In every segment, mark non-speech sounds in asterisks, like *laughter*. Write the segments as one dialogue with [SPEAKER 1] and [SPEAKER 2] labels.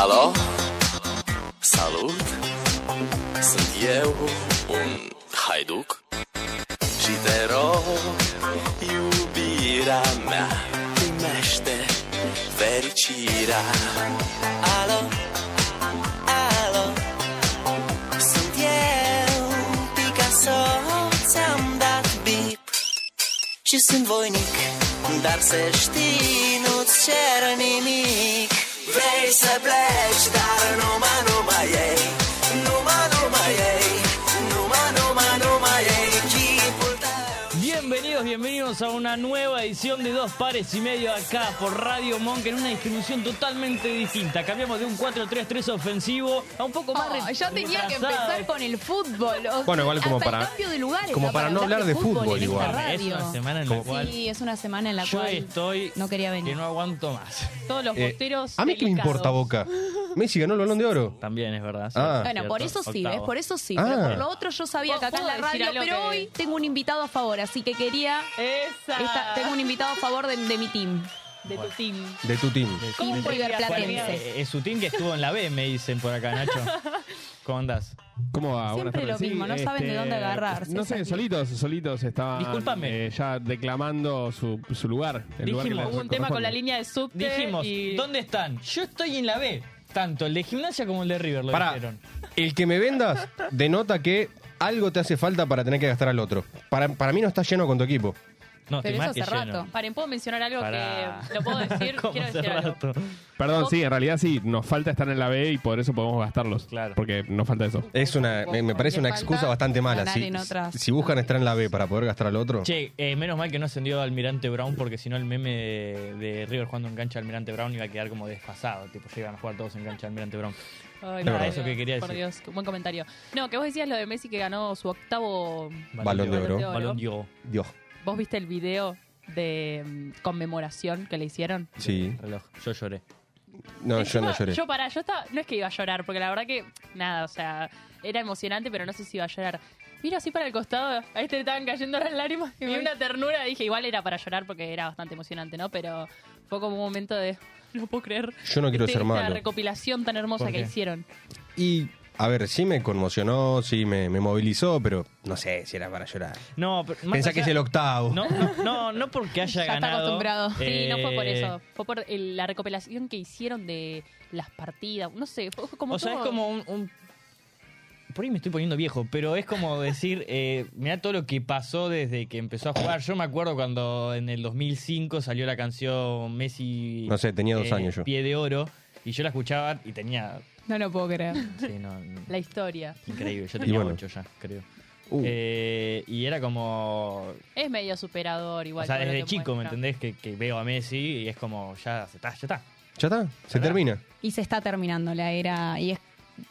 [SPEAKER 1] Alo? Salut? Sunt eu un haiduc Și te rog, iubirea mea Primește fericirea Alo? Alo? Sunt eu, Picasso Ți-am dat bip Și sunt voinic Dar să știi, nu-ți cer nimic Vrei să pleci, dar numai, numai ei Numai, numai ei Numai, numai, numai ei Chipul tău
[SPEAKER 2] Bienvenidos, bienvenidos a una nueva edición de Dos Pares y Medio acá por Radio Monk en una distribución totalmente distinta. Cambiamos de un 4-3-3 ofensivo a un poco más
[SPEAKER 3] Oh,
[SPEAKER 2] re-
[SPEAKER 3] yo tenía que
[SPEAKER 2] retrasado.
[SPEAKER 3] empezar con el fútbol. o
[SPEAKER 4] Bueno, igual como
[SPEAKER 3] hasta el
[SPEAKER 4] para-
[SPEAKER 3] cambio de lugares,
[SPEAKER 4] como
[SPEAKER 3] ¿no?
[SPEAKER 4] para no hablar de fútbol
[SPEAKER 3] en
[SPEAKER 4] igual.
[SPEAKER 3] esta
[SPEAKER 2] Es
[SPEAKER 3] radio.
[SPEAKER 2] una semana en la cual
[SPEAKER 3] Sí, es una semana en la
[SPEAKER 2] yo
[SPEAKER 3] cual
[SPEAKER 2] estoy
[SPEAKER 3] no quería venir.
[SPEAKER 2] que no aguanto más.
[SPEAKER 5] Todos los
[SPEAKER 4] Eh,
[SPEAKER 5] posteros.
[SPEAKER 4] a mí que me
[SPEAKER 5] delicados.
[SPEAKER 4] importa Boca. Messi ganó el balón de oro.
[SPEAKER 2] También es verdad.
[SPEAKER 4] Ah.
[SPEAKER 2] cierto,
[SPEAKER 3] Bueno, por
[SPEAKER 2] cierto,
[SPEAKER 3] eso sí,
[SPEAKER 2] octavo.
[SPEAKER 3] ¿ves? Por eso sí.
[SPEAKER 4] Ah.
[SPEAKER 3] Pero por lo otro yo sabía que acá en la
[SPEAKER 5] ¿Puedo decir
[SPEAKER 3] radio,
[SPEAKER 5] algo
[SPEAKER 3] pero
[SPEAKER 5] que-
[SPEAKER 3] hoy tengo un invitado a favor, así que quería...
[SPEAKER 5] Esa.
[SPEAKER 3] esta- tengo un invitado a favor de, de mi team.
[SPEAKER 5] De tu team.
[SPEAKER 4] De tu team.
[SPEAKER 3] Team
[SPEAKER 5] podría
[SPEAKER 3] Riverplatense.
[SPEAKER 2] Eh, Es su team que estuvo en la B, me dicen por acá,
[SPEAKER 5] *laughs*
[SPEAKER 2] Nacho. ¿Cómo andás?
[SPEAKER 6] ¿Cómo va?
[SPEAKER 3] Siempre
[SPEAKER 6] Buenas tardes.
[SPEAKER 3] lo mismo, no saben de dónde agarrarse,
[SPEAKER 6] este, No sé,
[SPEAKER 3] Santi.
[SPEAKER 6] solitos, solitos estaban
[SPEAKER 2] Discúlpame.
[SPEAKER 6] eh, ya declamando su, su lugar. El lugar que
[SPEAKER 2] Dijimos,
[SPEAKER 6] les
[SPEAKER 2] hubo
[SPEAKER 5] Hubo un tema con la
[SPEAKER 6] corresponde.
[SPEAKER 5] línea de subte.
[SPEAKER 2] Dijimos,
[SPEAKER 5] y-
[SPEAKER 2] ¿dónde están? Yo estoy en la B. Tanto el de gimnasia como el de River lo
[SPEAKER 4] Para
[SPEAKER 2] dijeron.
[SPEAKER 4] el que me vendas denota que algo te hace falta para tener que gastar al otro. Para, para mí no está lleno con tu equipo.
[SPEAKER 2] No,
[SPEAKER 3] Pero
[SPEAKER 2] estoy
[SPEAKER 3] eso
[SPEAKER 2] más que
[SPEAKER 3] hace
[SPEAKER 2] lleno.
[SPEAKER 3] rato.
[SPEAKER 5] Paren, ¿puedo mencionar algo
[SPEAKER 2] Pará.
[SPEAKER 5] que lo
[SPEAKER 2] *laughs*
[SPEAKER 5] puedo decir?
[SPEAKER 2] ¿Cómo
[SPEAKER 5] Quiero
[SPEAKER 2] hace
[SPEAKER 5] decir algo.
[SPEAKER 2] rato?
[SPEAKER 6] Perdón, sí, en realidad sí, nos falta estar en la B y por eso podemos gastarlos.
[SPEAKER 2] Claro.
[SPEAKER 6] Porque nos falta eso.
[SPEAKER 4] Es una, me, me parece una
[SPEAKER 3] Porque
[SPEAKER 4] excusa
[SPEAKER 3] falta
[SPEAKER 4] bastante mala.
[SPEAKER 3] ganar
[SPEAKER 4] Si,
[SPEAKER 3] en otras-
[SPEAKER 4] si buscan estar en la B para poder gastar al otro.
[SPEAKER 2] Che, eh, menos mal que no ascendió Almirante Brown porque si no el meme de, de River jugando en cancha de Almirante Brown iba a quedar como desfasado. Tipo, ya iban a jugar todos en cancha de Almirante Brown.
[SPEAKER 5] Ay,
[SPEAKER 4] verdad.
[SPEAKER 5] por
[SPEAKER 2] Eso que quería
[SPEAKER 5] Dios, Por
[SPEAKER 2] decir.
[SPEAKER 5] Dios, qué buen comentario. No, que vos decías lo de Messi que ganó su octavo.
[SPEAKER 4] Balón de oro.
[SPEAKER 2] Balón de oro.
[SPEAKER 4] Dios.
[SPEAKER 5] ¿Vos viste el video de mm, conmemoración que le hicieron?
[SPEAKER 4] Sí.
[SPEAKER 2] Reloj. Yo lloré.
[SPEAKER 4] No, yo
[SPEAKER 5] Encima,
[SPEAKER 4] no lloré.
[SPEAKER 5] Yo pará, yo estaba, no es que iba a llorar, porque la verdad que nada, o sea, era emocionante, pero no sé si iba a llorar. Miro así para el costado, ahí te estaban cayendo las lágrimas y vi una ternura, dije, igual era para llorar porque era bastante emocionante, ¿no? Pero fue como un momento de *laughs* no puedo creer.
[SPEAKER 4] Yo no quiero
[SPEAKER 5] este,
[SPEAKER 4] ser
[SPEAKER 5] Esta
[SPEAKER 4] malo.
[SPEAKER 5] recopilación tan hermosa
[SPEAKER 2] ¿Por
[SPEAKER 5] que
[SPEAKER 2] qué?
[SPEAKER 5] hicieron.
[SPEAKER 4] Y, a ver, sí me conmocionó, sí me, me movilizó, pero no sé si era para llorar.
[SPEAKER 2] No, pero más
[SPEAKER 4] Pensá que
[SPEAKER 2] allá-
[SPEAKER 4] es el octavo.
[SPEAKER 2] No, no, no, no porque haya
[SPEAKER 3] Ya está
[SPEAKER 2] ganado.
[SPEAKER 3] acostumbrado.
[SPEAKER 5] Sí, no fue por
[SPEAKER 2] eh,
[SPEAKER 5] eso, fue por el- la recopilación que hicieron de las partidas, no sé, fue como
[SPEAKER 2] o sea, es
[SPEAKER 5] todo-
[SPEAKER 2] como un, un- Por ahí me estoy poniendo viejo, pero es como decir, eh, mirá todo lo que pasó desde que empezó a jugar. Yo me acuerdo cuando en el 2005 salió la canción Messi... eh,
[SPEAKER 4] No sé, tenía dos años yo.
[SPEAKER 2] Pie de oro, y yo la escuchaba y tenía...
[SPEAKER 3] No lo puedo creer.
[SPEAKER 2] Sí, no, no.
[SPEAKER 5] *laughs* la historia.
[SPEAKER 2] Increíble, yo tenía
[SPEAKER 4] bueno.
[SPEAKER 2] ocho ya, creo.
[SPEAKER 4] Uh.
[SPEAKER 2] Eh, y era como.
[SPEAKER 5] Es medio superador igual.
[SPEAKER 2] o sea,
[SPEAKER 5] todo lo
[SPEAKER 2] desde
[SPEAKER 5] que
[SPEAKER 2] chico, ¿me
[SPEAKER 5] muestra.
[SPEAKER 2] entendés? Que, que veo a Messi y es como, ya se está, ya está.
[SPEAKER 4] Ya está, se
[SPEAKER 2] ¿Verdad?
[SPEAKER 4] termina.
[SPEAKER 3] Y se está terminando la era y es...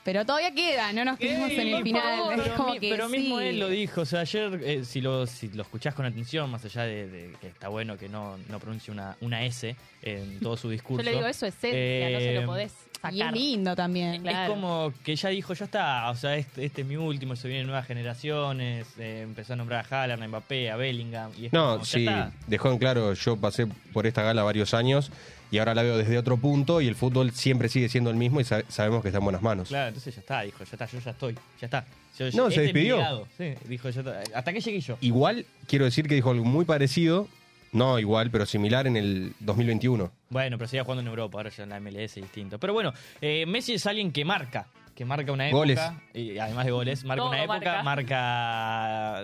[SPEAKER 3] Pero todavía queda, no nos quedemos en el final. es
[SPEAKER 2] pero
[SPEAKER 3] como
[SPEAKER 2] mi-
[SPEAKER 3] que
[SPEAKER 2] pero mismo
[SPEAKER 3] sí.
[SPEAKER 2] él lo dijo. O sea, ayer, eh, si, lo, si lo escuchás con atención, más allá de, de que está bueno que no, no pronuncie una, una S en todo
[SPEAKER 5] *laughs*
[SPEAKER 2] su discurso.
[SPEAKER 5] Yo le digo, eso es esencia, no se
[SPEAKER 2] Eh,
[SPEAKER 5] lo podés sacar.
[SPEAKER 3] Y es lindo también.
[SPEAKER 5] Claro.
[SPEAKER 2] Es como que ya dijo, ya está, o sea, este, este es mi último, se vienen nuevas generaciones, eh, empezó a nombrar a Haaland, a Mbappé, a Bellingham, y es
[SPEAKER 4] No,
[SPEAKER 2] como, ya
[SPEAKER 4] sí,
[SPEAKER 2] está.
[SPEAKER 4] dejó en claro, yo pasé por esta gala varios años y ahora la veo desde otro punto y el fútbol siempre sigue siendo el mismo y sa- sabemos que está en buenas manos.
[SPEAKER 2] Claro, entonces ya está, dijo, ya está, yo ya estoy, ya está. Yo-
[SPEAKER 4] No,
[SPEAKER 2] este
[SPEAKER 4] se
[SPEAKER 2] es mi
[SPEAKER 4] despidió.
[SPEAKER 2] legado. Sí, dijo, ya está, hasta que llegué yo.
[SPEAKER 4] Igual, quiero decir que dijo algo muy parecido, no igual, pero similar en el 2021.
[SPEAKER 2] Bueno, pero seguía jugando en Europa, ahora ya en la MLS distinto. Pero bueno, eh, Messi es alguien que marca, que marca una época.
[SPEAKER 4] Goles.
[SPEAKER 2] Y además de goles, marca
[SPEAKER 5] Todo
[SPEAKER 2] una época, marca.
[SPEAKER 5] marca.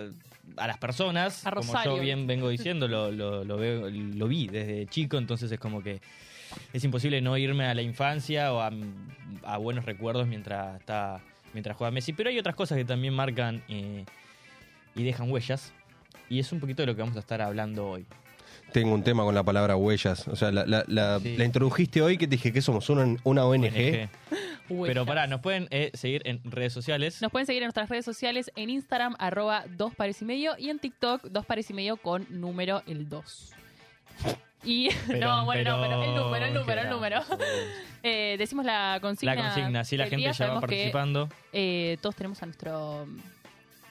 [SPEAKER 2] a las personas.
[SPEAKER 5] A
[SPEAKER 2] como yo
[SPEAKER 5] Rosario.
[SPEAKER 2] bien vengo diciendo, lo, lo- lo veo, lo vi desde chico, entonces es como que es imposible no irme a la infancia o a, a buenos recuerdos mientras está mientras juega Messi. Pero hay otras cosas que también marcan eh, y dejan huellas. Y es un poquito de lo que vamos a estar hablando hoy.
[SPEAKER 4] Tengo un tema con la palabra huellas. O sea, la, la- la-
[SPEAKER 2] Sí.
[SPEAKER 4] la introdujiste hoy que te dije que somos una, una ONG.
[SPEAKER 2] ONG.
[SPEAKER 5] Huellas.
[SPEAKER 2] Pero pará, nos pueden eh, seguir en redes sociales.
[SPEAKER 5] Nos pueden seguir en nuestras redes sociales, en Instagram, arroba dos pares y medio, y en TikTok, dos pares y medio con número el 2. Y. *laughs* no, bueno, no, pero el número, el número, el número. *laughs* Eh, decimos la consigna.
[SPEAKER 2] La consigna, si la
[SPEAKER 5] del
[SPEAKER 2] gente
[SPEAKER 5] día,
[SPEAKER 2] ya va
[SPEAKER 5] sabemos que,
[SPEAKER 2] participando.
[SPEAKER 5] eh, todos tenemos a nuestro mm,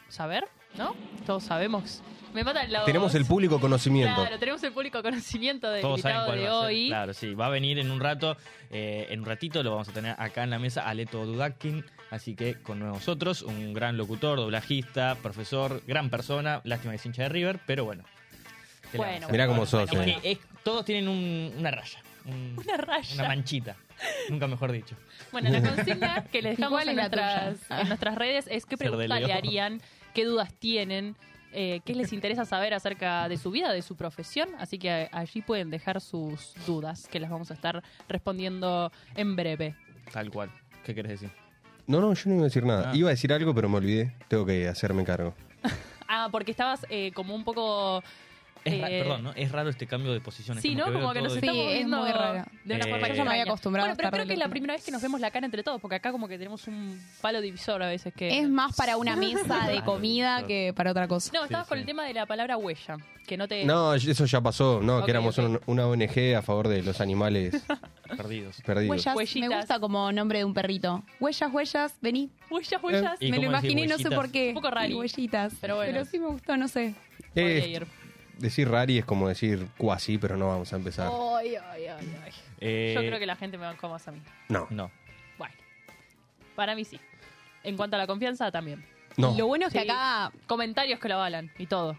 [SPEAKER 5] saber, ¿no? Todos sabemos. Me mata el lado.
[SPEAKER 4] Tenemos el público conocimiento.
[SPEAKER 5] Claro, tenemos el público conocimiento del
[SPEAKER 2] Todos saben
[SPEAKER 5] invitado
[SPEAKER 2] cuál
[SPEAKER 5] de
[SPEAKER 2] va a ser.
[SPEAKER 5] hoy.
[SPEAKER 2] Claro, sí. Va a venir en un rato, eh, en un ratito lo vamos a tener acá en la mesa, Aleto Dudakin. Así que con nosotros, un gran locutor, doblajista, profesor, gran persona. Lástima que es hincha de River, pero bueno. ¿Qué le vamos a
[SPEAKER 5] Bueno,
[SPEAKER 2] hacer?
[SPEAKER 4] Mirá cómo
[SPEAKER 5] bueno,
[SPEAKER 4] sos,
[SPEAKER 5] bueno,
[SPEAKER 4] eh.
[SPEAKER 5] bueno.
[SPEAKER 2] Que es- todos tienen un- una raya. un-
[SPEAKER 5] Una
[SPEAKER 2] una
[SPEAKER 5] raya.
[SPEAKER 2] manchita. Nunca mejor dicho.
[SPEAKER 5] Bueno, la consigna que les dejamos
[SPEAKER 3] ¿Cuál
[SPEAKER 5] en,
[SPEAKER 3] es la tuya?
[SPEAKER 5] nuestras, en nuestras redes es qué
[SPEAKER 2] Ser de
[SPEAKER 5] preguntas le
[SPEAKER 2] Leo.
[SPEAKER 5] harían, qué dudas tienen, eh, qué les interesa saber acerca de su vida, de su profesión. Así que eh, allí pueden dejar sus dudas, que las vamos a estar respondiendo en breve.
[SPEAKER 2] Tal cual. ¿Qué querés decir?
[SPEAKER 4] No, no, yo no iba a decir nada.
[SPEAKER 2] Ah.
[SPEAKER 4] Iba a decir algo, pero me olvidé. Tengo que hacerme cargo.
[SPEAKER 5] Ah, porque estabas eh, como un poco...
[SPEAKER 2] Es ra-
[SPEAKER 5] Eh,
[SPEAKER 2] Ah, perdón, ¿no? Es raro este cambio de posiciones.
[SPEAKER 5] Sí, ¿no?
[SPEAKER 2] veo
[SPEAKER 5] Como que nos
[SPEAKER 2] todo y-
[SPEAKER 3] Sí,
[SPEAKER 5] estamos
[SPEAKER 3] es
[SPEAKER 5] viendo
[SPEAKER 3] muy raro.
[SPEAKER 5] de una
[SPEAKER 2] Eh,
[SPEAKER 5] forma
[SPEAKER 2] Yo ya me
[SPEAKER 3] había
[SPEAKER 5] extraña.
[SPEAKER 3] acostumbrado
[SPEAKER 5] Bueno,
[SPEAKER 3] a
[SPEAKER 5] pero
[SPEAKER 3] estar
[SPEAKER 5] creo que es la
[SPEAKER 3] lejos.
[SPEAKER 5] primera vez que nos vemos la cara entre todos, porque acá como que tenemos un palo divisor a veces que...
[SPEAKER 3] Es más
[SPEAKER 5] *laughs*
[SPEAKER 3] para una mesa de comida que para otra cosa.
[SPEAKER 5] No, estabas
[SPEAKER 2] Sí,
[SPEAKER 5] con
[SPEAKER 2] sí.
[SPEAKER 5] el tema de la palabra huella, que no te...
[SPEAKER 4] No, eso ya pasó. No,
[SPEAKER 5] Eh. Ok,
[SPEAKER 4] que éramos
[SPEAKER 5] ok.
[SPEAKER 4] un- una ONG a favor de los animales
[SPEAKER 2] *laughs* Perdidos.
[SPEAKER 4] perdidos.
[SPEAKER 3] Huellas,
[SPEAKER 5] Huellitas.
[SPEAKER 3] me gusta como nombre de un perrito. Huellas, huellas, vení.
[SPEAKER 5] Huellas, huellas.
[SPEAKER 2] Eh, ¿Y
[SPEAKER 3] me lo
[SPEAKER 2] cómo decís
[SPEAKER 3] imaginé, no sé
[SPEAKER 2] huellitas?
[SPEAKER 3] por qué.
[SPEAKER 5] Un poco rari.
[SPEAKER 3] Y Huellitas.
[SPEAKER 5] Pero bueno.
[SPEAKER 3] sí me gustó, no sé.
[SPEAKER 4] Eh,
[SPEAKER 5] Podría ir.
[SPEAKER 4] decir rari es como decir cuasi, pero no vamos a empezar.
[SPEAKER 5] Ay, ay, ay, ay.
[SPEAKER 2] Eh,
[SPEAKER 5] Oh, Yo creo que la gente me bancó más a mí.
[SPEAKER 4] No,
[SPEAKER 2] No.
[SPEAKER 5] Bueno, para mí sí. En cuanto a la confianza, también.
[SPEAKER 4] no.
[SPEAKER 3] Lo bueno es que
[SPEAKER 5] Sí.
[SPEAKER 3] acá.
[SPEAKER 5] Comentarios que lo avalan y todo.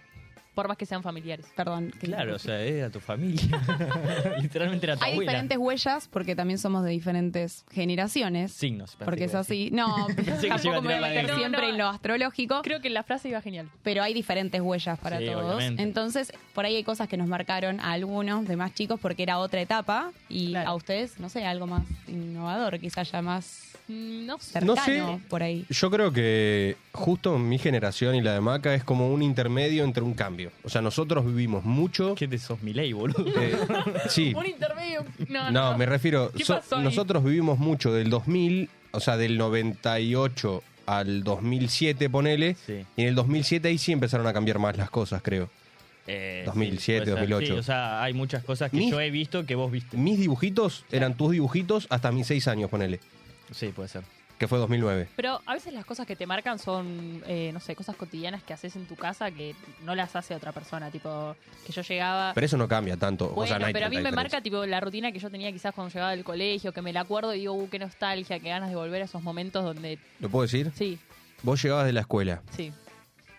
[SPEAKER 5] Por más que sean familiares.
[SPEAKER 3] Perdón. que-
[SPEAKER 2] Claro, o sea, era tu familia. *laughs* Literalmente era tu
[SPEAKER 3] Hay
[SPEAKER 2] abuela.
[SPEAKER 3] diferentes huellas porque también somos de diferentes generaciones.
[SPEAKER 2] signos. pensé que
[SPEAKER 3] Porque es
[SPEAKER 2] iba a decir.
[SPEAKER 3] así.
[SPEAKER 2] *laughs*
[SPEAKER 3] No,
[SPEAKER 2] Pensé que se iba a
[SPEAKER 3] tampoco me voy
[SPEAKER 2] tirar la
[SPEAKER 3] a meter
[SPEAKER 5] de-
[SPEAKER 3] siempre
[SPEAKER 5] No, no.
[SPEAKER 3] en lo astrológico.
[SPEAKER 5] Creo que la frase iba genial.
[SPEAKER 3] pero hay diferentes huellas para
[SPEAKER 2] Sí,
[SPEAKER 3] todos.
[SPEAKER 2] obviamente.
[SPEAKER 3] Entonces, por ahí hay cosas que nos marcaron a algunos de más chicos porque era otra etapa y
[SPEAKER 5] Claro.
[SPEAKER 3] a ustedes, no sé, algo más innovador, quizás ya más
[SPEAKER 5] Mm, No sé.
[SPEAKER 3] cercano
[SPEAKER 4] sé.
[SPEAKER 3] por ahí.
[SPEAKER 4] Yo creo que justo mi generación y la de Maca es como un intermedio entre un cambio. O sea, nosotros vivimos mucho.
[SPEAKER 2] ¿Qué te sos, Milei, boludo?
[SPEAKER 4] eh,
[SPEAKER 5] *laughs*
[SPEAKER 4] sí.
[SPEAKER 5] Un intermedio. No, no.
[SPEAKER 4] No, me refiero.
[SPEAKER 5] ¿Qué
[SPEAKER 4] so-
[SPEAKER 5] pasó ahí?
[SPEAKER 4] nosotros vivimos mucho del 2000, o sea, del 98 al 2007, ponele.
[SPEAKER 2] Sí.
[SPEAKER 4] Y en el 2007 ahí sí empezaron a cambiar más las cosas, creo.
[SPEAKER 2] Eh,
[SPEAKER 4] 2007,
[SPEAKER 2] sí, puede ser.
[SPEAKER 4] 2008.
[SPEAKER 2] Sí, o sea, hay muchas cosas que
[SPEAKER 4] Mis-
[SPEAKER 2] yo he visto que vos viste.
[SPEAKER 4] Mis dibujitos eran tus dibujitos hasta mis seis años, ponele.
[SPEAKER 2] Sí, puede ser.
[SPEAKER 4] Que fue 2009.
[SPEAKER 5] Pero a veces las cosas que te marcan son, eh, no sé, cosas cotidianas que haces en tu casa que no las hace otra persona. Tipo, que yo llegaba.
[SPEAKER 4] Pero eso no cambia tanto. o
[SPEAKER 5] Ah. Bueno,
[SPEAKER 4] sea, no hay
[SPEAKER 5] pero a mí
[SPEAKER 4] tanta
[SPEAKER 5] me
[SPEAKER 4] diferencia.
[SPEAKER 5] marca tipo la rutina que yo tenía quizás cuando llegaba del colegio, que me la acuerdo y digo, uh, qué nostalgia, qué ganas de volver a esos momentos donde...
[SPEAKER 4] ¿Lo puedo decir?
[SPEAKER 5] Sí,
[SPEAKER 4] Vos llegabas de la escuela.
[SPEAKER 5] sí,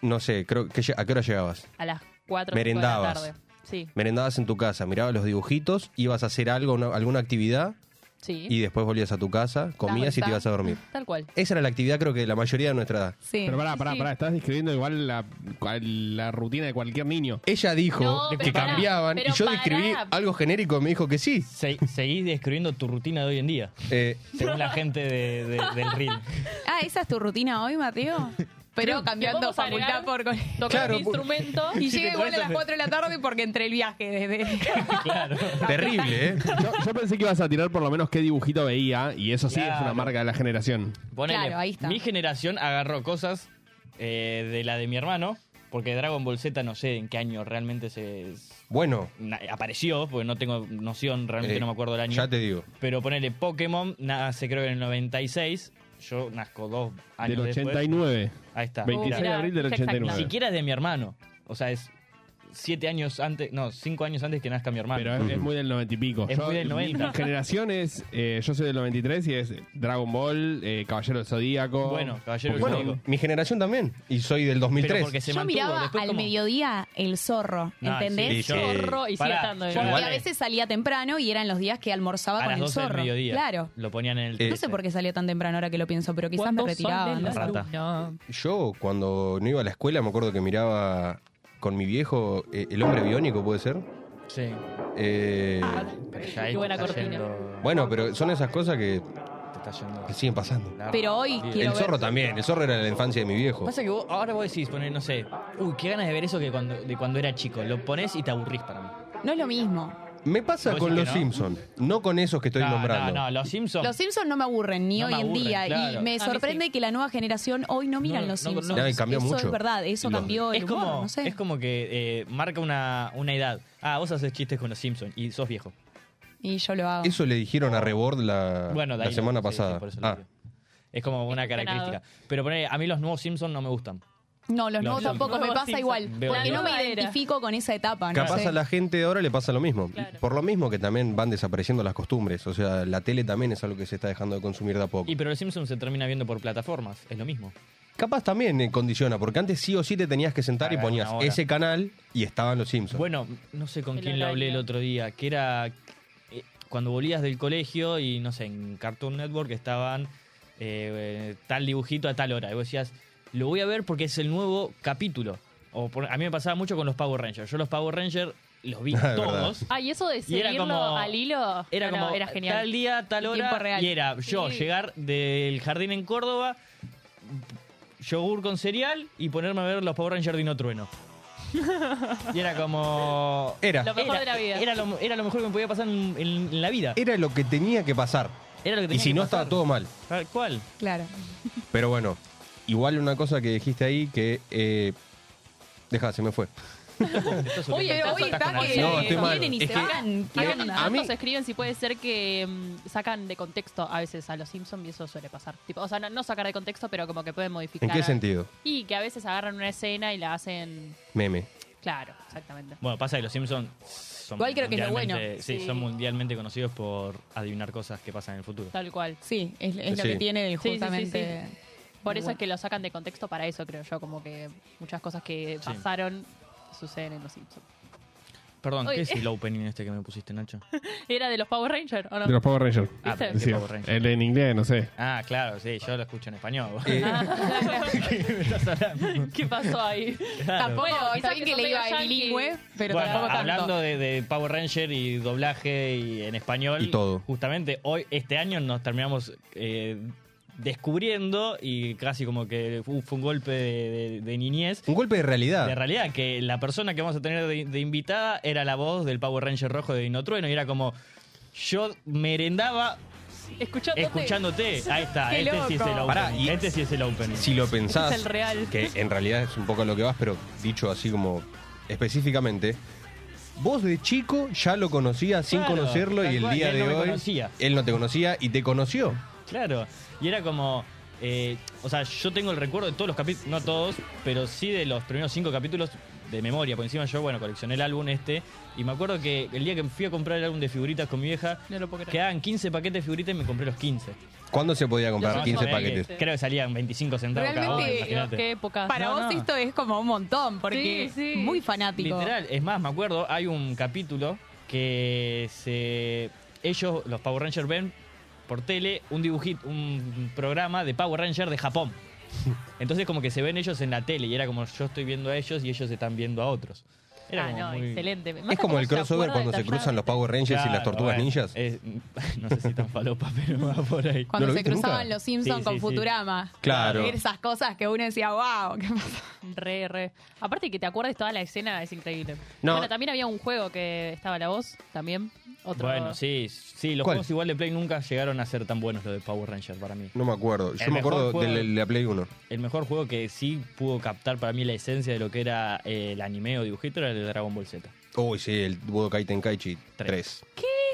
[SPEAKER 4] No sé, creo que lle- ¿a qué hora llegabas?
[SPEAKER 5] a las 4
[SPEAKER 4] Merendabas.
[SPEAKER 5] de la tarde. Sí,
[SPEAKER 4] Merendabas en tu casa, mirabas los dibujitos, ibas a hacer algo, una- alguna actividad
[SPEAKER 5] sí,
[SPEAKER 4] y después volvías a tu casa, comías y te
[SPEAKER 3] vuelta.
[SPEAKER 4] ibas a dormir.
[SPEAKER 5] tal cual.
[SPEAKER 4] Esa era la actividad creo que de la mayoría de nuestra edad.
[SPEAKER 3] Sí.
[SPEAKER 6] Pero pará, pará,
[SPEAKER 5] sí.
[SPEAKER 6] pará. Estás describiendo igual la, cual- la rutina de cualquier niño.
[SPEAKER 4] Ella dijo
[SPEAKER 5] No, pero
[SPEAKER 4] que
[SPEAKER 5] pará,
[SPEAKER 4] cambiaban y
[SPEAKER 5] pero
[SPEAKER 4] yo
[SPEAKER 5] pará.
[SPEAKER 4] describí algo genérico y me dijo que sí.
[SPEAKER 2] Se- seguís describiendo tu rutina de hoy en día,
[SPEAKER 4] Eh,
[SPEAKER 2] según la gente de- de- del reel.
[SPEAKER 3] *laughs* Ah, esa es tu rutina hoy,
[SPEAKER 2] *laughs*
[SPEAKER 3] Mateo. Pero cambiando
[SPEAKER 5] podemos
[SPEAKER 3] facultad
[SPEAKER 5] agregar-
[SPEAKER 3] por cole-
[SPEAKER 5] Tocar
[SPEAKER 4] Claro,
[SPEAKER 5] un
[SPEAKER 4] por-
[SPEAKER 5] instrumento
[SPEAKER 3] Y
[SPEAKER 2] Sí,
[SPEAKER 3] llega
[SPEAKER 2] te
[SPEAKER 3] igual a
[SPEAKER 2] parece-
[SPEAKER 3] las 4 de la tarde porque entre el viaje desde.
[SPEAKER 2] Claro.
[SPEAKER 4] terrible, ¿eh?
[SPEAKER 6] Yo, yo pensé que ibas a tirar por lo menos qué dibujito veía y eso sí es una
[SPEAKER 2] Claro.
[SPEAKER 6] marca de la generación.
[SPEAKER 2] Ponele,
[SPEAKER 3] Claro, ahí está.
[SPEAKER 2] Mi generación agarró cosas eh, de la de mi hermano, porque Dragon Ball Z no sé en qué año realmente se
[SPEAKER 4] Bueno,
[SPEAKER 2] na- apareció, porque no tengo noción, realmente
[SPEAKER 4] eh,
[SPEAKER 2] no me acuerdo del año.
[SPEAKER 4] ya te digo.
[SPEAKER 2] Pero ponele Pokémon, nace creo que en el 96. Yo nazco dos años
[SPEAKER 6] del
[SPEAKER 2] después.
[SPEAKER 6] 89.
[SPEAKER 2] Ahí está.
[SPEAKER 6] 26 de
[SPEAKER 2] Mirá,
[SPEAKER 5] Mira,
[SPEAKER 6] abril del
[SPEAKER 5] ya exacto.
[SPEAKER 2] Ni
[SPEAKER 6] 89.
[SPEAKER 2] siquiera es de mi hermano. O sea, es siete años antes, no, cinco años antes que nazca mi hermano.
[SPEAKER 6] Pero es, es muy del 90 y pico.
[SPEAKER 2] Es muy del 90.
[SPEAKER 6] Mi generación es, eh, yo soy del 93 y es Dragon Ball, eh, Caballero del Zodíaco.
[SPEAKER 2] Bueno, Caballero del
[SPEAKER 6] Pokémon.
[SPEAKER 2] Zodíaco.
[SPEAKER 4] Bueno, mi generación también. Y soy del
[SPEAKER 2] Pero
[SPEAKER 4] 2003.
[SPEAKER 2] porque se
[SPEAKER 3] Yo
[SPEAKER 2] mantuvo,
[SPEAKER 3] miraba
[SPEAKER 2] después
[SPEAKER 3] al
[SPEAKER 2] como- Ah,
[SPEAKER 3] mediodía el zorro,
[SPEAKER 2] No,
[SPEAKER 3] ¿entendés?
[SPEAKER 4] sí, yo-
[SPEAKER 5] zorro y sigue
[SPEAKER 2] Pará,
[SPEAKER 5] estando.
[SPEAKER 2] yo
[SPEAKER 5] ¿eh?
[SPEAKER 3] Y
[SPEAKER 2] igual-
[SPEAKER 3] a veces salía temprano y eran los días que almorzaba
[SPEAKER 2] a
[SPEAKER 3] con
[SPEAKER 2] las
[SPEAKER 3] el
[SPEAKER 2] 12 del
[SPEAKER 3] zorro.
[SPEAKER 2] mediodía.
[SPEAKER 3] Claro.
[SPEAKER 2] Lo ponían en el
[SPEAKER 4] Eh,
[SPEAKER 3] No sé por qué salía tan temprano ahora que lo pienso, pero quizás me
[SPEAKER 5] ¿Cuándo
[SPEAKER 3] retiraba.
[SPEAKER 5] son de
[SPEAKER 3] no
[SPEAKER 5] la
[SPEAKER 3] sé.
[SPEAKER 2] Rata.
[SPEAKER 5] luna?
[SPEAKER 4] Yo, cuando no iba a la escuela, me acuerdo que miraba con mi viejo eh, El Hombre Biónico, ¿puede ser?
[SPEAKER 2] Sí.
[SPEAKER 4] Eh,
[SPEAKER 2] Ya ahí
[SPEAKER 5] Qué
[SPEAKER 2] te
[SPEAKER 5] buena
[SPEAKER 2] está
[SPEAKER 5] cortina.
[SPEAKER 2] yendo-
[SPEAKER 4] bueno, pero son esas cosas que,
[SPEAKER 2] te está yendo-
[SPEAKER 4] que siguen pasando.
[SPEAKER 2] La-
[SPEAKER 3] Pero hoy
[SPEAKER 2] Sí.
[SPEAKER 3] quiero
[SPEAKER 4] el zorro también. El zorro era la infancia de mi viejo.
[SPEAKER 2] Pasa que vos, ahora vos decís, poner, no sé, uy, qué ganas de ver eso que cuando, de cuando era chico. Lo pones y te aburrís para mí.
[SPEAKER 3] No es lo mismo.
[SPEAKER 4] Me pasa
[SPEAKER 2] ¿Vos
[SPEAKER 4] con
[SPEAKER 2] decís
[SPEAKER 4] los
[SPEAKER 2] que no?
[SPEAKER 4] Simpsons, no con esos que estoy
[SPEAKER 2] no,
[SPEAKER 4] nombrando.
[SPEAKER 2] No, no, los Simpsons.
[SPEAKER 3] Los Simpsons no me aburren ni
[SPEAKER 2] No
[SPEAKER 3] hoy
[SPEAKER 2] me
[SPEAKER 3] en
[SPEAKER 2] aburren,
[SPEAKER 3] día.
[SPEAKER 2] claro.
[SPEAKER 3] Y
[SPEAKER 2] A
[SPEAKER 3] me
[SPEAKER 5] mí
[SPEAKER 3] sorprende
[SPEAKER 5] sí.
[SPEAKER 3] que la nueva generación hoy no miran
[SPEAKER 2] No,
[SPEAKER 3] los
[SPEAKER 2] no, no,
[SPEAKER 3] Simpsons.
[SPEAKER 4] Ya, y cambió
[SPEAKER 3] eso
[SPEAKER 4] mucho.
[SPEAKER 3] es verdad, eso
[SPEAKER 4] Lo-
[SPEAKER 3] cambió. El
[SPEAKER 2] es
[SPEAKER 3] humor,
[SPEAKER 2] como,
[SPEAKER 3] no sé.
[SPEAKER 2] es como que eh, marca una, una edad. Ah, vos haces chistes con los Simpsons y sos viejo.
[SPEAKER 3] Y yo lo hago.
[SPEAKER 4] Eso le dijeron a Rebord la,
[SPEAKER 2] Bueno, de
[SPEAKER 4] Ah, la
[SPEAKER 2] ahí
[SPEAKER 4] semana
[SPEAKER 2] lo- sí,
[SPEAKER 4] pasada.
[SPEAKER 2] sí, por eso lo
[SPEAKER 4] ah,
[SPEAKER 2] digo. Es como una característica. Pero ponele, a mí los nuevos Simpsons no me gustan.
[SPEAKER 3] No, los
[SPEAKER 2] Los
[SPEAKER 3] nuevos
[SPEAKER 2] Simpsons.
[SPEAKER 3] tampoco, me
[SPEAKER 5] Nuevos
[SPEAKER 3] pasa
[SPEAKER 5] Simpsons.
[SPEAKER 3] igual.
[SPEAKER 2] Veo
[SPEAKER 3] porque
[SPEAKER 2] la
[SPEAKER 3] no
[SPEAKER 5] nueva
[SPEAKER 3] me
[SPEAKER 5] era.
[SPEAKER 3] identifico con esa etapa. No
[SPEAKER 4] capaz
[SPEAKER 3] sé.
[SPEAKER 4] a la gente de ahora le pasa lo mismo.
[SPEAKER 5] Claro.
[SPEAKER 4] Por lo mismo que también van desapareciendo las costumbres. O sea, la tele también es algo que se está dejando de consumir de a poco.
[SPEAKER 2] Y pero los Simpsons se termina viendo por plataformas, es lo mismo.
[SPEAKER 4] Capaz también eh, condiciona, porque antes sí o sí te tenías que sentar y
[SPEAKER 2] Claro,
[SPEAKER 4] ponías
[SPEAKER 2] una hora.
[SPEAKER 4] ese canal y estaban los Simpsons.
[SPEAKER 2] Bueno, no sé con
[SPEAKER 5] El
[SPEAKER 2] quién lo hablé el
[SPEAKER 5] horario.
[SPEAKER 2] otro día, que era eh, cuando volvías del colegio y no sé, en Cartoon Network estaban eh, eh, tal dibujito a tal hora. Y vos decías, lo voy a ver porque es el nuevo capítulo. O por- a mí me pasaba mucho con los Power Rangers. Yo los Power Rangers los vi
[SPEAKER 4] *laughs* Es verdad.
[SPEAKER 2] todos.
[SPEAKER 5] Ah, y eso de
[SPEAKER 2] Y era
[SPEAKER 5] seguirlo
[SPEAKER 2] como-
[SPEAKER 5] al hilo
[SPEAKER 2] Era
[SPEAKER 5] no, no,
[SPEAKER 2] como
[SPEAKER 5] era genial.
[SPEAKER 2] tal día, tal
[SPEAKER 3] En
[SPEAKER 2] hora.
[SPEAKER 3] tiempo real.
[SPEAKER 2] Y era yo
[SPEAKER 5] Sí.
[SPEAKER 2] llegar del jardín en Córdoba, yogur con cereal y ponerme a ver los Power Rangers Dino Trueno.
[SPEAKER 5] *laughs*
[SPEAKER 2] y era como.
[SPEAKER 4] *laughs* Era.
[SPEAKER 5] Lo mejor
[SPEAKER 2] era,
[SPEAKER 5] de la vida.
[SPEAKER 2] Era lo, era lo mejor que me podía pasar en, en- en la vida.
[SPEAKER 4] Era lo que tenía que pasar.
[SPEAKER 2] Era lo que
[SPEAKER 4] Y
[SPEAKER 2] tenía
[SPEAKER 4] si
[SPEAKER 2] que
[SPEAKER 4] no,
[SPEAKER 2] pasar.
[SPEAKER 4] estaba todo mal.
[SPEAKER 2] Tal cual.
[SPEAKER 3] Claro.
[SPEAKER 4] Pero bueno, igual una cosa que dijiste ahí que... Eh, Deja, se me fue.
[SPEAKER 5] Oye,
[SPEAKER 3] Pero
[SPEAKER 5] hoy
[SPEAKER 3] hoy está
[SPEAKER 5] con
[SPEAKER 3] que
[SPEAKER 5] alguien. No,
[SPEAKER 4] estoy mal.
[SPEAKER 3] vienen y
[SPEAKER 4] Es
[SPEAKER 3] se
[SPEAKER 4] que-
[SPEAKER 3] van. ¿Qué
[SPEAKER 5] Acá en el
[SPEAKER 3] onda?
[SPEAKER 4] A
[SPEAKER 5] chat
[SPEAKER 4] mí-
[SPEAKER 5] nos escriben si puede ser que mm, sacan de contexto a veces a los Simpsons y eso suele pasar. Tipo, o sea, no, no sacar de contexto, pero como que pueden modificar.
[SPEAKER 4] ¿En qué sentido?
[SPEAKER 5] Y que a veces agarran una escena y la hacen.
[SPEAKER 4] Meme.
[SPEAKER 5] Claro, exactamente.
[SPEAKER 2] Bueno, pasa que los Simpsons son.
[SPEAKER 3] Igual creo que es lo
[SPEAKER 2] mundialmente-
[SPEAKER 3] bueno.
[SPEAKER 2] Sí,
[SPEAKER 5] Sí.
[SPEAKER 2] son mundialmente conocidos por adivinar cosas que pasan en el futuro.
[SPEAKER 5] Tal cual.
[SPEAKER 3] Sí, es, es lo
[SPEAKER 4] Sí.
[SPEAKER 3] que tiene del
[SPEAKER 5] Sí, sí, sí,
[SPEAKER 3] justamente.
[SPEAKER 5] Por eso
[SPEAKER 3] Bueno.
[SPEAKER 5] es que lo sacan de contexto para eso, creo yo. Como que muchas cosas que
[SPEAKER 2] Sí.
[SPEAKER 5] pasaron suceden en los Simpsons.
[SPEAKER 2] Perdón, ¿qué
[SPEAKER 5] Oye.
[SPEAKER 2] es el opening este que me pusiste, *laughs* Nacho?
[SPEAKER 5] ¿Era de los Power Rangers o no?
[SPEAKER 6] De los
[SPEAKER 5] *laughs*
[SPEAKER 6] Power Rangers.
[SPEAKER 2] Ah, pero
[SPEAKER 6] Decía,
[SPEAKER 2] de Power Rangers.
[SPEAKER 6] El en inglés, no sé.
[SPEAKER 2] Ah, claro, sí, yo lo escucho en español.
[SPEAKER 4] Eh.
[SPEAKER 2] *laughs*
[SPEAKER 5] ¿Qué pasó ahí?
[SPEAKER 3] Tampoco,
[SPEAKER 5] Bueno, quizá
[SPEAKER 3] está
[SPEAKER 5] que
[SPEAKER 3] bien que
[SPEAKER 5] son
[SPEAKER 3] le iba
[SPEAKER 5] medio
[SPEAKER 3] a
[SPEAKER 5] yankees.
[SPEAKER 3] bilingüe, pero
[SPEAKER 2] Bueno,
[SPEAKER 3] tampoco tanto.
[SPEAKER 2] hablando de, de Power Ranger y doblaje y en español.
[SPEAKER 4] Y todo.
[SPEAKER 2] Justamente hoy, este año, nos terminamos eh, descubriendo y casi como que fu- fue un golpe de, de- de niñez.
[SPEAKER 4] Un golpe de realidad.
[SPEAKER 2] De realidad, que la persona que vamos a tener de, de invitada era la voz del Power Ranger rojo de Dinotrueno y era como. Yo merendaba
[SPEAKER 5] Escuchándote.
[SPEAKER 2] escuchándote. Ahí está,
[SPEAKER 3] Qué
[SPEAKER 2] este sí es el
[SPEAKER 3] loco.
[SPEAKER 2] opening.
[SPEAKER 4] Pará, y-
[SPEAKER 2] este sí es el opening.
[SPEAKER 4] si lo pensás,
[SPEAKER 5] Es el real.
[SPEAKER 4] que en realidad es un poco a lo que vas, pero dicho así como específicamente, vos de chico ya lo conocías sin
[SPEAKER 2] Claro,
[SPEAKER 4] conocerlo
[SPEAKER 2] tal
[SPEAKER 4] y el
[SPEAKER 2] cual,
[SPEAKER 4] día
[SPEAKER 2] y él
[SPEAKER 4] de
[SPEAKER 2] no me
[SPEAKER 4] hoy
[SPEAKER 2] conocía.
[SPEAKER 4] él no te conocía y te conoció.
[SPEAKER 2] Claro, y era como. eh, o sea, yo tengo el recuerdo de todos los capítulos, no todos, pero sí de los primeros cinco capítulos de memoria. Por encima, yo, bueno, coleccioné el álbum este. Y me acuerdo que el día que fui a comprar el álbum de figuritas con mi vieja,
[SPEAKER 5] No lo puedo creer.
[SPEAKER 2] quedaban 15 paquetes de figuritas y me compré los 15.
[SPEAKER 4] ¿Cuándo se podía comprar
[SPEAKER 5] Los
[SPEAKER 4] 15
[SPEAKER 2] Ponele que
[SPEAKER 4] paquetes?
[SPEAKER 2] Creo que salían 25 centavos cada uno,
[SPEAKER 3] Realmente,
[SPEAKER 5] Dios, eh, qué
[SPEAKER 2] imagínate.
[SPEAKER 5] época.
[SPEAKER 3] Para
[SPEAKER 2] No,
[SPEAKER 3] vos
[SPEAKER 2] no.
[SPEAKER 3] esto es como un montón, porque
[SPEAKER 5] Sí, sí.
[SPEAKER 3] muy fanático.
[SPEAKER 2] Literal, es más, me acuerdo, hay un capítulo que se. Ellos, los Power Rangers, ven por tele un dibujito, un programa de Power Ranger
[SPEAKER 4] *laughs*
[SPEAKER 2] de Japón. Entonces, como que se ven ellos en la tele y era como yo estoy viendo a ellos y ellos están viendo a otros. Era
[SPEAKER 5] Ah,
[SPEAKER 2] como
[SPEAKER 5] no,
[SPEAKER 2] muy-
[SPEAKER 5] excelente. Me mata
[SPEAKER 4] Es como
[SPEAKER 5] cómo
[SPEAKER 4] el
[SPEAKER 5] se
[SPEAKER 4] crossover
[SPEAKER 5] acuerda
[SPEAKER 4] cuando se cruzan los
[SPEAKER 5] detalladamente.
[SPEAKER 4] Power Rangers y las
[SPEAKER 2] Claro,
[SPEAKER 4] tortugas
[SPEAKER 2] bueno,
[SPEAKER 4] ninjas.
[SPEAKER 2] es- *laughs* no sé si tan falopa, pero va por ahí.
[SPEAKER 3] Cuando
[SPEAKER 4] ¿No lo
[SPEAKER 3] se
[SPEAKER 4] viste
[SPEAKER 3] cruzaban
[SPEAKER 4] nunca?
[SPEAKER 3] los Simpsons
[SPEAKER 2] Sí,
[SPEAKER 3] con
[SPEAKER 2] sí, sí.
[SPEAKER 3] Futurama.
[SPEAKER 4] Claro.
[SPEAKER 3] Esas cosas que uno decía, wow, ¿qué pasó?
[SPEAKER 5] *laughs* Re, re. Aparte que te acuerdes toda la escena es increíble.
[SPEAKER 4] No.
[SPEAKER 5] Bueno, también había un juego que estaba la voz, también. Otro.
[SPEAKER 2] Bueno, sí, sí, los
[SPEAKER 4] ¿Cuál?
[SPEAKER 2] juegos igual de Play nunca llegaron a ser tan buenos los de Power Ranger para mí.
[SPEAKER 4] No me acuerdo. Yo
[SPEAKER 2] El
[SPEAKER 4] me acuerdo
[SPEAKER 2] mejor
[SPEAKER 4] del-
[SPEAKER 2] juego-
[SPEAKER 4] de la Play 1.
[SPEAKER 2] El mejor juego que sí pudo captar para mí la esencia de lo que era eh, el anime o dibujito era el de Dragon Ball Z.
[SPEAKER 4] Uy, sí, el Budokai Tenkaichi 3.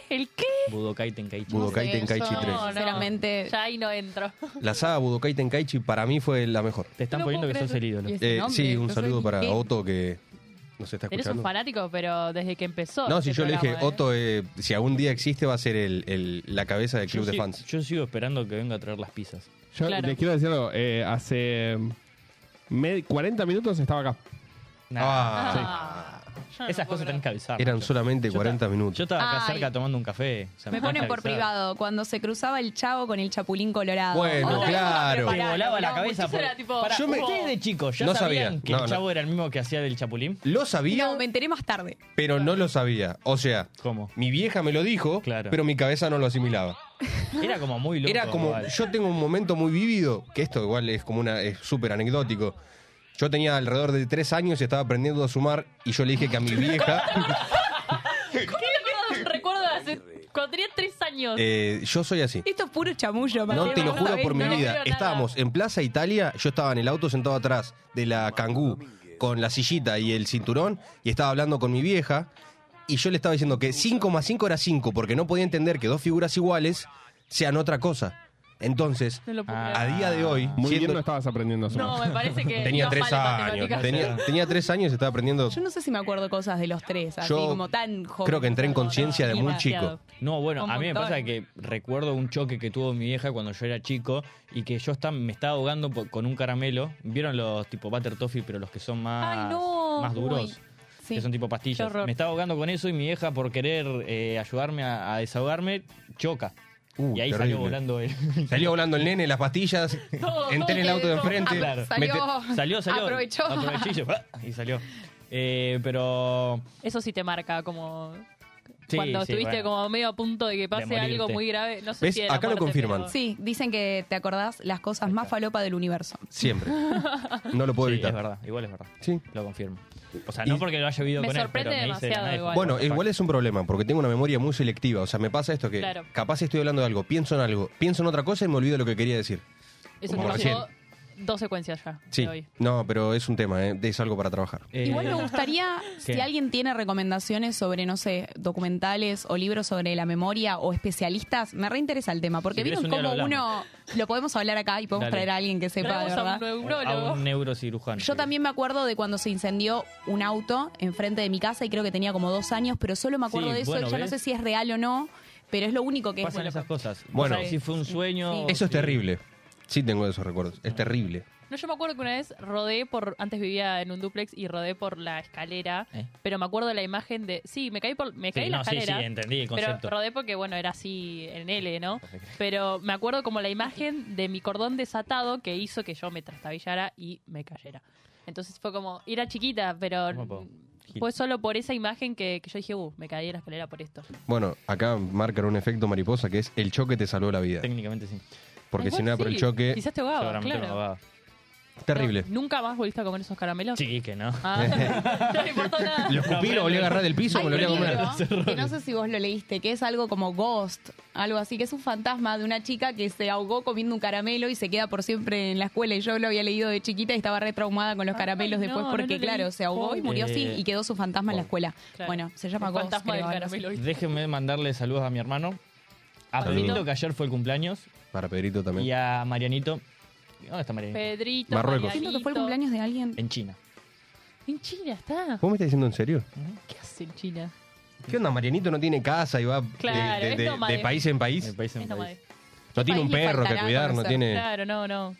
[SPEAKER 5] ¿El qué?
[SPEAKER 2] Budokai Tenkaichi.
[SPEAKER 4] Budokai
[SPEAKER 3] No sé,
[SPEAKER 4] Tenkaichi
[SPEAKER 3] yo-
[SPEAKER 4] 3.
[SPEAKER 3] Sinceramente-
[SPEAKER 5] Ya ahí no entro. *laughs*
[SPEAKER 4] La saga Budokai Tenkaichi para mí fue la mejor.
[SPEAKER 2] Te están
[SPEAKER 5] No
[SPEAKER 2] poniendo
[SPEAKER 5] puedo
[SPEAKER 2] que sos
[SPEAKER 5] creer.
[SPEAKER 2] el ídolo.
[SPEAKER 3] Y es-
[SPEAKER 4] Eh,
[SPEAKER 3] Ese nombre,
[SPEAKER 4] sí, un
[SPEAKER 3] yo
[SPEAKER 4] saludo
[SPEAKER 3] soy
[SPEAKER 4] para
[SPEAKER 3] Miguel.
[SPEAKER 4] Otto que nos está
[SPEAKER 5] Eres un
[SPEAKER 4] escuchando.
[SPEAKER 5] fanático, pero desde que empezó.
[SPEAKER 4] No,
[SPEAKER 5] este
[SPEAKER 4] si yo le dije,
[SPEAKER 5] programa, ¿eh?
[SPEAKER 4] Otto, eh, si algún día existe, va a ser el, el- la cabeza del
[SPEAKER 2] Yo,
[SPEAKER 4] club de
[SPEAKER 2] sigo-
[SPEAKER 4] fans.
[SPEAKER 2] yo sigo esperando que venga a traer las pizzas.
[SPEAKER 6] Yo
[SPEAKER 5] Claro.
[SPEAKER 6] les quiero decir algo. eh, hace me- 40 minutos estaba acá.
[SPEAKER 2] Nah,
[SPEAKER 5] Ah, yo no
[SPEAKER 2] Esas
[SPEAKER 5] puedo
[SPEAKER 2] cosas tenés que
[SPEAKER 5] creer.
[SPEAKER 2] avisar.
[SPEAKER 4] Eran
[SPEAKER 2] Nacho.
[SPEAKER 4] solamente
[SPEAKER 2] Yo ta-
[SPEAKER 4] 40 minutos.
[SPEAKER 2] Yo estaba acá
[SPEAKER 3] Ay.
[SPEAKER 2] cerca tomando un café. o sea,
[SPEAKER 3] Me
[SPEAKER 2] tenés que
[SPEAKER 3] ponen por
[SPEAKER 2] avisar.
[SPEAKER 3] privado cuando se cruzaba el chavo con el chapulín colorado.
[SPEAKER 4] Bueno,
[SPEAKER 3] Otra cosa
[SPEAKER 4] claro.
[SPEAKER 2] Me
[SPEAKER 3] preparada,
[SPEAKER 2] volaba la
[SPEAKER 3] no,
[SPEAKER 2] cabeza.
[SPEAKER 5] muchísimo
[SPEAKER 2] Por...
[SPEAKER 5] era tipo-
[SPEAKER 2] Pará,
[SPEAKER 4] Yo me-
[SPEAKER 2] ¿Ustedes de chicos ya
[SPEAKER 4] No
[SPEAKER 2] sabían
[SPEAKER 4] sabía.
[SPEAKER 2] que
[SPEAKER 4] No,
[SPEAKER 2] el
[SPEAKER 4] no.
[SPEAKER 2] chavo era el mismo que hacía del chapulín?
[SPEAKER 4] Lo sabía,
[SPEAKER 3] No, me enteré más tarde.
[SPEAKER 4] pero no lo sabía. O sea,
[SPEAKER 2] ¿Cómo?
[SPEAKER 4] mi vieja me lo dijo,
[SPEAKER 2] Claro.
[SPEAKER 4] pero mi cabeza no lo asimilaba.
[SPEAKER 2] Era como muy loco.
[SPEAKER 4] Era como,
[SPEAKER 2] igual.
[SPEAKER 4] yo tengo un momento muy vívido, que esto igual es como una, es súper anecdótico. Yo tenía alrededor de
[SPEAKER 5] ¿eh?
[SPEAKER 4] tres años y estaba aprendiendo a sumar y yo le dije que a mi vieja,
[SPEAKER 5] Cuando tenía tres años.
[SPEAKER 4] Eh, yo soy así.
[SPEAKER 3] Esto es puro chamullo,
[SPEAKER 4] No te lo
[SPEAKER 5] no
[SPEAKER 4] juro
[SPEAKER 5] sabés,
[SPEAKER 4] por mi
[SPEAKER 5] ¿eh? no le
[SPEAKER 4] vida.
[SPEAKER 5] creo nada.
[SPEAKER 4] Estábamos en Plaza Italia, yo estaba en el auto sentado atrás de la Cangú con la sillita y el cinturón y estaba hablando con mi vieja y yo le estaba diciendo que 5 más 5 era 5 porque no podía entender que dos figuras iguales sean otra cosa. Entonces,
[SPEAKER 5] No lo puedo
[SPEAKER 2] Ah.
[SPEAKER 4] a día de hoy,
[SPEAKER 6] Muy bien,
[SPEAKER 4] siendo-
[SPEAKER 6] no estabas aprendiendo a sumar.
[SPEAKER 5] No, me parece que.
[SPEAKER 4] tenía
[SPEAKER 5] ibas
[SPEAKER 4] 3
[SPEAKER 5] mal en
[SPEAKER 4] años,
[SPEAKER 5] matemáticas.
[SPEAKER 4] tenía, tenía 3 años y estaba aprendiendo...
[SPEAKER 3] Yo no sé si me acuerdo cosas de los tres, así
[SPEAKER 4] Yo
[SPEAKER 3] como tan joven.
[SPEAKER 4] creo que entré en conciencia de muy
[SPEAKER 5] Demasiado.
[SPEAKER 2] No, bueno,
[SPEAKER 3] Un
[SPEAKER 2] a mí me
[SPEAKER 3] montón.
[SPEAKER 2] pasa que recuerdo un choque que tuvo mi vieja cuando yo era chico y que yo está- me estaba ahogando po- con un caramelo. ¿Vieron los tipo Butter Toffee, pero los que son más,
[SPEAKER 5] Ay, no.
[SPEAKER 2] más duros?
[SPEAKER 5] Uy,
[SPEAKER 3] sí.
[SPEAKER 2] Que son tipo
[SPEAKER 5] Qué
[SPEAKER 2] pastillas.
[SPEAKER 5] horror.
[SPEAKER 2] Me estaba ahogando con eso y mi vieja, por querer eh, ayudarme a, a desahogarme, choca.
[SPEAKER 4] Uh,
[SPEAKER 2] y ahí
[SPEAKER 4] terrible.
[SPEAKER 2] salió volando él.
[SPEAKER 4] Salió volando el nene, las pastillas,
[SPEAKER 5] Todo, Ah,
[SPEAKER 4] entré en el
[SPEAKER 3] todo
[SPEAKER 4] auto de
[SPEAKER 3] quedó- Ah,
[SPEAKER 4] enfrente.
[SPEAKER 2] Claro.
[SPEAKER 3] Salió,
[SPEAKER 4] Mete-
[SPEAKER 2] salió, salió.
[SPEAKER 3] Aprovechó.
[SPEAKER 2] Aproveché y,
[SPEAKER 3] *laughs*
[SPEAKER 2] yo, ¡ah! y *laughs* salió. Eh, pero
[SPEAKER 5] Eso sí te marca como.
[SPEAKER 2] Sí,
[SPEAKER 5] cuando
[SPEAKER 2] sí,
[SPEAKER 5] estuviste
[SPEAKER 2] bueno.
[SPEAKER 5] como medio a punto de que pase
[SPEAKER 2] morirte.
[SPEAKER 5] algo muy grave. No sé
[SPEAKER 4] ¿Ves?
[SPEAKER 5] si de la
[SPEAKER 4] Acá lo
[SPEAKER 5] muerte,
[SPEAKER 4] confirman.
[SPEAKER 5] pero-
[SPEAKER 3] Sí, dicen que te acordás las cosas más falopa del universo. *laughs*
[SPEAKER 4] Siempre. No lo puedo
[SPEAKER 2] sí, es
[SPEAKER 4] evitar.
[SPEAKER 2] verdad, igual es verdad.
[SPEAKER 4] Sí.
[SPEAKER 2] Lo confirmo. O sea,
[SPEAKER 4] Y-
[SPEAKER 2] no porque lo haya vivido
[SPEAKER 5] Me
[SPEAKER 2] con él, pero
[SPEAKER 5] sorprende
[SPEAKER 2] me hice
[SPEAKER 5] demasiado
[SPEAKER 2] la nada
[SPEAKER 5] igual.
[SPEAKER 4] Bueno,
[SPEAKER 2] de-
[SPEAKER 4] igual es un problema, porque tengo una memoria muy selectiva. O sea, me pasa esto que
[SPEAKER 5] Claro.
[SPEAKER 4] capaz estoy hablando de algo, pienso en algo, pienso en otra cosa y me olvido lo que quería decir.
[SPEAKER 5] Eso
[SPEAKER 4] Como
[SPEAKER 5] te
[SPEAKER 4] recién.
[SPEAKER 5] pasó dos secuencias ya. de
[SPEAKER 4] Sí.
[SPEAKER 5] hoy.
[SPEAKER 4] No, pero es un tema, ¿eh? es algo para trabajar.
[SPEAKER 2] Eh,
[SPEAKER 3] Igual me gustaría, si
[SPEAKER 2] ¿Qué?
[SPEAKER 3] alguien tiene recomendaciones sobre, no sé, documentales o libros sobre la memoria o especialistas, me reinteresa el tema, porque
[SPEAKER 2] Si querés,
[SPEAKER 3] vieron
[SPEAKER 2] un día
[SPEAKER 3] cómo
[SPEAKER 2] lo
[SPEAKER 3] uno lo podemos hablar acá y podemos
[SPEAKER 2] Dale.
[SPEAKER 3] traer a alguien que sepa, de
[SPEAKER 5] Traemos a
[SPEAKER 3] ¿verdad?
[SPEAKER 5] un neurólogo.
[SPEAKER 2] a un neurocirujano.
[SPEAKER 3] Yo también me acuerdo de cuando se incendió un auto enfrente de mi casa y creo que tenía como dos años, pero solo me acuerdo
[SPEAKER 2] Sí,
[SPEAKER 3] de eso.
[SPEAKER 2] bueno,
[SPEAKER 3] ya no
[SPEAKER 2] ¿ves?
[SPEAKER 3] sé si es real o no, pero es lo único que
[SPEAKER 2] pasan
[SPEAKER 3] es.
[SPEAKER 2] esas cosas.
[SPEAKER 4] Bueno.
[SPEAKER 2] Bueno, si fue un sueño. Ah.
[SPEAKER 3] Sí.
[SPEAKER 4] Eso es
[SPEAKER 2] si-
[SPEAKER 4] terrible. Sí tengo esos recuerdos. Es terrible.
[SPEAKER 5] No, yo me acuerdo que una vez rodé por. Antes vivía en un duplex y rodé por la escalera.
[SPEAKER 2] ¿Eh?
[SPEAKER 5] Pero me acuerdo de la imagen de. Sí, me caí por. Me
[SPEAKER 2] Sí,
[SPEAKER 5] caí en la
[SPEAKER 2] no, sí, sí,
[SPEAKER 5] escalera.
[SPEAKER 2] entendí el
[SPEAKER 5] pero
[SPEAKER 2] concepto.
[SPEAKER 5] rodé porque, bueno, era así en L,
[SPEAKER 2] *laughs*
[SPEAKER 5] ¿no? Pero me acuerdo como la imagen de mi cordón desatado que hizo que yo me trastabillara y me cayera. Entonces fue como. Y era chiquita, pero.
[SPEAKER 2] ¿Cómo puedo?
[SPEAKER 5] Fue solo por esa imagen que, que yo dije, uh, me caí en la escalera por esto.
[SPEAKER 4] Bueno, acá marcan un efecto mariposa que es el choque te salvó la vida.
[SPEAKER 2] Técnicamente sí.
[SPEAKER 4] Porque si
[SPEAKER 5] Igual
[SPEAKER 4] no era por
[SPEAKER 5] sí,
[SPEAKER 4] el choque,
[SPEAKER 5] Quizás te ahogaba,
[SPEAKER 2] Seguramente
[SPEAKER 5] claro.
[SPEAKER 2] no va.
[SPEAKER 4] terrible.
[SPEAKER 5] No, ¿Nunca más volviste a comer esos caramelos?
[SPEAKER 2] Sí, que no.
[SPEAKER 5] Ah,
[SPEAKER 2] *laughs*
[SPEAKER 5] no le importó nada.
[SPEAKER 4] Lo escupí, lo volví a agarrar del piso y
[SPEAKER 3] Hay
[SPEAKER 4] me lo
[SPEAKER 3] un
[SPEAKER 4] volví a comer.
[SPEAKER 3] libro que no sé si vos lo leíste, que es algo como Ghost, algo así, que es un fantasma de una chica que se ahogó comiendo un caramelo y se queda por siempre en la escuela. Y yo lo había leído de chiquita y estaba re traumada con los
[SPEAKER 5] Ay,
[SPEAKER 3] caramelos
[SPEAKER 5] no,
[SPEAKER 3] después
[SPEAKER 5] no
[SPEAKER 3] porque,
[SPEAKER 5] lo leí.
[SPEAKER 3] claro, se ahogó y murió
[SPEAKER 2] Eh,
[SPEAKER 3] sí y quedó su fantasma en la escuela.
[SPEAKER 5] Claro.
[SPEAKER 3] Bueno, se llama
[SPEAKER 5] El
[SPEAKER 3] Ghost.
[SPEAKER 5] fantasma del
[SPEAKER 3] creo, algo así.
[SPEAKER 5] caramelo. ¿viste?
[SPEAKER 2] Déjenme mandarle saludos a mi hermano. A
[SPEAKER 4] Saludos.
[SPEAKER 2] Pedrito, que ayer fue el cumpleaños.
[SPEAKER 4] Para Pedrito
[SPEAKER 2] Y
[SPEAKER 4] también.
[SPEAKER 2] a Marianito. ¿Dónde está Marianito?
[SPEAKER 5] Pedrito.
[SPEAKER 4] Marruecos.
[SPEAKER 3] Siento que fue el cumpleaños de alguien.
[SPEAKER 2] En China.
[SPEAKER 5] En China está.
[SPEAKER 2] Uh.
[SPEAKER 4] ¿Vos me estás diciendo en serio?
[SPEAKER 5] ¿Qué hace en China?
[SPEAKER 4] ¿Qué onda? Marianito no tiene casa y va de-
[SPEAKER 5] Claro,
[SPEAKER 4] de,
[SPEAKER 5] es
[SPEAKER 4] de-
[SPEAKER 5] nómade.
[SPEAKER 4] de país en
[SPEAKER 2] En
[SPEAKER 4] país.
[SPEAKER 2] el país en
[SPEAKER 5] Es
[SPEAKER 2] país.
[SPEAKER 5] nómade.
[SPEAKER 4] No tiene un
[SPEAKER 3] país le
[SPEAKER 4] perro que
[SPEAKER 3] faltará
[SPEAKER 4] cuidar, no
[SPEAKER 3] conocer?
[SPEAKER 4] tiene,
[SPEAKER 5] Claro, no, no.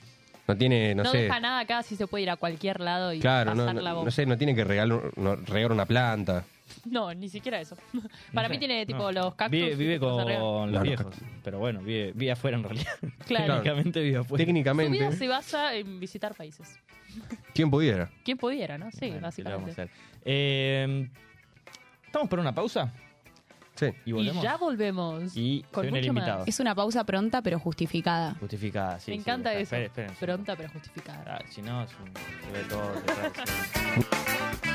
[SPEAKER 4] no tiene, no,
[SPEAKER 5] No,
[SPEAKER 4] sé.
[SPEAKER 5] deja nada acá si se puede ir a cualquier lado y
[SPEAKER 4] Claro, no,
[SPEAKER 5] pasar
[SPEAKER 4] no,
[SPEAKER 5] la voz.
[SPEAKER 4] no sé, no tiene que regar, no, regar una planta.
[SPEAKER 5] *laughs* No, ni siquiera eso. *laughs* Para
[SPEAKER 2] No
[SPEAKER 5] mí
[SPEAKER 2] sé,
[SPEAKER 5] tiene tipo
[SPEAKER 2] no.
[SPEAKER 5] los cactus.
[SPEAKER 2] Vive,
[SPEAKER 5] y
[SPEAKER 2] vive
[SPEAKER 5] tipo
[SPEAKER 2] con
[SPEAKER 5] cosas raras.
[SPEAKER 4] No, los
[SPEAKER 2] los viejos. Pero bueno, vive, vive afuera en realidad.
[SPEAKER 5] Claro.
[SPEAKER 2] *laughs* Técnicamente vive afuera.
[SPEAKER 5] Su vida
[SPEAKER 4] Técnicamente,
[SPEAKER 5] se basa en visitar países.
[SPEAKER 4] ¿quién pudiera?
[SPEAKER 5] ¿Quién pudiera, no? Sí,
[SPEAKER 2] Bueno, ¿qué le vamos
[SPEAKER 5] básicamente.
[SPEAKER 2] a hacer? Eh, ¿Estamos por una pausa?
[SPEAKER 4] Sí.
[SPEAKER 2] Y
[SPEAKER 5] Y
[SPEAKER 2] volvemos.
[SPEAKER 5] ya volvemos.
[SPEAKER 2] Y
[SPEAKER 5] con
[SPEAKER 2] se viene el
[SPEAKER 5] mucho
[SPEAKER 2] invitado.
[SPEAKER 5] más.
[SPEAKER 3] Es una pausa pronta pero justificada.
[SPEAKER 2] Justificada, sí.
[SPEAKER 5] Me
[SPEAKER 2] sí,
[SPEAKER 5] encanta
[SPEAKER 2] está.
[SPEAKER 5] eso.
[SPEAKER 2] Esperen, esperen.
[SPEAKER 5] Pronta pero justificada.
[SPEAKER 2] Ah, si no, es un... se ve todo, se trae, sí.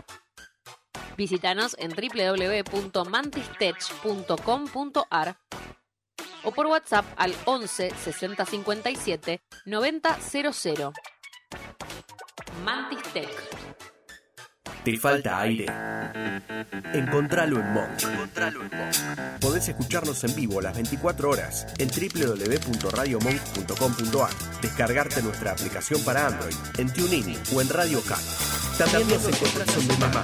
[SPEAKER 7] Visítanos en www.mantistech.com.ar o por WhatsApp al 11 60 57 90 00. Mantis Tech.
[SPEAKER 8] Te falta aire. Encontralo en Monk. Podés escucharnos en vivo las 24 horas en www.radiomonk.com.ar. Descargarte nuestra aplicación para Android en TuneIn o en Radio Cat. También nos encontrás en Mamá,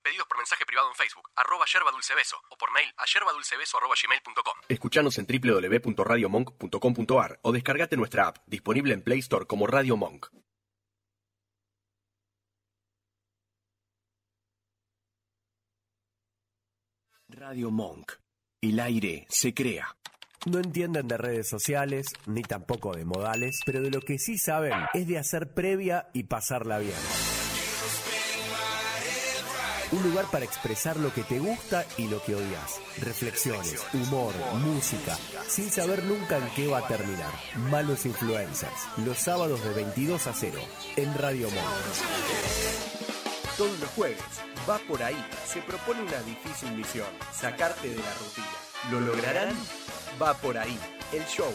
[SPEAKER 8] Pedidos por mensaje privado en Facebook, arroba yerba dulce beso, o por mail a yerbadulcebeso arroba gmail.com. Escuchanos en www.radiomonk.com.ar o descargate nuestra app, disponible en Play Store como Radio Monk. Radio Monk. El aire se crea. No entienden de redes sociales, ni tampoco de modales, pero de lo que sí saben es de hacer previa y pasarla bien. Un lugar para expresar lo que te gusta y lo que odias. Reflexiones, humor, música, sin saber nunca en qué va a terminar. Malos influencers, los sábados de 22 a 0, en Radio Monk. Todos los jueves, va por ahí, se propone una difícil misión, sacarte de la rutina. ¿Lo lograrán? Va por ahí, el show,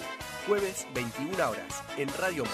[SPEAKER 8] jueves 21 horas, en Radio Monk.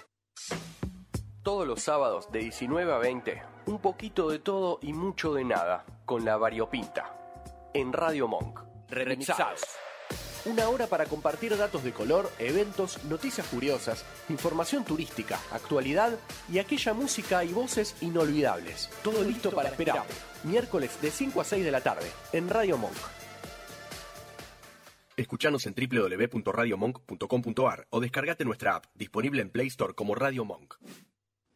[SPEAKER 8] Todos los sábados de 19 a 20, un poquito de todo y mucho de nada, con la variopinta. En Radio Monk. Remixados. Una hora para compartir datos de color, eventos, noticias curiosas, información turística, actualidad y aquella música y voces inolvidables. Todo listo para esperar. Miércoles de 5 a 6 de la tarde, en Radio Monk. Escuchanos en www.radiomonk.com.ar o descargate nuestra app, disponible en Play Store como Radio Monk.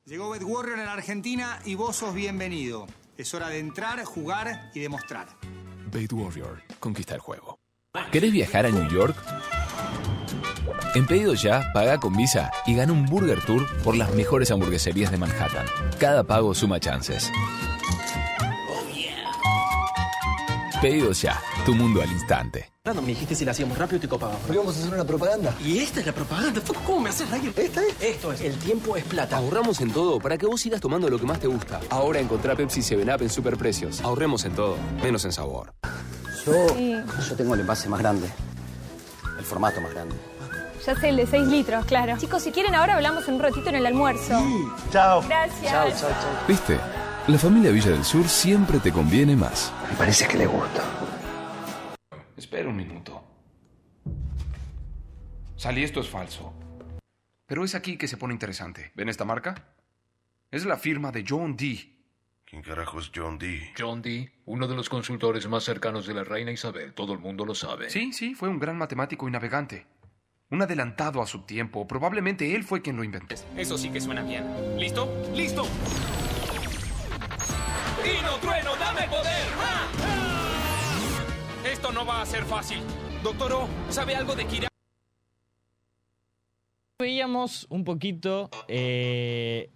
[SPEAKER 9] Llegó Bet Warrior a la Argentina y vos sos bienvenido. Es hora de entrar, jugar y demostrar.
[SPEAKER 10] Bait Warrior, conquista el juego. ¿Querés viajar a New York? En pedido ya, paga con Visa y gana un Burger Tour por las mejores hamburgueserías de Manhattan. Cada pago suma chances. Pedido ya, tu mundo al instante.
[SPEAKER 11] No me dijiste si la hacíamos rápido te copaba.
[SPEAKER 12] Porque vamos a hacer una propaganda.
[SPEAKER 11] Y esta es la propaganda. Fue- ¿Cómo me haces reír?
[SPEAKER 12] ¿Esta es?
[SPEAKER 11] Esto es. El tiempo es plata.
[SPEAKER 10] Ahorramos en todo para que vos sigas tomando lo que más te gusta. Ahora encontrá Pepsi 7-Up en superprecios. Ahorremos en todo, menos en sabor.
[SPEAKER 12] Yo, yo tengo el envase más grande. El formato más grande.
[SPEAKER 13] Ya sé, el de 6 litros, claro. Chicos, si quieren, ahora hablamos en un ratito en el almuerzo.
[SPEAKER 12] Chao.
[SPEAKER 13] Gracias.
[SPEAKER 12] Chao, chao, chao.
[SPEAKER 10] ¿Viste? La familia Villa del Sur siempre te conviene más.
[SPEAKER 12] Me parece que le gusta.
[SPEAKER 10] Espera un minuto. Salí, esto es falso. Pero es aquí que se pone interesante. ¿Ven esta marca? Es la firma de John Dee.
[SPEAKER 14] ¿Quién carajo es John Dee?
[SPEAKER 15] John Dee, uno de los consultores más cercanos de la reina Isabel, todo el mundo lo sabe.
[SPEAKER 10] Sí, sí, fue un gran matemático y navegante. Un adelantado a su tiempo. Probablemente él fue quien lo inventó.
[SPEAKER 11] Eso sí que suena bien. ¿Listo? ¡Listo! ¡Dino Trueno, dame poder! ¡Ah! ¡Ah! Esto no va a ser fácil. Doctor O, ¿sabe algo de Kira?
[SPEAKER 2] Veíamos un poquito. eh,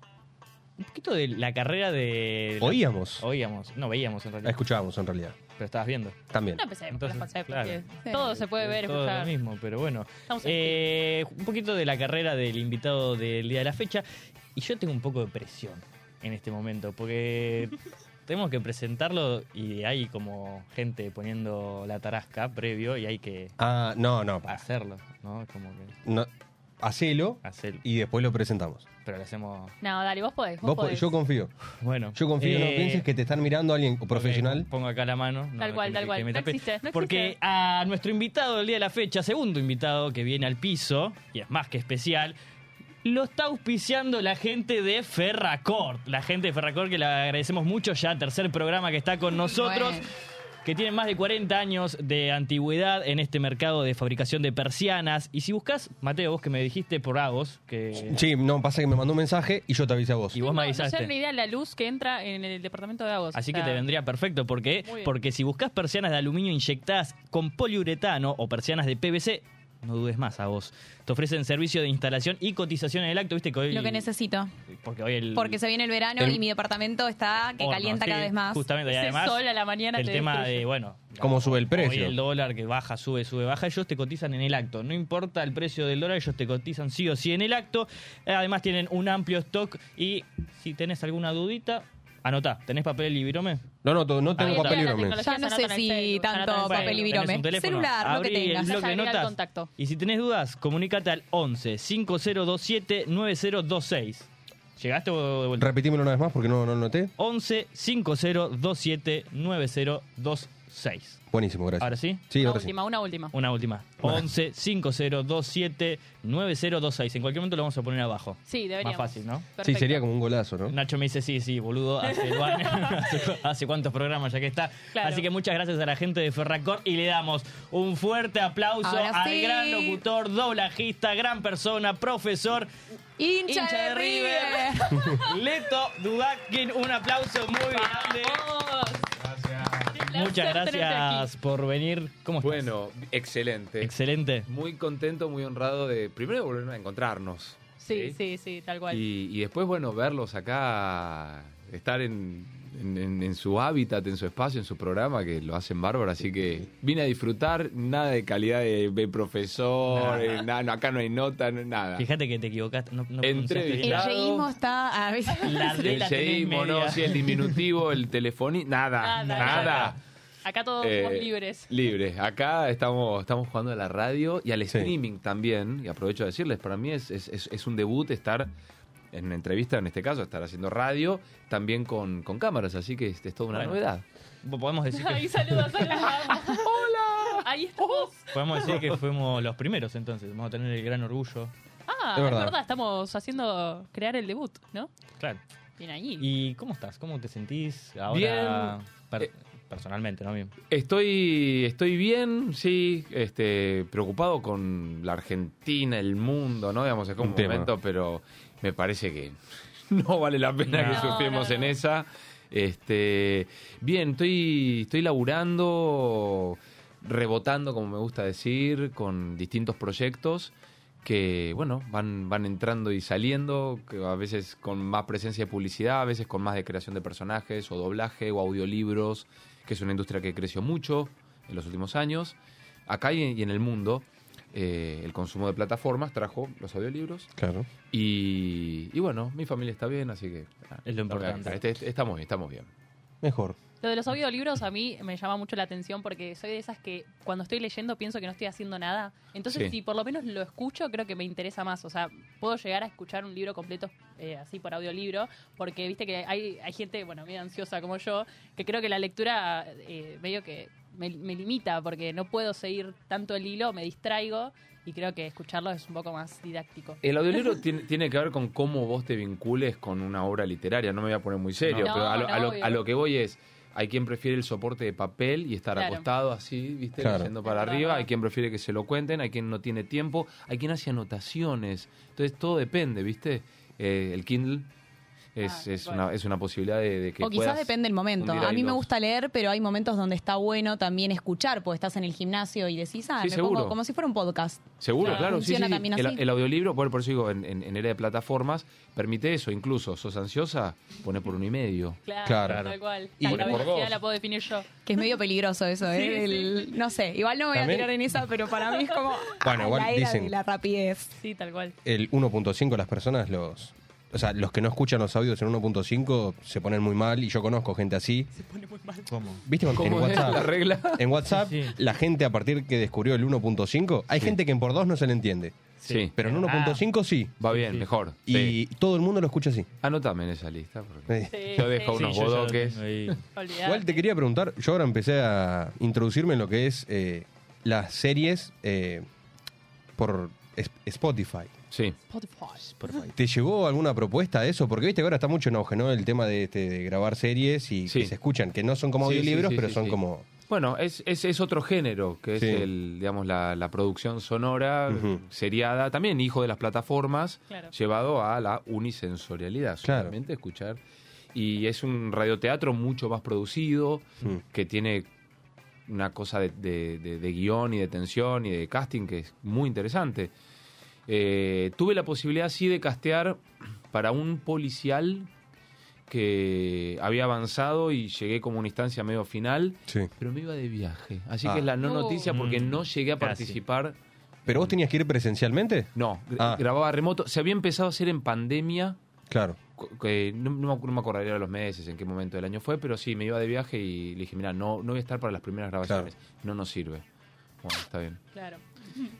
[SPEAKER 2] un poquito de la carrera de.
[SPEAKER 4] Oíamos.
[SPEAKER 2] Oíamos. No, veíamos en
[SPEAKER 4] La
[SPEAKER 2] realidad.
[SPEAKER 4] escuchábamos en realidad.
[SPEAKER 2] Pero estabas viendo.
[SPEAKER 4] También.
[SPEAKER 5] No pues, eh, empecé por
[SPEAKER 2] Entonces,
[SPEAKER 5] las falsas
[SPEAKER 2] claro.
[SPEAKER 5] porque todo se puede ver,
[SPEAKER 2] Todo
[SPEAKER 5] escuchar.
[SPEAKER 2] lo mismo, pero bueno.
[SPEAKER 5] Estamos en
[SPEAKER 2] Eh, un poquito de la carrera del invitado del día de la fecha. Y yo tengo un poco de presión en este momento,
[SPEAKER 5] *laughs*
[SPEAKER 2] porque tenemos que presentarlo y hay como gente poniendo la tarasca previo y hay que
[SPEAKER 4] Ah, no, no.
[SPEAKER 2] hacerlo, ¿no? Como que
[SPEAKER 4] no. Hacelo
[SPEAKER 2] hacerlo.
[SPEAKER 4] y después lo presentamos.
[SPEAKER 2] Pero lo hacemos.
[SPEAKER 5] No, dale, vos podés. Vos,
[SPEAKER 4] Vos po-
[SPEAKER 5] podés.
[SPEAKER 4] yo confío.
[SPEAKER 2] Bueno.
[SPEAKER 4] Yo confío, no
[SPEAKER 2] eh,
[SPEAKER 4] pienses que te están mirando alguien o profesional.
[SPEAKER 2] ok, pongo acá la mano. no,
[SPEAKER 5] Tal
[SPEAKER 2] que
[SPEAKER 5] cual,
[SPEAKER 2] me-
[SPEAKER 5] tal
[SPEAKER 2] que
[SPEAKER 5] cual.
[SPEAKER 2] me
[SPEAKER 5] No
[SPEAKER 2] tape.
[SPEAKER 5] existe, no
[SPEAKER 2] Porque
[SPEAKER 5] existe.
[SPEAKER 2] a nuestro invitado del día de la fecha, segundo invitado que viene al piso, y es más que especial, lo está auspiciando la gente de Ferracort. La gente de Ferracort que le agradecemos mucho ya, tercer programa que está con nosotros.
[SPEAKER 3] Bueno.
[SPEAKER 2] Que tiene más de 40 años de antigüedad en este mercado de fabricación de persianas. Y si buscas, Mateo, vos que me dijiste por Agos, que.
[SPEAKER 4] Sí, no, pasa que me mandó un mensaje y yo te avisé a vos.
[SPEAKER 2] Y vos me
[SPEAKER 5] No, No
[SPEAKER 2] avisaste.
[SPEAKER 5] tengo ni idea la luz que entra en el departamento de Agos.
[SPEAKER 2] Así
[SPEAKER 5] o
[SPEAKER 2] que
[SPEAKER 5] sea,
[SPEAKER 2] te vendría perfecto porque,
[SPEAKER 5] Muy bien.
[SPEAKER 2] porque si buscas persianas de aluminio inyectadas con poliuretano o persianas de PVC, no dudes más a vos. Te ofrecen servicio de instalación y cotización en el acto, viste que hoy...
[SPEAKER 3] Lo que necesito.
[SPEAKER 2] Porque hoy el...
[SPEAKER 3] Porque se viene el verano
[SPEAKER 2] el-
[SPEAKER 3] y mi departamento está que
[SPEAKER 2] horno,
[SPEAKER 3] calienta
[SPEAKER 2] sí,
[SPEAKER 3] cada vez más.
[SPEAKER 2] Justamente, y además... el tema de, bueno,
[SPEAKER 4] ¿Cómo sube el
[SPEAKER 2] Hoy
[SPEAKER 4] precio?
[SPEAKER 2] el dólar que baja, sube, sube, baja, ellos te cotizan en el acto. No importa el precio del dólar, ellos te cotizan sí o sí en el acto. Eh, Además tienen un amplio stock y si tenés alguna dudita, anotá. ¿Tenés papel y birome?
[SPEAKER 4] No, no, no
[SPEAKER 2] Ahí
[SPEAKER 4] tengo
[SPEAKER 2] está.
[SPEAKER 4] papel y brome.
[SPEAKER 3] Ya no sé si tanto papel y
[SPEAKER 2] Tenés un
[SPEAKER 3] virome.
[SPEAKER 2] teléfono,
[SPEAKER 3] Celular, lo que
[SPEAKER 2] abrí
[SPEAKER 3] tengas.
[SPEAKER 2] el bloc de notas.
[SPEAKER 5] contacto.
[SPEAKER 2] Y si tenés dudas, comunícate al 11 5027 9026. ¿Llegaste o de vuelta?
[SPEAKER 4] Repetímelo una vez más porque no no lo noté.
[SPEAKER 2] 11 5027 9026.
[SPEAKER 4] Buenísimo, gracias.
[SPEAKER 2] ¿Ahora sí?
[SPEAKER 4] Sí,
[SPEAKER 5] Una
[SPEAKER 4] ahora sí.
[SPEAKER 5] última, una última.
[SPEAKER 2] Una última. 11 5027 9026. En cualquier momento lo vamos a poner abajo.
[SPEAKER 5] Sí, deberíamos.
[SPEAKER 2] Más fácil, ¿no?
[SPEAKER 4] Sí, sería como un golazo, ¿no?
[SPEAKER 2] Nacho me dice, sí, sí, boludo, hace, lo han- *laughs* hace, hace cuántos programas ya que está.
[SPEAKER 5] Claro.
[SPEAKER 2] Así que muchas gracias a la gente de Ferracor y le damos un fuerte aplauso
[SPEAKER 3] Ahora
[SPEAKER 2] al
[SPEAKER 3] sí.
[SPEAKER 2] gran locutor, doblajista, gran persona, profesor,
[SPEAKER 3] Hincha,
[SPEAKER 2] hincha
[SPEAKER 3] de,
[SPEAKER 2] de
[SPEAKER 3] River. *laughs*
[SPEAKER 2] *laughs* Leto Dudakin. Un aplauso muy grande. Muchas
[SPEAKER 11] placer tenerte
[SPEAKER 2] gracias por venir. ¿Cómo estás?
[SPEAKER 16] Bueno, excelente.
[SPEAKER 2] Excelente.
[SPEAKER 16] Muy contento, muy honrado de primero volver a encontrarnos.
[SPEAKER 5] Sí, sí, sí, tal cual.
[SPEAKER 16] Y, y después, bueno, verlos acá, estar en, en- en- en su hábitat, en su espacio, en su programa, que lo hacen bárbaro. Así que vine a disfrutar, nada de calidad de, de profesor,
[SPEAKER 2] Nada.
[SPEAKER 16] eh, nada, no, acá no hay nota, no- nada.
[SPEAKER 2] Fíjate que te equivocaste. No, no
[SPEAKER 16] Entré
[SPEAKER 2] pronunciaste
[SPEAKER 3] El
[SPEAKER 2] bien.
[SPEAKER 3] yeísmo está a veces.
[SPEAKER 16] el seísmo, no, sí, el diminutivo, el telefoní, nada,
[SPEAKER 5] Nada,
[SPEAKER 16] nada.
[SPEAKER 5] nada. Acá todos somos
[SPEAKER 16] Eh,
[SPEAKER 5] libres. *laughs*
[SPEAKER 16] Libres. Acá estamos, estamos jugando a la radio y al streaming también. Y aprovecho a decirles, para mí es, es- es- es un debut estar en una entrevista, en este caso, estar haciendo radio, también con, con cámaras. Así que este, es, es toda una
[SPEAKER 2] Bueno.
[SPEAKER 16] novedad.
[SPEAKER 5] *laughs*
[SPEAKER 2] Podemos decir que-
[SPEAKER 5] Ahí saludos a las damas. ¡Hola! Ahí estamos.
[SPEAKER 2] Podemos decir que fuimos los primeros entonces. Vamos a tener el gran orgullo.
[SPEAKER 5] Ah,
[SPEAKER 2] Es
[SPEAKER 5] es
[SPEAKER 2] verdad.
[SPEAKER 5] verdad. estamos haciendo crear el debut, ¿no?
[SPEAKER 2] Claro.
[SPEAKER 5] Bien ahí.
[SPEAKER 2] ¿Y cómo estás? ¿Cómo te sentís ahora?
[SPEAKER 16] Bien.
[SPEAKER 2] per- personalmente, ¿no? Bien.
[SPEAKER 16] Estoy, estoy bien, sí, este, preocupado con la Argentina, el mundo, ¿no? Digamos, es como
[SPEAKER 4] Un
[SPEAKER 16] un
[SPEAKER 4] tema.
[SPEAKER 16] momento, pero me parece que *laughs* no vale la pena
[SPEAKER 4] No.
[SPEAKER 16] que sufrimos en esa. Este, bien, estoy, estoy laburando, rebotando, como me gusta decir, con distintos proyectos que, bueno, van, van entrando y saliendo, que a veces con más presencia de publicidad, a veces con más de creación de personajes o doblaje o audiolibros, que es una industria que creció mucho en los últimos años. Acá y y en el mundo, eh, el consumo de plataformas trajo los audiolibros.
[SPEAKER 4] Claro.
[SPEAKER 16] Y, y bueno, mi familia está bien, así que... ah, Es lo
[SPEAKER 2] importante.
[SPEAKER 16] Este, estamos bien, estamos bien.
[SPEAKER 4] Mejor.
[SPEAKER 5] Lo de los audiolibros a mí me llama mucho la atención porque soy de esas que cuando estoy leyendo pienso que no estoy haciendo nada. Entonces,
[SPEAKER 16] Sí.
[SPEAKER 5] si por lo menos lo escucho, creo que me interesa más. O sea, puedo llegar a escuchar un libro completo eh, así por audiolibro porque viste que hay, hay gente, bueno, medio ansiosa como yo, que creo que la lectura eh, medio que me, me limita porque no puedo seguir tanto el hilo, me distraigo y creo que escucharlo es un poco más didáctico.
[SPEAKER 16] El
[SPEAKER 5] *laughs*
[SPEAKER 16] audiolibro tiene, tiene que ver con cómo vos te vincules con una obra literaria. No me voy a poner muy serio,
[SPEAKER 5] No,
[SPEAKER 16] pero a lo, a lo-
[SPEAKER 5] no, obvio.
[SPEAKER 16] a lo que voy es... Hay quien prefiere el soporte de papel y estar
[SPEAKER 5] Claro.
[SPEAKER 16] acostado así, ¿viste?
[SPEAKER 4] Claro.
[SPEAKER 16] Leyendo para arriba. Hay quien prefiere que se lo cuenten, hay quien no tiene tiempo, hay quien hace anotaciones. Entonces todo depende, ¿viste? Eh, el Kindle es, es una, es una posibilidad de, de que
[SPEAKER 3] Ah, O quizás
[SPEAKER 16] puedas
[SPEAKER 3] depende el momento.
[SPEAKER 16] hundir
[SPEAKER 3] A
[SPEAKER 16] ahí
[SPEAKER 3] mí me
[SPEAKER 16] los-
[SPEAKER 3] gusta leer, pero hay momentos donde está bueno también escuchar, porque estás en el gimnasio y decís, ah,
[SPEAKER 16] Sí,
[SPEAKER 3] me
[SPEAKER 16] seguro.
[SPEAKER 3] pongo como si fuera un podcast.
[SPEAKER 16] Seguro, claro. sí,
[SPEAKER 3] Funciona
[SPEAKER 16] sí, sí.
[SPEAKER 3] también
[SPEAKER 16] El,
[SPEAKER 3] así.
[SPEAKER 16] el audiolibro, por, por eso digo, en, en- en era de plataformas, permite eso. Incluso, sos ansiosa, pone por un y medio.
[SPEAKER 5] Claro, tal cual.
[SPEAKER 16] Y
[SPEAKER 5] La,
[SPEAKER 16] pone
[SPEAKER 5] la
[SPEAKER 16] por
[SPEAKER 5] velocidad
[SPEAKER 16] dos.
[SPEAKER 5] *laughs* la puedo definir yo.
[SPEAKER 3] Que es medio peligroso eso, ¿eh?
[SPEAKER 5] Sí, sí.
[SPEAKER 3] El- no sé, igual no me voy
[SPEAKER 4] También-
[SPEAKER 3] a tirar en esa, pero para mí es como
[SPEAKER 4] Bueno,
[SPEAKER 3] ah,
[SPEAKER 4] igual
[SPEAKER 3] la era
[SPEAKER 4] dicen-
[SPEAKER 3] de la rapidez.
[SPEAKER 5] Sí, tal cual.
[SPEAKER 4] El 1.5 las personas los o sea, los que no escuchan los audios en 1.5 se ponen muy mal y yo conozco gente así.
[SPEAKER 2] ¿Cómo?
[SPEAKER 4] ¿Viste cuando- en
[SPEAKER 16] ¿Cómo es
[SPEAKER 4] WhatsApp?
[SPEAKER 16] la regla?
[SPEAKER 4] En WhatsApp, la gente a partir que descubrió el 1.5, hay gente que en por 2 no se le entiende.
[SPEAKER 16] Sí.
[SPEAKER 4] Pero en 1.5 sí.
[SPEAKER 16] Va bien, mejor.
[SPEAKER 4] Y todo el mundo lo escucha así.
[SPEAKER 16] Anotame en esa lista. porque
[SPEAKER 4] Sí,
[SPEAKER 16] yo dejo
[SPEAKER 4] sí.
[SPEAKER 16] unos
[SPEAKER 4] Sí, yo ya lo
[SPEAKER 16] bodoques.
[SPEAKER 4] tengo Igual te quería preguntar, yo ahora empecé a introducirme en lo que es eh, las series eh, por es- Spotify.
[SPEAKER 16] Sí.
[SPEAKER 4] ¿Te llegó alguna propuesta de eso? Porque viste que ahora está mucho en auge, ¿no? El tema de, este, de grabar series y que se escuchan, que no son como
[SPEAKER 16] Sí, sí,
[SPEAKER 4] audiolibros,
[SPEAKER 16] sí,
[SPEAKER 4] pero
[SPEAKER 16] sí,
[SPEAKER 4] son
[SPEAKER 16] sí.
[SPEAKER 4] como...
[SPEAKER 16] Bueno, es, es, es otro género, que
[SPEAKER 4] Sí.
[SPEAKER 16] es el, digamos, la, la producción sonora, seriada, también hijo de las plataformas,
[SPEAKER 4] Claro.
[SPEAKER 16] llevado a la unisensorialidad, solamente escuchar. Y es un radioteatro mucho más producido, que tiene una cosa de, de- de- de guión y de tensión y de casting que es muy interesante. Eh, tuve la posibilidad, sí, de castear para un policial que había avanzado y llegué como una instancia medio final, pero me iba de viaje. Así
[SPEAKER 4] Ah.
[SPEAKER 16] que es la no,
[SPEAKER 4] No.
[SPEAKER 16] noticia porque
[SPEAKER 4] Mm,
[SPEAKER 16] no llegué a
[SPEAKER 4] casi.
[SPEAKER 16] participar.
[SPEAKER 4] ¿Pero vos tenías que ir presencialmente?
[SPEAKER 16] No, gr-
[SPEAKER 4] Ah.
[SPEAKER 16] grababa remoto. Se había empezado a hacer en pandemia.
[SPEAKER 4] Claro.
[SPEAKER 16] cu- que no, no me acu- no me acordaría de los meses, en qué momento del año fue, pero sí, me iba de viaje y le dije, mira, no, no voy a estar para las primeras grabaciones. No nos sirve. Bueno, está bien.
[SPEAKER 5] Claro.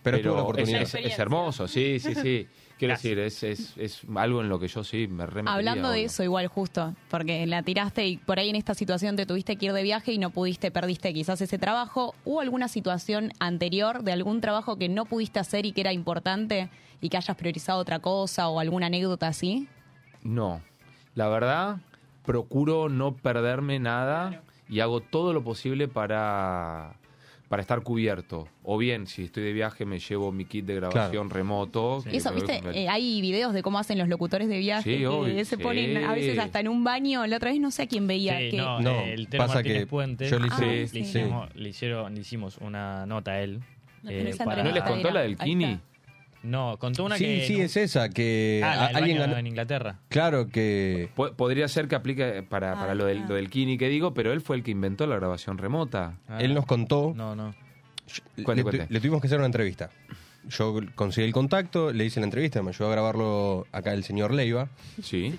[SPEAKER 4] Pero estuvo la
[SPEAKER 16] es-
[SPEAKER 4] oportunidad.
[SPEAKER 16] Es, es
[SPEAKER 4] Experiencia.
[SPEAKER 16] hermoso, sí, sí,
[SPEAKER 2] *laughs*
[SPEAKER 16] sí. Quiero decir, es, es, es algo en lo que yo sí me remetería,
[SPEAKER 3] Hablando de
[SPEAKER 16] obvio.
[SPEAKER 3] eso, igual, justo, porque la tiraste y por ahí en esta situación te tuviste que ir de viaje y no pudiste, perdiste quizás ese trabajo. ¿Hubo alguna situación anterior de algún trabajo que no pudiste hacer y que era importante y que hayas priorizado otra cosa o alguna anécdota así?
[SPEAKER 16] No. La verdad, procuro no perderme nada y hago todo lo posible para, para estar cubierto. O bien, si estoy de viaje, me llevo mi kit de grabación remoto. que
[SPEAKER 3] Eso,
[SPEAKER 16] me voy
[SPEAKER 3] viste,
[SPEAKER 16] con-
[SPEAKER 3] eh, hay videos de cómo hacen los locutores de viaje
[SPEAKER 16] Sí,
[SPEAKER 3] que
[SPEAKER 16] obvio,
[SPEAKER 3] se
[SPEAKER 16] sí.
[SPEAKER 3] ponen a veces hasta en un baño. La otra vez no sé a quién veía.
[SPEAKER 2] Sí,
[SPEAKER 3] que...
[SPEAKER 2] no,
[SPEAKER 4] No,
[SPEAKER 2] eh, el Tero
[SPEAKER 4] pasa
[SPEAKER 2] Martínez
[SPEAKER 4] que
[SPEAKER 2] Puente.
[SPEAKER 4] yo le hice-
[SPEAKER 2] le,
[SPEAKER 4] Ah, sí.
[SPEAKER 2] hicimos, le hicieron, le hicimos una nota a él.
[SPEAKER 3] No tenés esa
[SPEAKER 16] ¿No les contó la del
[SPEAKER 2] Ahí
[SPEAKER 16] Kini?
[SPEAKER 2] está. No, contó una
[SPEAKER 4] sí,
[SPEAKER 16] Eh,
[SPEAKER 2] que...
[SPEAKER 4] sí,
[SPEAKER 2] no-
[SPEAKER 4] es esa, que
[SPEAKER 2] Ah, la
[SPEAKER 4] a-
[SPEAKER 2] del
[SPEAKER 4] alguien
[SPEAKER 2] baño
[SPEAKER 4] ganó.
[SPEAKER 2] en Inglaterra.
[SPEAKER 4] Claro que...
[SPEAKER 16] Po- Podría ser que aplique
[SPEAKER 3] Ah,
[SPEAKER 16] para, para lo, del, lo del Kini que digo, pero él fue el que inventó la grabación remota.
[SPEAKER 4] Él nos contó...
[SPEAKER 2] No, no.
[SPEAKER 4] le,
[SPEAKER 16] Cuente, cuente.
[SPEAKER 4] le tuvimos que hacer una entrevista. Yo conseguí el contacto, le hice la entrevista, me ayudó a grabarlo acá el señor Leiva.
[SPEAKER 16] Sí.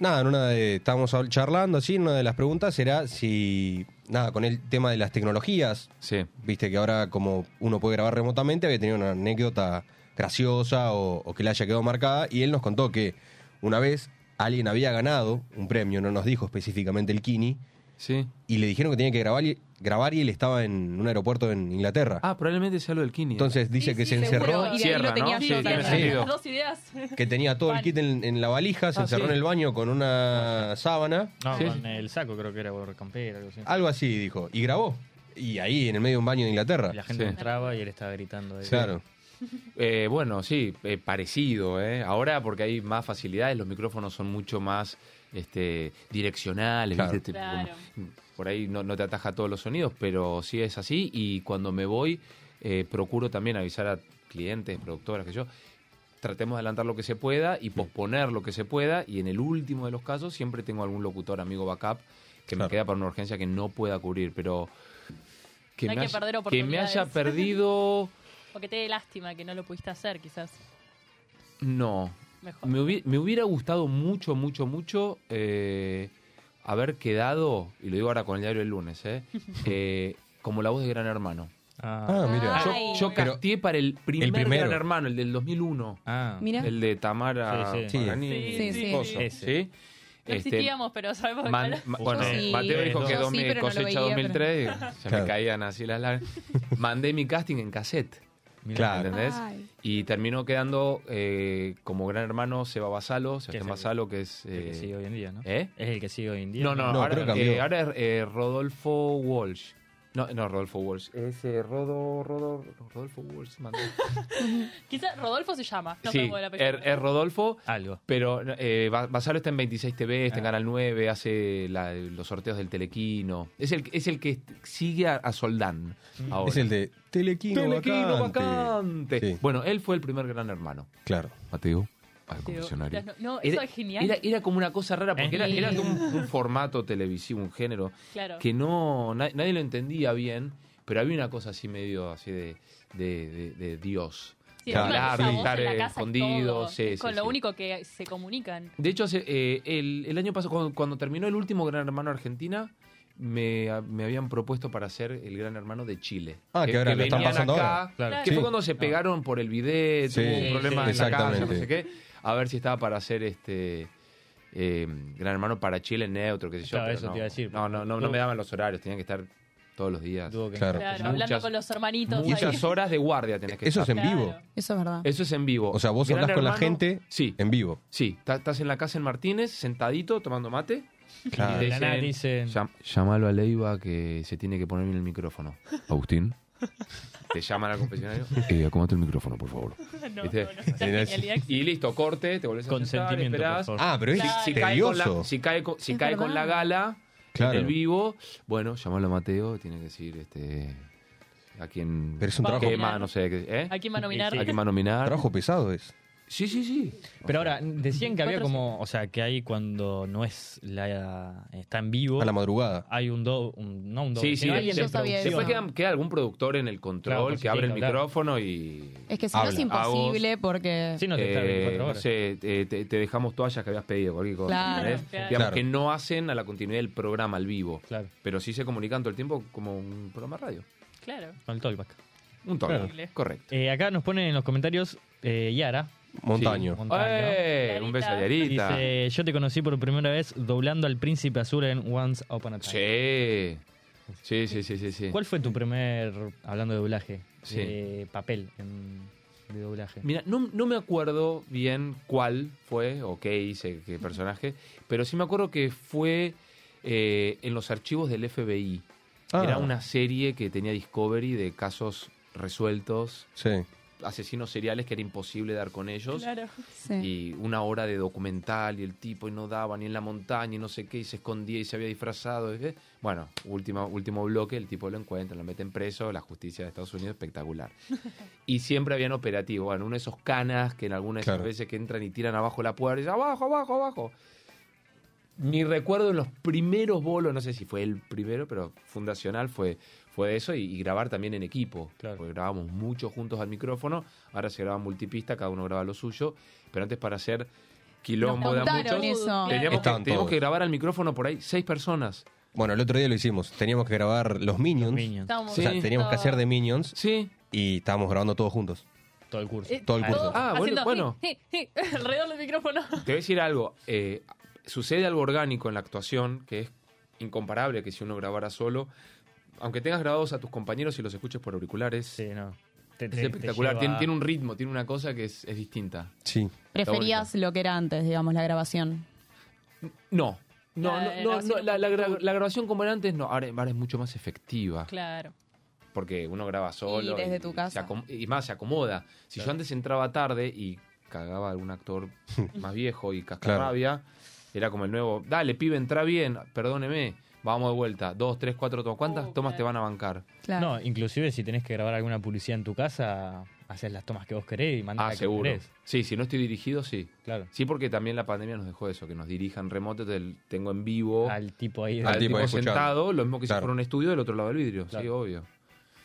[SPEAKER 4] Nada, en una de, estábamos habl- charlando así, en una de las preguntas era si, nada, con el tema de las tecnologías,
[SPEAKER 16] Sí.
[SPEAKER 4] viste que ahora como uno puede grabar remotamente, había tenido una anécdota graciosa o, o que le haya quedado marcada, y él nos contó que una vez alguien había ganado un premio, no nos dijo específicamente el Kini,
[SPEAKER 16] Sí.
[SPEAKER 4] y le dijeron que tenía que grabar y, grabar y él estaba en un aeropuerto en Inglaterra.
[SPEAKER 16] Ah, probablemente sea lo del Kini. ¿eh?
[SPEAKER 4] Entonces dice que se encerró,
[SPEAKER 5] Y de ahí lo tenías
[SPEAKER 4] Oh, Sí,
[SPEAKER 5] todo
[SPEAKER 4] tiene
[SPEAKER 5] también.
[SPEAKER 4] sentido.
[SPEAKER 5] Las dos ideas.
[SPEAKER 4] que tenía todo el kit en, en la valija, se
[SPEAKER 2] Ah,
[SPEAKER 4] encerró
[SPEAKER 2] sí.
[SPEAKER 4] en el baño con una sábana.
[SPEAKER 2] No,
[SPEAKER 4] Sí.
[SPEAKER 2] con el saco creo que era por campera, algo así.
[SPEAKER 4] Algo así dijo. Y grabó. Y ahí, en el medio de un baño de Inglaterra.
[SPEAKER 2] La gente entraba y él estaba gritando. ahí.
[SPEAKER 4] Claro.
[SPEAKER 16] *laughs* Eh, bueno, sí, eh, parecido. ¿eh? Ahora porque hay más facilidades, los micrófonos son mucho más este, direccionales.
[SPEAKER 4] Claro.
[SPEAKER 16] ¿viste? Te-
[SPEAKER 5] Claro.
[SPEAKER 16] como- por ahí no, no te ataja todos los sonidos, pero sí es así. Y cuando me voy, eh, procuro también avisar a clientes, productoras, que yo. Tratemos de adelantar lo que se pueda
[SPEAKER 4] Mm.
[SPEAKER 16] y posponer lo que se pueda. Y en el último de los casos, siempre tengo algún locutor, amigo backup, que me queda para una urgencia que no pueda cubrir. Pero que,
[SPEAKER 5] No hay
[SPEAKER 16] me,
[SPEAKER 5] que
[SPEAKER 16] haya-
[SPEAKER 5] perder
[SPEAKER 16] que me haya
[SPEAKER 5] oportunidades.
[SPEAKER 16] perdido.
[SPEAKER 5] *laughs* Porque te dé lástima que no lo pudiste hacer, quizás.
[SPEAKER 16] No.
[SPEAKER 5] Mejor.
[SPEAKER 16] Me hubi- me hubiera, gustado mucho, mucho, mucho eh, haber quedado, y lo digo ahora con el diario el lunes,
[SPEAKER 5] *laughs*
[SPEAKER 16] eh, eh, como la voz de Gran Hermano.
[SPEAKER 4] Ah, mira.
[SPEAKER 16] Yo, yo casteé para el primer
[SPEAKER 4] primero.
[SPEAKER 16] Gran Hermano, el del 2001.
[SPEAKER 5] Mira.
[SPEAKER 16] El de Tamara
[SPEAKER 2] Sí, sí.
[SPEAKER 16] Pagani,
[SPEAKER 5] Sí, sí, sí.
[SPEAKER 16] Coso,
[SPEAKER 2] Ese.
[SPEAKER 16] ¿sí?
[SPEAKER 5] No
[SPEAKER 16] Este,
[SPEAKER 5] existíamos, pero sabemos
[SPEAKER 16] Man-
[SPEAKER 5] que
[SPEAKER 16] ma- bueno, Mateo dijo que 2000 cosecha 2003, *laughs* y
[SPEAKER 2] *laughs*
[SPEAKER 16] se me caían así las lágrimas. Mandé mi casting en cassette.
[SPEAKER 4] Claro.
[SPEAKER 16] ¿Entendés?
[SPEAKER 4] Ay.
[SPEAKER 16] Y terminó quedando eh, como gran hermano Seba Basalo, Sebastián Basalo, que es.
[SPEAKER 2] El que
[SPEAKER 16] eh,
[SPEAKER 2] sigue hoy en día, ¿no?
[SPEAKER 16] ¿Eh?
[SPEAKER 2] Es el que sigue hoy en día.
[SPEAKER 16] No, no,
[SPEAKER 2] no
[SPEAKER 16] ahora, eh, ahora es eh, Rodolfo Walsh. No, no, Rodolfo Walsh. Es eh, Rodo, Rodo, Rodolfo Walsh. mandé.
[SPEAKER 5] Quizás Rodolfo se llama. No me
[SPEAKER 16] sí, er,
[SPEAKER 5] acuerdo el apellido.
[SPEAKER 16] es, es Rodolfo. Algo. Pero eh, Ba- Basalo está en 26 TV,
[SPEAKER 4] Ah.
[SPEAKER 16] está en Canal 9, hace la- los sorteos del Telequino. Es el, es el que sigue a, a Soldán ahora.
[SPEAKER 4] Mm. Es el de Telequino,
[SPEAKER 16] Telequino
[SPEAKER 4] vacante.
[SPEAKER 16] vacante.
[SPEAKER 4] Sí.
[SPEAKER 16] Bueno, él fue el primer gran hermano.
[SPEAKER 4] Claro.
[SPEAKER 16] Mateo, al
[SPEAKER 5] Pero,
[SPEAKER 16] confesionario.
[SPEAKER 5] no, no, eso
[SPEAKER 16] Era-
[SPEAKER 5] es genial.
[SPEAKER 16] Era, era como una cosa rara, porque
[SPEAKER 5] Es
[SPEAKER 16] era, era
[SPEAKER 5] lindo.
[SPEAKER 16] de un, un formato televisivo, un género,
[SPEAKER 5] Claro.
[SPEAKER 16] que no na- nadie lo entendía bien, pero había una cosa así medio así de, de- de- de Dios.
[SPEAKER 5] Sí,
[SPEAKER 16] de
[SPEAKER 5] encima esa voz en
[SPEAKER 16] estar
[SPEAKER 5] la
[SPEAKER 16] eh,
[SPEAKER 5] casa es
[SPEAKER 16] escondido.
[SPEAKER 5] todo.
[SPEAKER 16] sí,
[SPEAKER 5] Es
[SPEAKER 16] sí,
[SPEAKER 5] con lo
[SPEAKER 16] sí.
[SPEAKER 5] único que se comunican.
[SPEAKER 16] De hecho, hace, eh, el, el año pasado, cuando, cuando terminó el último Gran Hermano Argentina, me, a- me habían propuesto para ser el Gran Hermano de Chile.
[SPEAKER 4] Ah, que ahora lo están
[SPEAKER 16] venían
[SPEAKER 4] pasando
[SPEAKER 16] acá,
[SPEAKER 4] ahora. Claro.
[SPEAKER 16] Que
[SPEAKER 4] Sí. Ah.
[SPEAKER 16] fue cuando se pegaron por el bidet,
[SPEAKER 4] Sí,
[SPEAKER 16] tuvo
[SPEAKER 4] sí,
[SPEAKER 16] un problema
[SPEAKER 4] sí.
[SPEAKER 16] en la casa, no
[SPEAKER 4] Exactamente.
[SPEAKER 16] sé qué. A ver si estaba para hacer este... eh, Gran Hermano para Chile neutro, qué sé yo.
[SPEAKER 2] Claro,
[SPEAKER 16] pero
[SPEAKER 2] eso
[SPEAKER 16] no,
[SPEAKER 2] te iba a decir.
[SPEAKER 16] No, no, no, no me daban los horarios, tenía que estar todos los días.
[SPEAKER 5] Claro, hablando con los hermanitos.
[SPEAKER 16] Muchas
[SPEAKER 5] ahí.
[SPEAKER 16] horas de guardia tenés que
[SPEAKER 4] Eso es
[SPEAKER 16] estar.
[SPEAKER 4] en vivo.
[SPEAKER 3] Eso es verdad.
[SPEAKER 16] Eso es en vivo.
[SPEAKER 4] O sea, vos
[SPEAKER 16] Gran
[SPEAKER 4] hablás con la
[SPEAKER 16] Hermano-
[SPEAKER 4] gente en vivo.
[SPEAKER 16] Sí, ta- estás en la casa en Martínez, sentadito, tomando mate.
[SPEAKER 4] Claro.
[SPEAKER 16] Y
[SPEAKER 4] De la nada
[SPEAKER 2] dicen-
[SPEAKER 16] "Llam- llamalo a Leiva que se tiene que poner en el micrófono. Agustín. Te llaman al confesionario. Eh, acomódate el micrófono, por *laughs* favor.
[SPEAKER 5] *laughs* No,
[SPEAKER 16] ¿Viste?
[SPEAKER 5] no, no, la genialidad.
[SPEAKER 16] Y listo, corte, te volvés a sentar,
[SPEAKER 2] Consentimiento,
[SPEAKER 16] esperás.
[SPEAKER 2] por favor. Ah,
[SPEAKER 4] pero es
[SPEAKER 16] si, si cae con la,
[SPEAKER 4] tedioso.
[SPEAKER 16] si cae, con, si
[SPEAKER 5] Es
[SPEAKER 16] cae con la
[SPEAKER 5] verdad.
[SPEAKER 16] gala,
[SPEAKER 4] Claro.
[SPEAKER 16] en el vivo. Bueno, llamalo a Mateo, tiene que decir este, a quién.
[SPEAKER 4] Pero es un
[SPEAKER 16] qué
[SPEAKER 4] trabajo-
[SPEAKER 16] más, no sé, qué- ¿eh?
[SPEAKER 5] ¿A quién va a nominar?
[SPEAKER 16] ¿A quién va a nominar?
[SPEAKER 4] Trabajo pesado es.
[SPEAKER 16] Sí, sí, sí.
[SPEAKER 2] Pero ahora, decían que había como, o sea, que hay cuando no es la está en vivo.
[SPEAKER 4] A la madrugada.
[SPEAKER 2] Hay un do, un- no un doble.
[SPEAKER 16] Sí, sí.
[SPEAKER 2] sino alguien de
[SPEAKER 16] después- después
[SPEAKER 2] producción.
[SPEAKER 16] queda, queda algún productor en el control
[SPEAKER 2] Claro, con
[SPEAKER 16] que abre el
[SPEAKER 2] quien hablar.
[SPEAKER 16] micrófono y.
[SPEAKER 3] Es que si no es
[SPEAKER 16] habla. A vos,
[SPEAKER 3] imposible porque...
[SPEAKER 16] eh, no sé, te, te- te dejamos toallas que habías pedido, cualquier cosa.
[SPEAKER 3] Claro,
[SPEAKER 16] ¿entendés?
[SPEAKER 3] claro.
[SPEAKER 16] Digamos
[SPEAKER 3] Claro.
[SPEAKER 16] que no hacen a la continuidad del programa al vivo.
[SPEAKER 2] Claro.
[SPEAKER 16] Pero sí se comunican todo el tiempo como un programa de radio.
[SPEAKER 5] Claro.
[SPEAKER 2] Con el talkback.
[SPEAKER 16] Un talkback, correcto.
[SPEAKER 2] Eh, acá nos ponen en los comentarios eh, Yara.
[SPEAKER 4] Montaño.
[SPEAKER 2] Sí, Montaño.
[SPEAKER 16] ¡Eh! Un beso a Yarita.
[SPEAKER 2] Dice, yo te conocí por primera vez doblando al Príncipe Azul en Once Upon a Time.
[SPEAKER 16] Sí. Sí, sí, sí, sí. sí.
[SPEAKER 2] ¿Cuál fue tu primer, hablando de doblaje,
[SPEAKER 16] Sí.
[SPEAKER 2] eh, papel en- de doblaje?
[SPEAKER 16] Mira, no, no me acuerdo bien cuál fue o qué hice, qué personaje, pero sí me acuerdo que fue eh, en los archivos del FBI.
[SPEAKER 4] Ah.
[SPEAKER 16] Era una serie que tenía Discovery de casos resueltos,
[SPEAKER 4] Sí.
[SPEAKER 16] asesinos seriales que era imposible dar con ellos.
[SPEAKER 5] Claro.
[SPEAKER 16] Y una hora de documental y el tipo y no daba ni en la montaña y no sé qué y se escondía y se había disfrazado. y- Bueno, último, último bloque, el tipo lo encuentra, lo meten preso, la justicia de Estados Unidos espectacular. Y siempre habían operativo. Bueno, uno de esos canas que en algunas
[SPEAKER 4] Claro.
[SPEAKER 16] veces que entran y tiran abajo la puerta y dicen, abajo, abajo, abajo. Mi recuerdo en los primeros bolos, no sé si fue el primero, pero fundacional fue, fue eso y, y grabar también en equipo. Porque grabamos mucho juntos al micrófono, ahora se graba multipista, cada uno graba lo suyo, pero antes para hacer quilombo de a
[SPEAKER 3] contaron
[SPEAKER 16] muchos,
[SPEAKER 3] eso.
[SPEAKER 16] teníamos, que,
[SPEAKER 4] Estaban
[SPEAKER 16] teníamos
[SPEAKER 4] todos.
[SPEAKER 16] que grabar al micrófono por ahí seis personas.
[SPEAKER 4] Bueno, el otro día lo hicimos. Teníamos que grabar los Minions.
[SPEAKER 5] Estábamos
[SPEAKER 4] O sea,
[SPEAKER 5] Sí.
[SPEAKER 4] teníamos que hacer de Minions.
[SPEAKER 16] Sí.
[SPEAKER 4] Y estábamos grabando todos juntos.
[SPEAKER 2] Todo el curso.
[SPEAKER 5] Eh,
[SPEAKER 4] Todo el curso.
[SPEAKER 5] todos haciendo
[SPEAKER 16] Ah,
[SPEAKER 5] *laughs*
[SPEAKER 16] bueno,
[SPEAKER 5] ji, ji, ji, alrededor del micrófono. *laughs*
[SPEAKER 16] Te voy a decir algo. eh, sucede algo orgánico en la actuación que es incomparable que si uno grabara solo. Aunque tengas grabados a tus compañeros y los escuches por auriculares.
[SPEAKER 2] Te-
[SPEAKER 16] es
[SPEAKER 2] te- te
[SPEAKER 16] espectacular.
[SPEAKER 2] lleva-
[SPEAKER 16] Tiene, tiene un ritmo, tiene una cosa que es, es distinta.
[SPEAKER 4] Sí.
[SPEAKER 3] Preferías lo que era antes, digamos, la grabación.
[SPEAKER 16] No. No,
[SPEAKER 3] La- la
[SPEAKER 16] no, no,
[SPEAKER 3] grabación
[SPEAKER 16] no, la, la gra- la grabación como era antes, no, ahora, ahora es mucho más efectiva.
[SPEAKER 5] Claro.
[SPEAKER 16] Porque uno graba solo.
[SPEAKER 3] desde tu
[SPEAKER 16] se
[SPEAKER 3] casa.
[SPEAKER 16] acom- y más se acomoda. Si yo antes entraba tarde y cagaba a algún
[SPEAKER 2] *laughs*
[SPEAKER 16] actor más viejo y cascarrabia, era como el nuevo, dale, pibe, entra bien, perdóneme, vamos de vuelta. Dos, tres, cuatro tomas.
[SPEAKER 3] Uh,
[SPEAKER 16] ¿Cuántas tomas te van a bancar?
[SPEAKER 2] No, inclusive si tenés que grabar alguna publicidad en tu casa, haces las tomas que vos querés y mandas
[SPEAKER 16] Ah,
[SPEAKER 2] las que
[SPEAKER 16] seguro.
[SPEAKER 2] querés.
[SPEAKER 16] Sí, si no estoy dirigido, sí.
[SPEAKER 2] Claro.
[SPEAKER 16] Sí, porque también la pandemia nos dejó eso, que nos dirijan remoto, te- tengo en vivo.
[SPEAKER 2] Al tipo ahí.
[SPEAKER 16] Al
[SPEAKER 2] Al
[SPEAKER 16] tipo,
[SPEAKER 2] tipo ahí escuchando.
[SPEAKER 16] sentado, lo mismo que si
[SPEAKER 4] Claro.
[SPEAKER 16] fuera un estudio del otro lado del vidrio. Sí,
[SPEAKER 2] Claro.
[SPEAKER 16] obvio.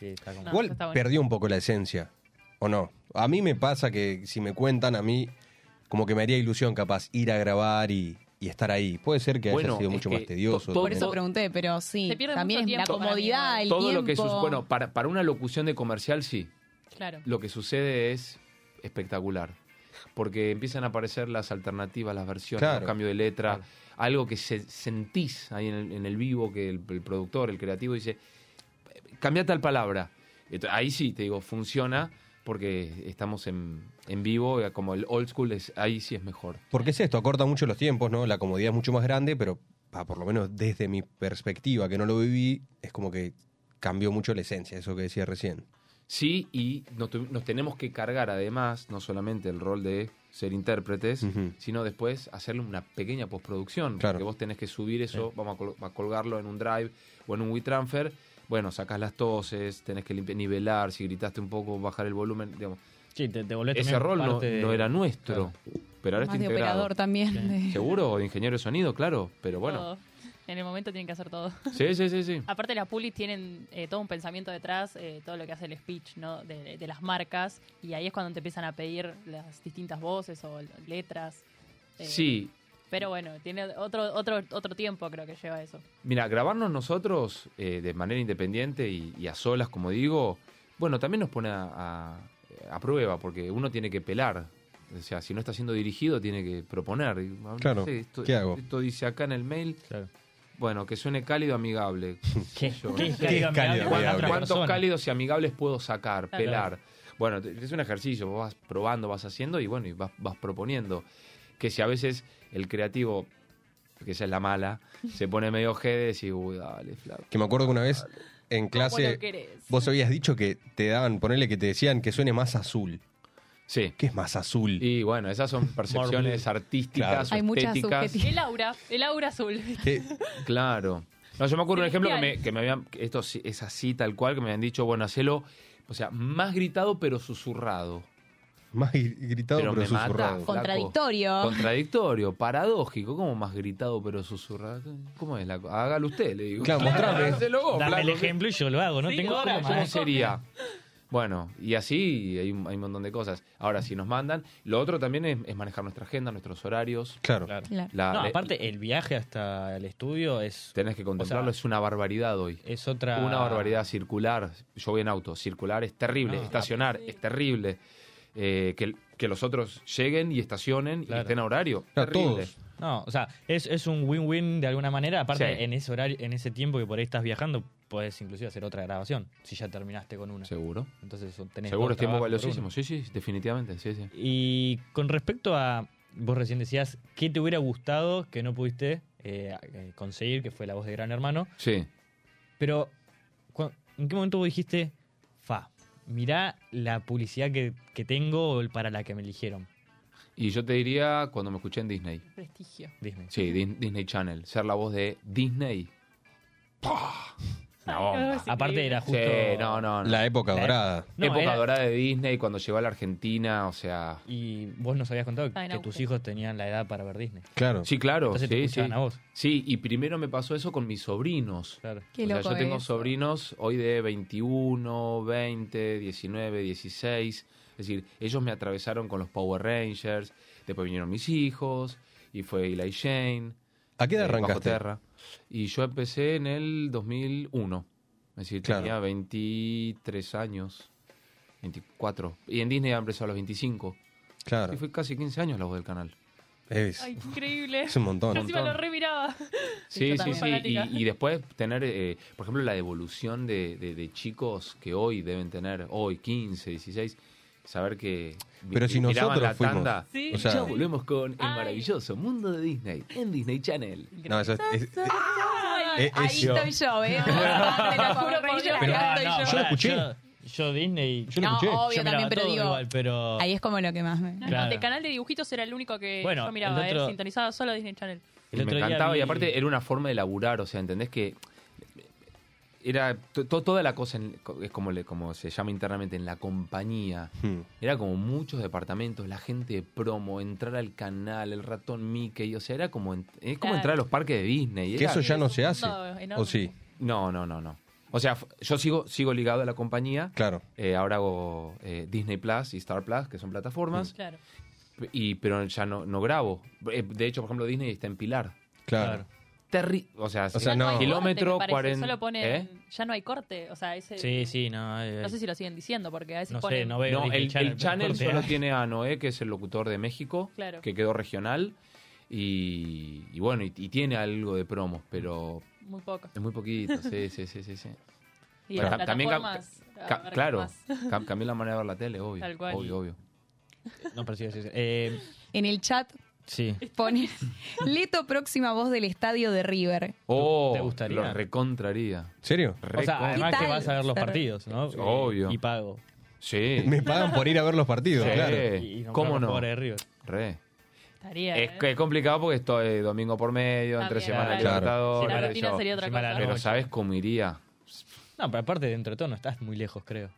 [SPEAKER 2] Sí, está como-
[SPEAKER 4] Igual perdió un poco la esencia, ¿o no? A mí me pasa que si me cuentan, a mí como que me haría ilusión capaz ir a grabar y, y estar ahí. Puede ser que
[SPEAKER 16] Bueno,
[SPEAKER 4] haya sido
[SPEAKER 16] es
[SPEAKER 4] mucho
[SPEAKER 16] que
[SPEAKER 4] más tedioso.
[SPEAKER 16] todo-
[SPEAKER 3] Por eso pregunté, pero sí,
[SPEAKER 5] pierde
[SPEAKER 3] también
[SPEAKER 5] mucho
[SPEAKER 3] la
[SPEAKER 5] tiempo para mí,
[SPEAKER 3] comodidad, el
[SPEAKER 16] Todo
[SPEAKER 3] tiempo.
[SPEAKER 16] lo que sus- Bueno, para, para una locución de comercial, sí.
[SPEAKER 5] Claro.
[SPEAKER 16] Lo que sucede es espectacular. Porque empiezan a aparecer las alternativas, las versiones,
[SPEAKER 4] Claro.
[SPEAKER 16] los cambios de letra, algo que se, sentís ahí en el, en el vivo, que el, el productor, el creativo dice, cambia tal palabra. Ent- Ahí sí, te digo, funciona porque estamos en, en vivo, eh, como el old school, es, ahí sí es mejor.
[SPEAKER 4] Porque es esto, acorta mucho los tiempos, ¿no? La comodidad es mucho más grande, pero ah, por lo menos desde mi perspectiva, que no lo viví, es como que cambió mucho la esencia, eso que decía recién.
[SPEAKER 16] Sí, y nos, tu- nos tenemos que cargar además, no solamente el rol de ser intérpretes, sino después hacerle una pequeña postproducción. Porque vos tenés que subir eso, vamos a, col- a colgarlo en un drive o en un WeTransfer. Bueno, sacás las toses, tenés que limpi- nivelar, si gritaste un poco, bajar el volumen. Digamos.
[SPEAKER 2] Sí, te, te volvés
[SPEAKER 16] Ese
[SPEAKER 2] también
[SPEAKER 16] rol no,
[SPEAKER 2] parte de-
[SPEAKER 16] no era nuestro, pero ahora
[SPEAKER 3] Más
[SPEAKER 16] está
[SPEAKER 3] de
[SPEAKER 16] integrado.
[SPEAKER 3] operador también. de-
[SPEAKER 16] Seguro, o de ingeniero de sonido, claro, pero bueno.
[SPEAKER 5] Todo. En el momento tienen que hacer todo.
[SPEAKER 16] Sí, sí, sí, sí.
[SPEAKER 5] *laughs* Aparte las pulis tienen eh, todo un pensamiento detrás, eh, todo lo que hace el speech ¿no? de, de las marcas, y ahí es cuando te empiezan a pedir las distintas voces o l- letras. eh,
[SPEAKER 16] Sí,
[SPEAKER 5] Pero bueno, tiene otro, otro, otro tiempo creo que lleva eso.
[SPEAKER 16] Mira, grabarnos nosotros eh, de manera independiente y, y a solas, como digo, bueno, también nos pone a, a- a prueba, porque uno tiene que pelar. O sea, si no está siendo dirigido, tiene que proponer. Y, ah, no
[SPEAKER 4] Claro,
[SPEAKER 16] esto,
[SPEAKER 4] ¿qué hago?
[SPEAKER 16] Esto dice acá en el mail. Bueno, que suene cálido, amigable. ¿Qué,
[SPEAKER 2] qué es cálido, ¿Qué es cálido, amigable? amigable?
[SPEAKER 16] ¿Cuántos
[SPEAKER 2] Persona.
[SPEAKER 16] cálidos y amigables puedo sacar,
[SPEAKER 2] Claro.
[SPEAKER 16] pelar? Bueno, te- es un ejercicio, vos vas probando, vas haciendo y bueno, y vas, vas proponiendo. Que si a veces el creativo, que esa es la mala, se pone medio jede y decís, uy, dale, flaco.
[SPEAKER 4] Que me acuerdo que una vez en clase
[SPEAKER 5] querés?
[SPEAKER 4] vos habías dicho que te daban, ponele que te decían que suene más azul.
[SPEAKER 16] Sí.
[SPEAKER 4] ¿Qué es más azul?
[SPEAKER 16] Y bueno, esas son percepciones artísticas,
[SPEAKER 4] Claro.
[SPEAKER 5] Hay muchas
[SPEAKER 16] estéticas.
[SPEAKER 5] El aura, el aura azul.
[SPEAKER 16] Claro. No, yo me acuerdo un ejemplo que me,
[SPEAKER 5] Celestial.
[SPEAKER 16] que me habían. que Esto sí- es así, tal cual, que me habían dicho, bueno, hacelo. O sea, más gritado pero susurrado.
[SPEAKER 4] Más gri- gritado pero,
[SPEAKER 16] pero me mata,
[SPEAKER 4] susurrado.
[SPEAKER 16] flaco.
[SPEAKER 3] Contradictorio.
[SPEAKER 16] Contradictorio, paradójico. ¿Cómo más gritado pero susurrado? ¿Cómo es la co- Hágalo usted, le digo. *laughs*
[SPEAKER 4] Claro, mostrame.
[SPEAKER 16] Hácelo vos,
[SPEAKER 2] Dame el
[SPEAKER 16] flaco.
[SPEAKER 2] ejemplo y yo lo hago, no
[SPEAKER 16] Sí,
[SPEAKER 2] tengo
[SPEAKER 16] ahora,
[SPEAKER 2] forma,
[SPEAKER 16] ¿Cómo
[SPEAKER 2] ¿eh?
[SPEAKER 16] sería? Bueno, y así hay un, hay un montón de cosas. Ahora, si nos mandan, lo otro también es, es manejar nuestra agenda, nuestros horarios.
[SPEAKER 4] Claro.
[SPEAKER 2] Claro. No, aparte, el viaje hasta el estudio es...
[SPEAKER 16] Tenés que contemplarlo, es una barbaridad hoy.
[SPEAKER 2] Es otra...
[SPEAKER 16] Una barbaridad circular. Yo voy en auto. Circular es terrible.
[SPEAKER 2] No,
[SPEAKER 16] Estacionar es terrible. Eh, que, que los otros lleguen y estacionen y estén a horario. terrible.
[SPEAKER 2] No, o sea, es, es un win-win de alguna manera. Aparte,
[SPEAKER 16] Sí.
[SPEAKER 2] en ese horario, en ese tiempo que por ahí estás viajando, podés inclusive hacer otra grabación, si ya terminaste con una.
[SPEAKER 16] Seguro.
[SPEAKER 2] Entonces tenés
[SPEAKER 16] Seguro
[SPEAKER 2] dos
[SPEAKER 16] es tiempo
[SPEAKER 2] trabajos por
[SPEAKER 16] valiosísimo.
[SPEAKER 2] uno.
[SPEAKER 16] Sí, sí, definitivamente. Sí, sí.
[SPEAKER 2] Y con respecto a, vos recién decías, ¿qué te hubiera gustado que no pudiste eh, eh, conseguir, que fue la voz de Gran Hermano?
[SPEAKER 16] Sí.
[SPEAKER 2] Pero, cu- ¿en qué momento vos dijiste, fa, mirá la publicidad que, que tengo para la que me eligieron?
[SPEAKER 16] Y yo te diría cuando me escuché en Disney.
[SPEAKER 5] Prestigio.
[SPEAKER 2] Disney.
[SPEAKER 16] Sí, Dis- Disney Channel. Ser la voz de Disney. ¡Pah! Una bomba.
[SPEAKER 2] es Aparte increíble. era justo-
[SPEAKER 16] Sí, no, no, no.
[SPEAKER 4] La época
[SPEAKER 16] La-
[SPEAKER 4] dorada.
[SPEAKER 2] No,
[SPEAKER 16] época
[SPEAKER 2] era-
[SPEAKER 16] dorada de Disney cuando llegó a la Argentina, o sea.
[SPEAKER 2] Y vos nos habías contado
[SPEAKER 5] Está en
[SPEAKER 2] que
[SPEAKER 5] auge.
[SPEAKER 2] tus hijos tenían la edad para ver Disney.
[SPEAKER 4] Claro.
[SPEAKER 16] Sí, claro.
[SPEAKER 2] Entonces te
[SPEAKER 16] sí,
[SPEAKER 2] escuchaban
[SPEAKER 16] sí.
[SPEAKER 2] a vos.
[SPEAKER 16] Sí, y primero me pasó eso con mis sobrinos.
[SPEAKER 2] Qué
[SPEAKER 16] o sea,
[SPEAKER 2] loco
[SPEAKER 16] yo tengo
[SPEAKER 2] eso.
[SPEAKER 16] sobrinos hoy de 21, 20, 19, 16. Es decir, ellos me atravesaron con los Power Rangers, después vinieron mis hijos, y fue Eli Shane.
[SPEAKER 4] ¿A qué edad
[SPEAKER 16] eh, Bajo
[SPEAKER 4] arrancaste?
[SPEAKER 16] Terra. Y yo empecé en el 2001. Es decir,
[SPEAKER 4] Claro.
[SPEAKER 16] tenía 23 años, 24. Y en Disney empezó a los 25.
[SPEAKER 4] Claro.
[SPEAKER 16] Y fue casi 15 años la voz del canal.
[SPEAKER 4] Es,
[SPEAKER 5] Ay, qué increíble.
[SPEAKER 4] Es un montón.
[SPEAKER 5] Yo encima
[SPEAKER 16] Montón.
[SPEAKER 5] lo remiraba.
[SPEAKER 16] Sí, sí, sí. Y,
[SPEAKER 5] Fanática.
[SPEAKER 16] y después tener, eh, por ejemplo, la devolución de, de- de chicos que hoy deben tener, hoy 15, 16, saber que mi-
[SPEAKER 4] Pero si
[SPEAKER 16] miraban
[SPEAKER 4] nosotros
[SPEAKER 16] la
[SPEAKER 4] fuimos.
[SPEAKER 16] tanda.
[SPEAKER 4] Sí,
[SPEAKER 16] o
[SPEAKER 4] O sea-
[SPEAKER 16] sea, ya volvemos con el maravilloso mundo de Disney en Disney Channel.
[SPEAKER 4] No, eso es- es-
[SPEAKER 3] Ay,
[SPEAKER 4] Eh,
[SPEAKER 3] ahí
[SPEAKER 4] es yo.
[SPEAKER 3] estoy yo, ¿eh? Te lo juro por Dios,
[SPEAKER 4] Pero-
[SPEAKER 3] acá estoy
[SPEAKER 4] no,
[SPEAKER 3] yo.
[SPEAKER 4] yo lo escuché.
[SPEAKER 2] Yo, yo Disney.
[SPEAKER 3] Yo lo No, escuché. obvio
[SPEAKER 2] miraba
[SPEAKER 3] también, pero
[SPEAKER 2] todo
[SPEAKER 3] digo,
[SPEAKER 2] igual, pero-
[SPEAKER 3] Ahí es como lo que más me...
[SPEAKER 5] No, no,
[SPEAKER 2] Claro.
[SPEAKER 5] de canal de dibujitos era el único que
[SPEAKER 2] Bueno,
[SPEAKER 5] yo miraba,
[SPEAKER 16] el
[SPEAKER 5] era
[SPEAKER 16] otro-
[SPEAKER 5] sintonizado solo Disney Channel.
[SPEAKER 16] *laughs* Y me
[SPEAKER 2] otro día
[SPEAKER 16] encantaba
[SPEAKER 2] vi-
[SPEAKER 16] y aparte era una forma de laburar, o sea, ¿entendés que era to- to- toda la cosa en- es como le- como se llama internamente en la compañía.
[SPEAKER 4] *laughs* Hmm.
[SPEAKER 16] Era como muchos departamentos, la gente de promo, entrar al canal, el ratón Mickey, o sea, era como en- es como
[SPEAKER 5] Claro.
[SPEAKER 16] entrar a los parques de Disney.
[SPEAKER 4] Que
[SPEAKER 16] era-
[SPEAKER 4] eso ya no se hace.
[SPEAKER 5] mundo enorme.
[SPEAKER 4] ¿O sí?
[SPEAKER 16] No, no, no, no. O sea, f- yo sigo sigo ligado a la compañía.
[SPEAKER 4] Claro.
[SPEAKER 16] Eh, ahora hago eh, Disney Plus y Star Plus, que son plataformas,
[SPEAKER 5] Claro.
[SPEAKER 16] p- y pero ya no, no grabo. Eh, De hecho, por ejemplo, Disney está en Pilar.
[SPEAKER 4] Claro.
[SPEAKER 16] Terri o sea,
[SPEAKER 4] sea, no.
[SPEAKER 5] hay
[SPEAKER 16] kilómetro
[SPEAKER 5] corte, me parece,
[SPEAKER 16] 40.
[SPEAKER 5] Solo ponen,
[SPEAKER 16] ¿Eh?
[SPEAKER 5] ya no hay corte, o sea, ese
[SPEAKER 2] Sí, sí, no. eh,
[SPEAKER 5] no sé si lo siguen diciendo porque a veces
[SPEAKER 2] No sé,
[SPEAKER 5] ponen
[SPEAKER 2] no veo
[SPEAKER 16] No,
[SPEAKER 2] Disney
[SPEAKER 16] el,
[SPEAKER 2] Channel,
[SPEAKER 16] el channel
[SPEAKER 2] corte,
[SPEAKER 16] solo
[SPEAKER 2] ah.
[SPEAKER 16] tiene a Noé, que es el locutor de México,
[SPEAKER 5] Claro.
[SPEAKER 16] que quedó regional. Y, y bueno, y, y tiene algo de promos, pero
[SPEAKER 5] muy poco.
[SPEAKER 16] es muy poquito.
[SPEAKER 5] *laughs*
[SPEAKER 16] Sí, sí, sí, sí. sí.
[SPEAKER 5] Y
[SPEAKER 16] Pero
[SPEAKER 5] las
[SPEAKER 16] ca- también ca-
[SPEAKER 5] plataformas
[SPEAKER 16] ca-
[SPEAKER 5] abarcan
[SPEAKER 16] claro,
[SPEAKER 5] más.
[SPEAKER 16] cam- cambió la manera de ver la tele, obvio.
[SPEAKER 5] Tal cual.
[SPEAKER 16] Obvio, obvio.
[SPEAKER 2] No, pero sí, sí, sí. Eh,
[SPEAKER 3] En el chat
[SPEAKER 2] sí.
[SPEAKER 3] pone Leto próxima voz del estadio de River.
[SPEAKER 16] Oh,
[SPEAKER 2] ¿Te gustaría?
[SPEAKER 16] lo recontraría.
[SPEAKER 4] ¿Serio?
[SPEAKER 2] O sea, además
[SPEAKER 3] ¿Qué
[SPEAKER 2] que
[SPEAKER 3] tal?
[SPEAKER 2] vas a ver los partidos, ¿no? Eh,
[SPEAKER 16] Obvio.
[SPEAKER 2] Y pago.
[SPEAKER 16] Sí.
[SPEAKER 4] *laughs* Me pagan por ir a ver los partidos,
[SPEAKER 16] Sí.
[SPEAKER 4] claro.
[SPEAKER 2] Y nombrar
[SPEAKER 16] ¿Cómo
[SPEAKER 2] los
[SPEAKER 16] no?
[SPEAKER 2] jugadores de River.
[SPEAKER 16] Re.
[SPEAKER 5] Estaría,
[SPEAKER 16] Es,
[SPEAKER 5] ¿eh?
[SPEAKER 16] que es complicado porque estoy domingo por medio, entre
[SPEAKER 5] También,
[SPEAKER 16] semana
[SPEAKER 5] claro.
[SPEAKER 16] Libertadores,
[SPEAKER 5] Sí, la
[SPEAKER 16] qué
[SPEAKER 5] rutina
[SPEAKER 16] sé yo.
[SPEAKER 5] sería otra
[SPEAKER 2] Encima
[SPEAKER 5] cosa.
[SPEAKER 2] la
[SPEAKER 16] Pero
[SPEAKER 2] noche.
[SPEAKER 16] ¿sabes cómo iría?
[SPEAKER 2] No, pero aparte, dentro de todo, no estás muy lejos, creo.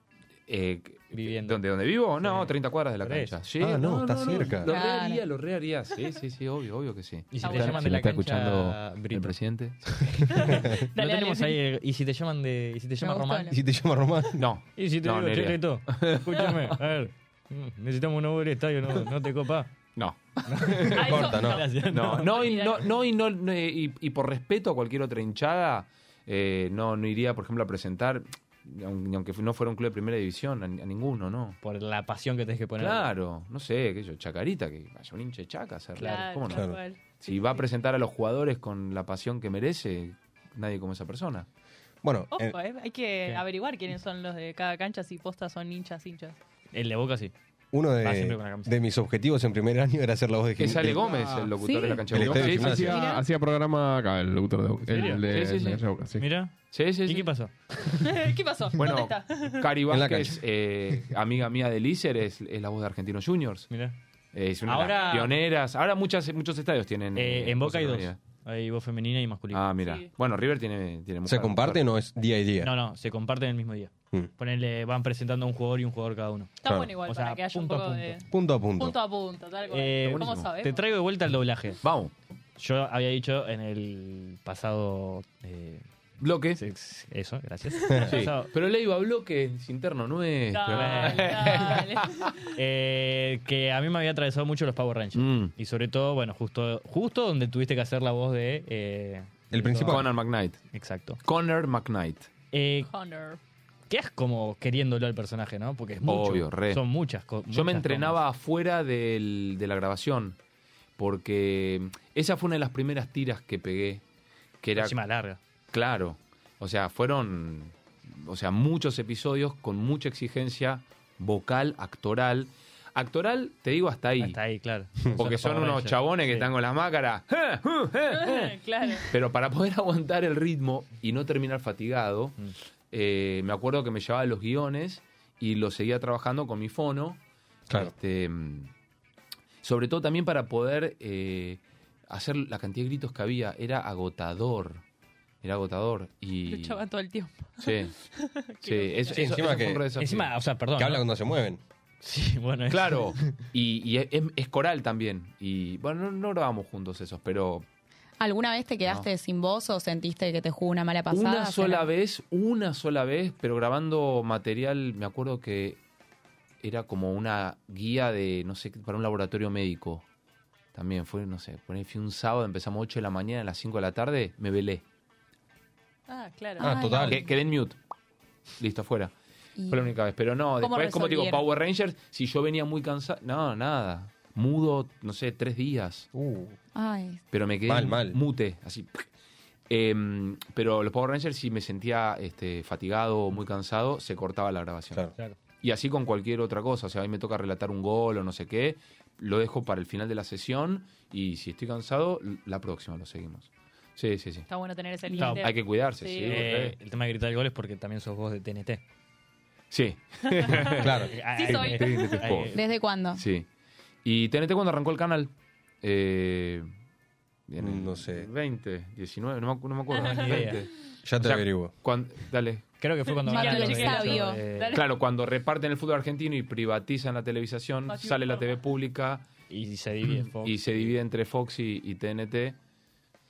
[SPEAKER 16] Eh,
[SPEAKER 2] Viviendo.
[SPEAKER 16] ¿Dónde, ¿Dónde vivo? No, 30 cuadras de la
[SPEAKER 2] Por eso.
[SPEAKER 16] cancha. Sí,
[SPEAKER 4] Ah, no, está cerca.
[SPEAKER 16] Lo
[SPEAKER 2] Claro.
[SPEAKER 16] rearía, lo rearía. Sí, sí, sí, obvio, obvio que sí.
[SPEAKER 2] Y si
[SPEAKER 16] Ah,
[SPEAKER 2] te
[SPEAKER 16] bueno.
[SPEAKER 2] llaman
[SPEAKER 16] Si
[SPEAKER 2] de
[SPEAKER 16] me
[SPEAKER 2] la
[SPEAKER 16] está
[SPEAKER 2] cancha,
[SPEAKER 16] escuchando el
[SPEAKER 2] Brito.
[SPEAKER 16] presidente.
[SPEAKER 2] *laughs* No
[SPEAKER 5] dale,
[SPEAKER 2] tenemos
[SPEAKER 5] sí.
[SPEAKER 2] *laughs* ahí. eh, ¿Y si te llaman de. ¿Y si te llaman
[SPEAKER 3] gustó,
[SPEAKER 2] Román?
[SPEAKER 4] ¿Y si te llama Román?
[SPEAKER 16] No.
[SPEAKER 2] ¿Y si te
[SPEAKER 16] no,
[SPEAKER 2] digo, che,
[SPEAKER 16] Nerea.
[SPEAKER 2] Leto, Escúchame, a ver. mm, Necesitamos un nuevo del estadio, ¿no, ¿no te copa?
[SPEAKER 16] No.
[SPEAKER 4] Corta, ¿no?
[SPEAKER 2] Gracias.
[SPEAKER 16] No, no, y, no, no, y, no- no, y- y por respeto a cualquier otra hinchada, eh, no, no iría, por ejemplo, a presentar, ni aun- ni aunque no fuera un club de primera división, a, ni- a ninguno, ¿no.
[SPEAKER 2] Por la pasión que tenés que poner.
[SPEAKER 16] Claro, no sé, qué sé yo, Chacarita, que vaya un hinche Chaca a hacerlo.
[SPEAKER 5] Claro,
[SPEAKER 16] ¿Cómo no?
[SPEAKER 5] tal cual.
[SPEAKER 16] Si va a presentar a los jugadores con la pasión que merece, nadie como esa persona.
[SPEAKER 4] Bueno, en-
[SPEAKER 5] Ojo, eh, hay que
[SPEAKER 2] ¿Qué?
[SPEAKER 5] averiguar quiénes son los de cada cancha, si postas son hinchas, hinchas.
[SPEAKER 2] *laughs* El de Boca sí.
[SPEAKER 4] *laughs* uno
[SPEAKER 2] Va Ah, siempre con la
[SPEAKER 4] de,
[SPEAKER 2] camiseta.
[SPEAKER 4] de mis objetivos en primer año era hacer la voz de
[SPEAKER 16] Es
[SPEAKER 4] Gil-
[SPEAKER 16] Ale
[SPEAKER 4] de-
[SPEAKER 16] Gómez, el locutor
[SPEAKER 3] Sí.
[SPEAKER 16] de la cancha
[SPEAKER 4] El
[SPEAKER 16] de Boca.
[SPEAKER 4] estadio
[SPEAKER 16] Sí,
[SPEAKER 4] de
[SPEAKER 16] sí,
[SPEAKER 6] Hacía, hacía programa acá el locutor de Boca. El, el de,
[SPEAKER 16] Sí, sí, sí.
[SPEAKER 6] el de Boca, sí.
[SPEAKER 5] eh.
[SPEAKER 2] Mira.
[SPEAKER 16] sí, sí,
[SPEAKER 2] ¿Y
[SPEAKER 16] sí.
[SPEAKER 2] qué pasó?
[SPEAKER 5] *laughs* ¿Qué pasó?
[SPEAKER 16] Bueno,
[SPEAKER 5] ¿Dónde está?
[SPEAKER 16] Cari
[SPEAKER 4] En la
[SPEAKER 16] Vázquez, eh, amiga mía de Lícer, es, es la voz de Argentinos Juniors.
[SPEAKER 2] Mira.
[SPEAKER 16] Eh, Es una de las
[SPEAKER 2] Ahora-
[SPEAKER 16] pioneras. Ahora muchas, muchos estadios tienen.
[SPEAKER 2] Eh,
[SPEAKER 16] eh,
[SPEAKER 2] en Boca
[SPEAKER 16] voces
[SPEAKER 2] hay dos.
[SPEAKER 16] femeninas.
[SPEAKER 2] Hay voz femenina y masculina.
[SPEAKER 16] Ah, mira.
[SPEAKER 2] Sí.
[SPEAKER 16] Bueno, River tiene, tiene
[SPEAKER 4] ¿Se
[SPEAKER 16] mujer,
[SPEAKER 4] comparten o es día y día?
[SPEAKER 2] No, no, se comparten el mismo día.
[SPEAKER 4] Mm.
[SPEAKER 2] Ponele, van presentando a un jugador y un jugador cada uno.
[SPEAKER 5] Está bueno igual
[SPEAKER 2] O sea,
[SPEAKER 5] para que haya un
[SPEAKER 2] punto a
[SPEAKER 5] poco
[SPEAKER 2] punto.
[SPEAKER 5] de.
[SPEAKER 4] Punto a punto.
[SPEAKER 5] Punto a punto, tal cual.
[SPEAKER 2] Eh,
[SPEAKER 5] ¿Cómo
[SPEAKER 2] buenísimo.
[SPEAKER 5] sabes?
[SPEAKER 2] Te traigo de vuelta el doblaje.
[SPEAKER 16] Vamos.
[SPEAKER 2] Yo había dicho en el pasado eh,
[SPEAKER 16] bloque.
[SPEAKER 2] Eso, gracias.
[SPEAKER 16] Sí.
[SPEAKER 2] Pasado-
[SPEAKER 16] Pero le iba a bloque, es interno nuestro.
[SPEAKER 2] *laughs* Eh, que a mí me había atravesado mucho los Power Rangers.
[SPEAKER 16] Mm.
[SPEAKER 2] Y sobre todo, bueno, justo, justo donde tuviste que hacer la voz de. eh, de
[SPEAKER 16] principal.
[SPEAKER 2] toda-
[SPEAKER 16] Conor McKnight.
[SPEAKER 2] Exacto.
[SPEAKER 16] Connor McKnight.
[SPEAKER 2] Eh, Quedas como queriéndolo al personaje, ¿no? Porque es mucho.
[SPEAKER 16] Obvio, re.
[SPEAKER 2] Son muchas cosas.
[SPEAKER 16] Yo me entrenaba afuera del- de la grabación, porque mm, esa fue una de las primeras tiras que pegué. Que era,
[SPEAKER 2] Encima larga.
[SPEAKER 16] Claro. O sea, fueron o sea, muchos episodios con mucha exigencia vocal, actoral. Actoral, te digo hasta ahí. Hasta
[SPEAKER 2] ahí, claro.
[SPEAKER 16] *laughs* Porque son,
[SPEAKER 2] Son los Power
[SPEAKER 16] unos
[SPEAKER 2] Rangers.
[SPEAKER 16] chabones que están con las
[SPEAKER 2] *laughs*
[SPEAKER 16] máscaras. *laughs*
[SPEAKER 5] *laughs* claro.
[SPEAKER 16] Pero para poder *laughs* aguantar el ritmo y no terminar fatigado,
[SPEAKER 2] Mm.
[SPEAKER 16] eh, me acuerdo que me llevaba los guiones y los seguía trabajando con mi fono. Este, mm, sobre todo también para poder eh, hacer la cantidad de gritos que había. Era agotador. Era agotador. Y,
[SPEAKER 5] Luchaba todo el tiempo. *laughs*
[SPEAKER 16] sí. sí, eso- eso-
[SPEAKER 4] Sí, encima
[SPEAKER 16] eso fue
[SPEAKER 4] que-
[SPEAKER 16] un re desafío.
[SPEAKER 2] Encima, o sea, perdón.
[SPEAKER 4] Que habla
[SPEAKER 2] ¿no?
[SPEAKER 4] cuando se mueven.
[SPEAKER 2] Sí, bueno. es- *laughs*
[SPEAKER 16] Claro, y, y es, es coral también. Y bueno, no, no grabamos juntos esos, pero
[SPEAKER 3] ¿Alguna vez te quedaste sin voz o sentiste que te jugó una mala pasada?
[SPEAKER 16] Una sola vez, una sola vez, pero grabando material, me acuerdo que era como una guía de, no sé, para un laboratorio médico. También fue, no sé, poner fui un sábado, empezamos 8 de la mañana, a las 5 de la tarde, me velé.
[SPEAKER 5] Ah, claro.
[SPEAKER 16] Que- quedé en mute. Listo, afuera. Fue la única vez. Pero no,
[SPEAKER 5] ¿Cómo
[SPEAKER 16] después, como te digo,
[SPEAKER 5] resolvieron?
[SPEAKER 16] Power Rangers, si yo venía muy cansado, no, nada. Mudo, no sé, tres días.
[SPEAKER 3] Ay,
[SPEAKER 16] Pero me quedé
[SPEAKER 4] Mal, mal.
[SPEAKER 16] mute, así. Em, pero los Power Rangers, si me sentía este, fatigado o muy cansado, se cortaba la grabación.
[SPEAKER 2] Claro.
[SPEAKER 16] Y así con cualquier otra cosa. O sea, a mí me toca relatar un gol o no sé qué. Lo dejo para el final de la sesión. Y si estoy cansado, l- la próxima lo seguimos. Sí, sí, sí.
[SPEAKER 5] Está bueno tener ese
[SPEAKER 16] Está-
[SPEAKER 5] límite.
[SPEAKER 16] hay que cuidarse, sí.
[SPEAKER 2] Eh, el tema de gritar el gol es porque también sos vos de TNT. *laughs*
[SPEAKER 16] Sí. claro.
[SPEAKER 2] Sí, soy.
[SPEAKER 16] Ay,
[SPEAKER 3] ¿Desde cuándo?
[SPEAKER 16] Sí. ¿Y TNT cuando arrancó el canal? Eh, no
[SPEAKER 4] Mm, sé.
[SPEAKER 16] 20, 19, no me, acu- no me
[SPEAKER 3] *laughs*
[SPEAKER 16] acuerdo.
[SPEAKER 4] Ni idea.
[SPEAKER 16] 20.
[SPEAKER 4] Ya
[SPEAKER 16] O
[SPEAKER 4] te
[SPEAKER 16] sea,
[SPEAKER 4] averiguo.
[SPEAKER 16] cuan- dale.
[SPEAKER 2] Creo que fue cuando Chiquero, ganaron los chiquero. derechos
[SPEAKER 16] Claro,
[SPEAKER 2] de-
[SPEAKER 16] eh, Claro, cuando reparten el fútbol argentino y privatizan la televisación,
[SPEAKER 2] Pasivo
[SPEAKER 16] sale la TV pública.
[SPEAKER 2] Y se divide
[SPEAKER 16] *clears throat*
[SPEAKER 2] Fox.
[SPEAKER 16] Y se divide entre Fox y, y TNT.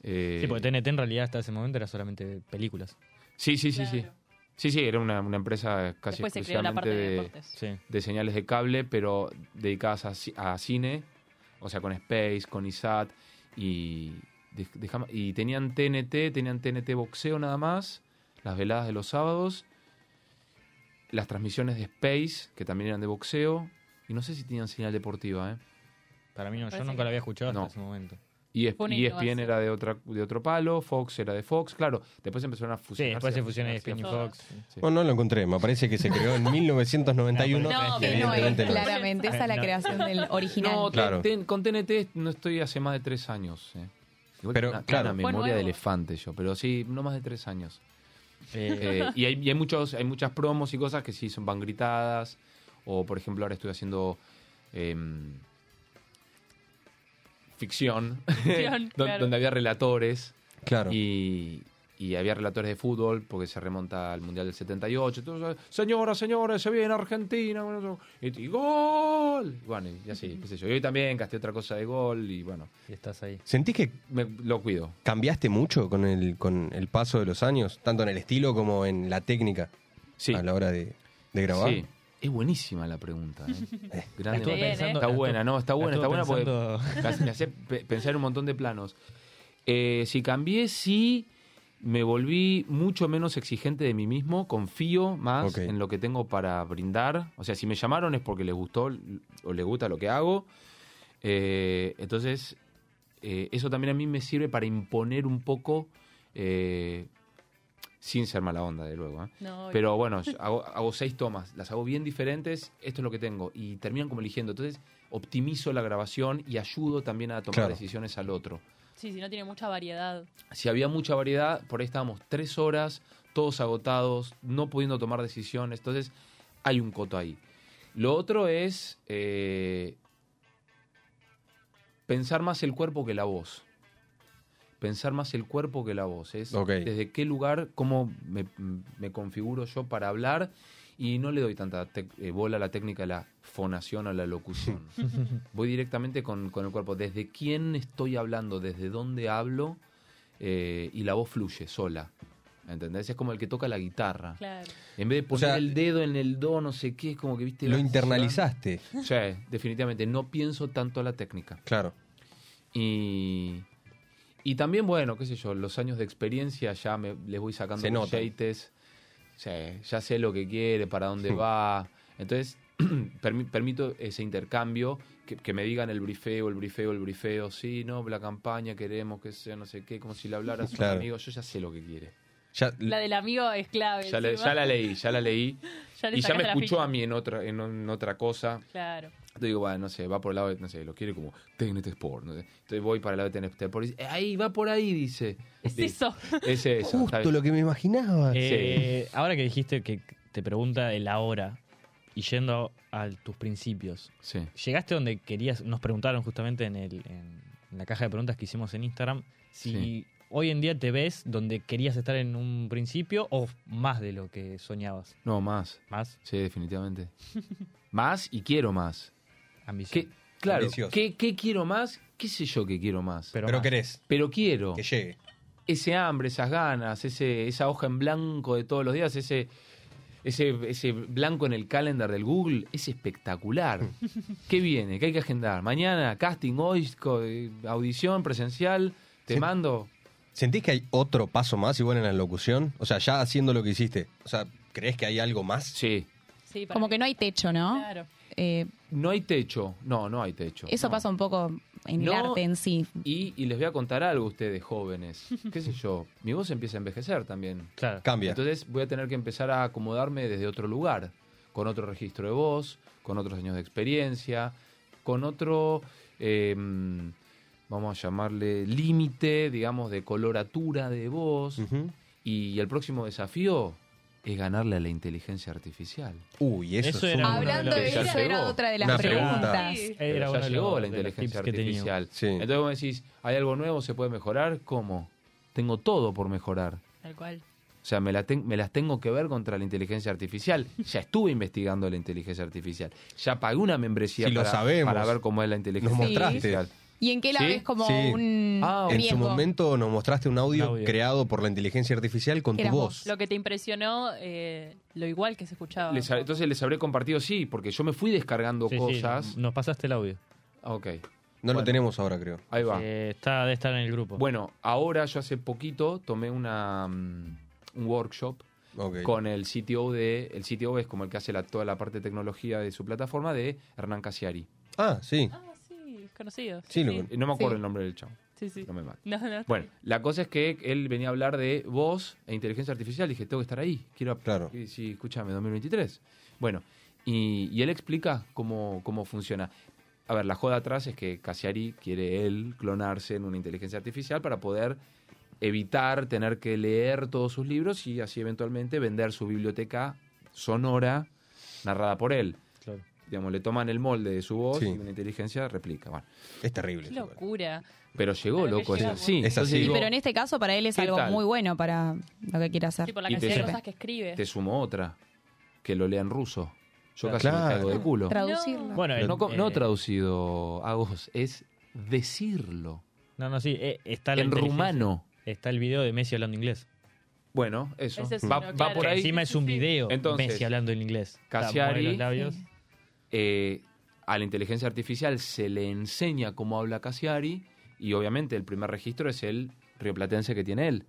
[SPEAKER 16] Eh,
[SPEAKER 2] Sí, porque TNT en realidad hasta ese momento era solamente películas.
[SPEAKER 16] Sí, sí, sí, sí. Sí, sí, era una, una empresa casi
[SPEAKER 2] Después se creó la
[SPEAKER 16] exclusivamente
[SPEAKER 2] parte de
[SPEAKER 16] de,
[SPEAKER 2] deportes. Sí.
[SPEAKER 16] de señales de cable, pero dedicadas a, ci- a cine, o sea, con Space, con ISAT, y, dej- dejame- y tenían TNT, tenían TNT boxeo nada más, las veladas de los sábados, las transmisiones de Space, que también eran de boxeo, y no sé si tenían señal deportiva, ¿eh?
[SPEAKER 2] Para mí no, yo
[SPEAKER 16] Parece
[SPEAKER 2] nunca
[SPEAKER 16] que-
[SPEAKER 2] la había escuchado
[SPEAKER 16] No.
[SPEAKER 2] hasta ese momento.
[SPEAKER 16] Y
[SPEAKER 2] Fue una
[SPEAKER 16] ESPN
[SPEAKER 2] innovación.
[SPEAKER 16] era de, otra, de otro palo, Fox era de Fox, claro. Después empezaron a fusionar.
[SPEAKER 2] después se fusionan ESPN y Fox.
[SPEAKER 4] Bueno, Oh, no lo encontré. Me parece que se creó en
[SPEAKER 3] *laughs*
[SPEAKER 4] 1991.
[SPEAKER 3] No, que no es,
[SPEAKER 4] Evidentemente no.
[SPEAKER 3] claramente. Esa es la
[SPEAKER 16] No.
[SPEAKER 3] creación del original.
[SPEAKER 16] No,
[SPEAKER 4] Claro.
[SPEAKER 16] ten- con TNT no estoy hace más de tres años. eh. Igual
[SPEAKER 4] Pero,
[SPEAKER 16] tengo una,
[SPEAKER 4] claro.
[SPEAKER 16] tengo una
[SPEAKER 4] Fue
[SPEAKER 16] memoria de
[SPEAKER 4] nuevo.
[SPEAKER 16] elefante yo, pero sí, no más de tres años.
[SPEAKER 4] Eh.
[SPEAKER 16] Eh, y
[SPEAKER 2] *laughs*
[SPEAKER 16] hay, y hay muchos, hay muchas promos y cosas que sí son van gritadas. O, por ejemplo, ahora estoy haciendo em, ficción,
[SPEAKER 5] Ficción,
[SPEAKER 16] *laughs* don-
[SPEAKER 5] claro.
[SPEAKER 16] donde había relatores.
[SPEAKER 4] Claro.
[SPEAKER 16] Y, y había relatores de fútbol, porque se remonta al Mundial del 78. Entonces, señora, señora, se viene Argentina. bueno, eso. Y, y gol. Y bueno, y así, qué sé yo. Y hoy también gasté otra cosa de gol y bueno.
[SPEAKER 2] Y estás ahí.
[SPEAKER 4] ¿Sentís que
[SPEAKER 16] Me, lo cuido.
[SPEAKER 4] cambiaste mucho con el, con el paso de los años? Tanto en el estilo como en la técnica. A la hora de, de grabar. *laughs*
[SPEAKER 16] Sí. Es buenísima la pregunta. ¿eh?
[SPEAKER 2] La estuve
[SPEAKER 16] pregunta.
[SPEAKER 2] pensando-
[SPEAKER 16] está
[SPEAKER 2] la
[SPEAKER 16] buena,
[SPEAKER 2] estuve-
[SPEAKER 16] no, está
[SPEAKER 2] la
[SPEAKER 16] buena, está buena
[SPEAKER 2] estuve
[SPEAKER 16] porque
[SPEAKER 2] pensando.
[SPEAKER 16] me hace- me hace pe- pensar un montón de planos. Eh, si cambié, sí, me volví mucho menos exigente de mí mismo, confío más
[SPEAKER 4] Ok.
[SPEAKER 16] en lo que tengo para brindar. O sea, si me llamaron es porque les gustó l- o les gusta lo que hago. Eh, entonces, eh, eso también a mí me sirve para imponer un poco, eh, sin ser mala onda, de luego. ¿eh?
[SPEAKER 5] No, obvio.
[SPEAKER 16] Pero bueno, yo hago, hago seis tomas, las hago bien diferentes, esto es lo que tengo, y terminan como eligiendo. Entonces, optimizo la grabación y ayudo también a tomar
[SPEAKER 4] Claro.
[SPEAKER 16] decisiones al otro.
[SPEAKER 5] Sí, sí, no tiene mucha variedad.
[SPEAKER 16] Si había mucha variedad, por ahí estábamos tres horas, todos agotados, no pudiendo tomar decisiones. Entonces, hay un coto ahí. Lo otro es eh, pensar más el cuerpo que la voz. pensar más el cuerpo que la voz. Es
[SPEAKER 4] Ok.
[SPEAKER 16] desde qué lugar, cómo me, me configuro yo para hablar y no le doy tanta tec- eh, bola a la técnica de la fonación a la locución. Voy directamente con, con el cuerpo. Desde quién estoy hablando, desde dónde hablo eh, y la voz fluye sola. ¿Entendés? Es como el que toca la guitarra.
[SPEAKER 5] Claro.
[SPEAKER 16] En vez de
[SPEAKER 4] O
[SPEAKER 16] poner
[SPEAKER 4] sea,
[SPEAKER 16] el dedo en el do, no sé qué, es como que viste.
[SPEAKER 4] Lo
[SPEAKER 16] vas-
[SPEAKER 4] internalizaste.
[SPEAKER 16] Sí, definitivamente. No pienso tanto a la técnica.
[SPEAKER 4] Claro.
[SPEAKER 16] Y, y también, bueno, qué sé yo, los años de experiencia ya me, les voy sacando
[SPEAKER 4] Se notan.
[SPEAKER 16] aceites. ya sé lo que quiere, para dónde
[SPEAKER 4] Sí.
[SPEAKER 16] va. Entonces, *clears throat* permi- permito ese intercambio, que, que me digan el brifeo, el brifeo, el brifeo. Sí, no, la campaña queremos que sea no sé qué, como si le hablara a su
[SPEAKER 4] Claro.
[SPEAKER 16] amigo. Yo ya sé lo que quiere.
[SPEAKER 4] Ya,
[SPEAKER 5] La del amigo es clave.
[SPEAKER 16] ya, le-
[SPEAKER 5] encima.
[SPEAKER 16] ya la leí, ya la leí.
[SPEAKER 5] *laughs* Ya le
[SPEAKER 16] y ya me
[SPEAKER 5] sacaste la
[SPEAKER 16] escuchó
[SPEAKER 5] ficha.
[SPEAKER 16] a mí en otra, en, un- en otra cosa.
[SPEAKER 5] Claro.
[SPEAKER 16] Entonces digo, bueno, no sé, va por el lado de, no sé, lo quiere como TNT Sport. no sé. Entonces voy para el lado de TNT Sport y dice, "Eh, ahí, va por ahí, dice.
[SPEAKER 5] Es
[SPEAKER 16] Dice, *laughs*
[SPEAKER 5] eso.
[SPEAKER 16] Es eso. está
[SPEAKER 4] Justo
[SPEAKER 16] bien.
[SPEAKER 4] lo que me imaginaba.
[SPEAKER 2] Eh, Ahora que dijiste que te pregunta el ahora y yendo a tus principios,
[SPEAKER 16] Sí.
[SPEAKER 2] llegaste donde querías, nos preguntaron justamente en, el, en la caja de preguntas que hicimos en Instagram, si
[SPEAKER 16] Sí.
[SPEAKER 2] hoy en día te ves donde querías estar en un principio o más de lo que soñabas.
[SPEAKER 16] No, más.
[SPEAKER 2] ¿Más?
[SPEAKER 16] Sí, definitivamente. *laughs* más y quiero más.
[SPEAKER 2] Ambición.
[SPEAKER 16] Claro,
[SPEAKER 2] Ambicioso.
[SPEAKER 16] ¿qué, qué quiero más? ¿Qué sé yo que quiero más?
[SPEAKER 2] Pero Pero más.
[SPEAKER 4] querés.
[SPEAKER 16] Pero quiero.
[SPEAKER 4] Que llegue.
[SPEAKER 16] Ese hambre, esas ganas, ese, esa hoja en blanco de todos los días, ese, ese, ese blanco en el calendar del Google, es espectacular.
[SPEAKER 4] *laughs*
[SPEAKER 16] ¿Qué viene? ¿Qué hay que agendar? Mañana, casting, hoy, co- eh, audición presencial, te
[SPEAKER 4] Sí.
[SPEAKER 16] mando.
[SPEAKER 4] ¿Sentís que hay otro paso más igual en la locución? O sea, ya haciendo lo que hiciste. O sea, ¿crees que hay algo más?
[SPEAKER 16] Sí.
[SPEAKER 3] Como que no hay techo, ¿no? Eh,
[SPEAKER 16] No hay techo. No, no hay techo.
[SPEAKER 3] eso
[SPEAKER 16] No.
[SPEAKER 3] pasa un poco en
[SPEAKER 16] No,
[SPEAKER 3] el arte en sí.
[SPEAKER 16] Y, y les voy a contar algo a ustedes, jóvenes. ¿Qué sé yo? Mi voz empieza a envejecer también.
[SPEAKER 4] Cambia.
[SPEAKER 16] Entonces voy a tener que empezar a acomodarme desde otro lugar, con otro registro de voz, con otros años de experiencia, con otro, eh, vamos a llamarle, límite, digamos, de coloratura de voz. Y el próximo desafío es ganarle a la inteligencia artificial.
[SPEAKER 4] Uy,
[SPEAKER 2] eso Eso es era un- uno de
[SPEAKER 3] Hablando de
[SPEAKER 16] Ya llegó.
[SPEAKER 3] eso, era otra de las
[SPEAKER 16] Una
[SPEAKER 3] preguntas.
[SPEAKER 16] pregunta.
[SPEAKER 2] Era
[SPEAKER 16] Pero
[SPEAKER 2] uno
[SPEAKER 16] ya
[SPEAKER 2] de
[SPEAKER 16] llegó
[SPEAKER 2] los-
[SPEAKER 16] la
[SPEAKER 2] de los
[SPEAKER 16] inteligencia
[SPEAKER 2] tips que tenía.
[SPEAKER 16] artificial.
[SPEAKER 4] Sí.
[SPEAKER 16] Entonces vos me decís, ¿hay algo nuevo? ¿Se puede mejorar? ¿Cómo? Tengo todo por mejorar.
[SPEAKER 5] *laughs* Tal cual.
[SPEAKER 16] O sea, me, la ten- me las tengo que ver contra la inteligencia artificial. Ya estuve investigando la inteligencia artificial. Ya pagué una membresía
[SPEAKER 4] Sí, lo
[SPEAKER 16] para,
[SPEAKER 4] sabemos.
[SPEAKER 16] para ver cómo es la inteligencia
[SPEAKER 4] Nos mostraste.
[SPEAKER 16] artificial.
[SPEAKER 3] ¿Y en qué la
[SPEAKER 16] ¿Sí?
[SPEAKER 3] ves como
[SPEAKER 4] Sí.
[SPEAKER 3] un
[SPEAKER 4] en su
[SPEAKER 3] riesgo?
[SPEAKER 4] momento nos mostraste un audio,
[SPEAKER 2] Un audio.
[SPEAKER 4] creado por la inteligencia artificial con
[SPEAKER 5] Que
[SPEAKER 4] tu
[SPEAKER 5] eras
[SPEAKER 4] voz.
[SPEAKER 5] Lo que te impresionó, eh, lo igual que se escuchaba.
[SPEAKER 16] Les ha- entonces les habré compartido, sí, porque yo me fui descargando
[SPEAKER 2] Sí, sí,
[SPEAKER 16] cosas.
[SPEAKER 2] nos pasaste el audio.
[SPEAKER 16] Ah, Ok.
[SPEAKER 4] No lo
[SPEAKER 16] Bueno.
[SPEAKER 4] tenemos ahora, creo.
[SPEAKER 16] Ahí va.
[SPEAKER 2] Eh, está de estar en el grupo.
[SPEAKER 16] Bueno, ahora yo hace poquito tomé una, mm, un workshop
[SPEAKER 4] Ok.
[SPEAKER 16] con el CTO de. El CTO es como el que hace la- toda la parte de tecnología de su plataforma de Hernán Casiari.
[SPEAKER 4] Ah, sí.
[SPEAKER 5] Ah, sí, conocidos.
[SPEAKER 16] No me acuerdo
[SPEAKER 5] Sí.
[SPEAKER 16] el nombre del chavo.
[SPEAKER 5] Sí, sí.
[SPEAKER 16] No me mate.
[SPEAKER 5] No, no.
[SPEAKER 16] Bueno, la cosa es que él venía a hablar de voz e inteligencia artificial. Dije, tengo que estar ahí. Quiero.
[SPEAKER 4] Claro.
[SPEAKER 16] Y sí, escúchame, 2023. Bueno, y, y él explica cómo, cómo funciona. A ver, la joda atrás es que Cassiari quiere él clonarse en una inteligencia artificial para poder evitar tener que leer todos sus libros y así eventualmente vender su biblioteca sonora narrada por él.
[SPEAKER 2] Claro.
[SPEAKER 16] Digamos, le toman el molde de su voz
[SPEAKER 4] Sí.
[SPEAKER 16] y una inteligencia replica. Bueno,
[SPEAKER 4] Es terrible.
[SPEAKER 5] Qué locura.
[SPEAKER 16] Pero llegó,
[SPEAKER 5] Claro que
[SPEAKER 16] loco, es
[SPEAKER 5] llegamos.
[SPEAKER 16] así.
[SPEAKER 4] Es
[SPEAKER 16] Entonces
[SPEAKER 4] así.
[SPEAKER 3] Sí,
[SPEAKER 16] digo,
[SPEAKER 3] pero en este caso para él es
[SPEAKER 16] ¿Qué
[SPEAKER 3] algo
[SPEAKER 16] tal?
[SPEAKER 3] muy bueno para lo que quiere hacer.
[SPEAKER 5] Sí, por la
[SPEAKER 16] Y te
[SPEAKER 5] cantidad de
[SPEAKER 16] sirve.
[SPEAKER 5] cosas que escribe.
[SPEAKER 16] te sumo otra, que lo lea en ruso. Yo
[SPEAKER 4] Claro.
[SPEAKER 16] casi me
[SPEAKER 4] Claro.
[SPEAKER 16] caigo de culo.
[SPEAKER 3] Traducirlo.
[SPEAKER 2] Bueno, en-
[SPEAKER 16] no, co- no
[SPEAKER 2] eh,
[SPEAKER 16] traducido, Agos, es decirlo.
[SPEAKER 2] No, no, sí. eh, está la
[SPEAKER 16] En
[SPEAKER 2] inteligencia.
[SPEAKER 16] rumano.
[SPEAKER 2] Está el video de Messi hablando inglés.
[SPEAKER 16] Bueno, eso.
[SPEAKER 5] Ese es
[SPEAKER 16] va,
[SPEAKER 5] uno,
[SPEAKER 16] va
[SPEAKER 5] claro.
[SPEAKER 16] por
[SPEAKER 2] Que
[SPEAKER 16] ahí.
[SPEAKER 2] encima es un video
[SPEAKER 16] Entonces,
[SPEAKER 2] Messi hablando en inglés. Está, mueve
[SPEAKER 16] Cassiari-
[SPEAKER 2] los labios.
[SPEAKER 16] eh, a la inteligencia artificial se le enseña cómo habla Cassiari y obviamente el primer registro es el rioplatense que tiene él.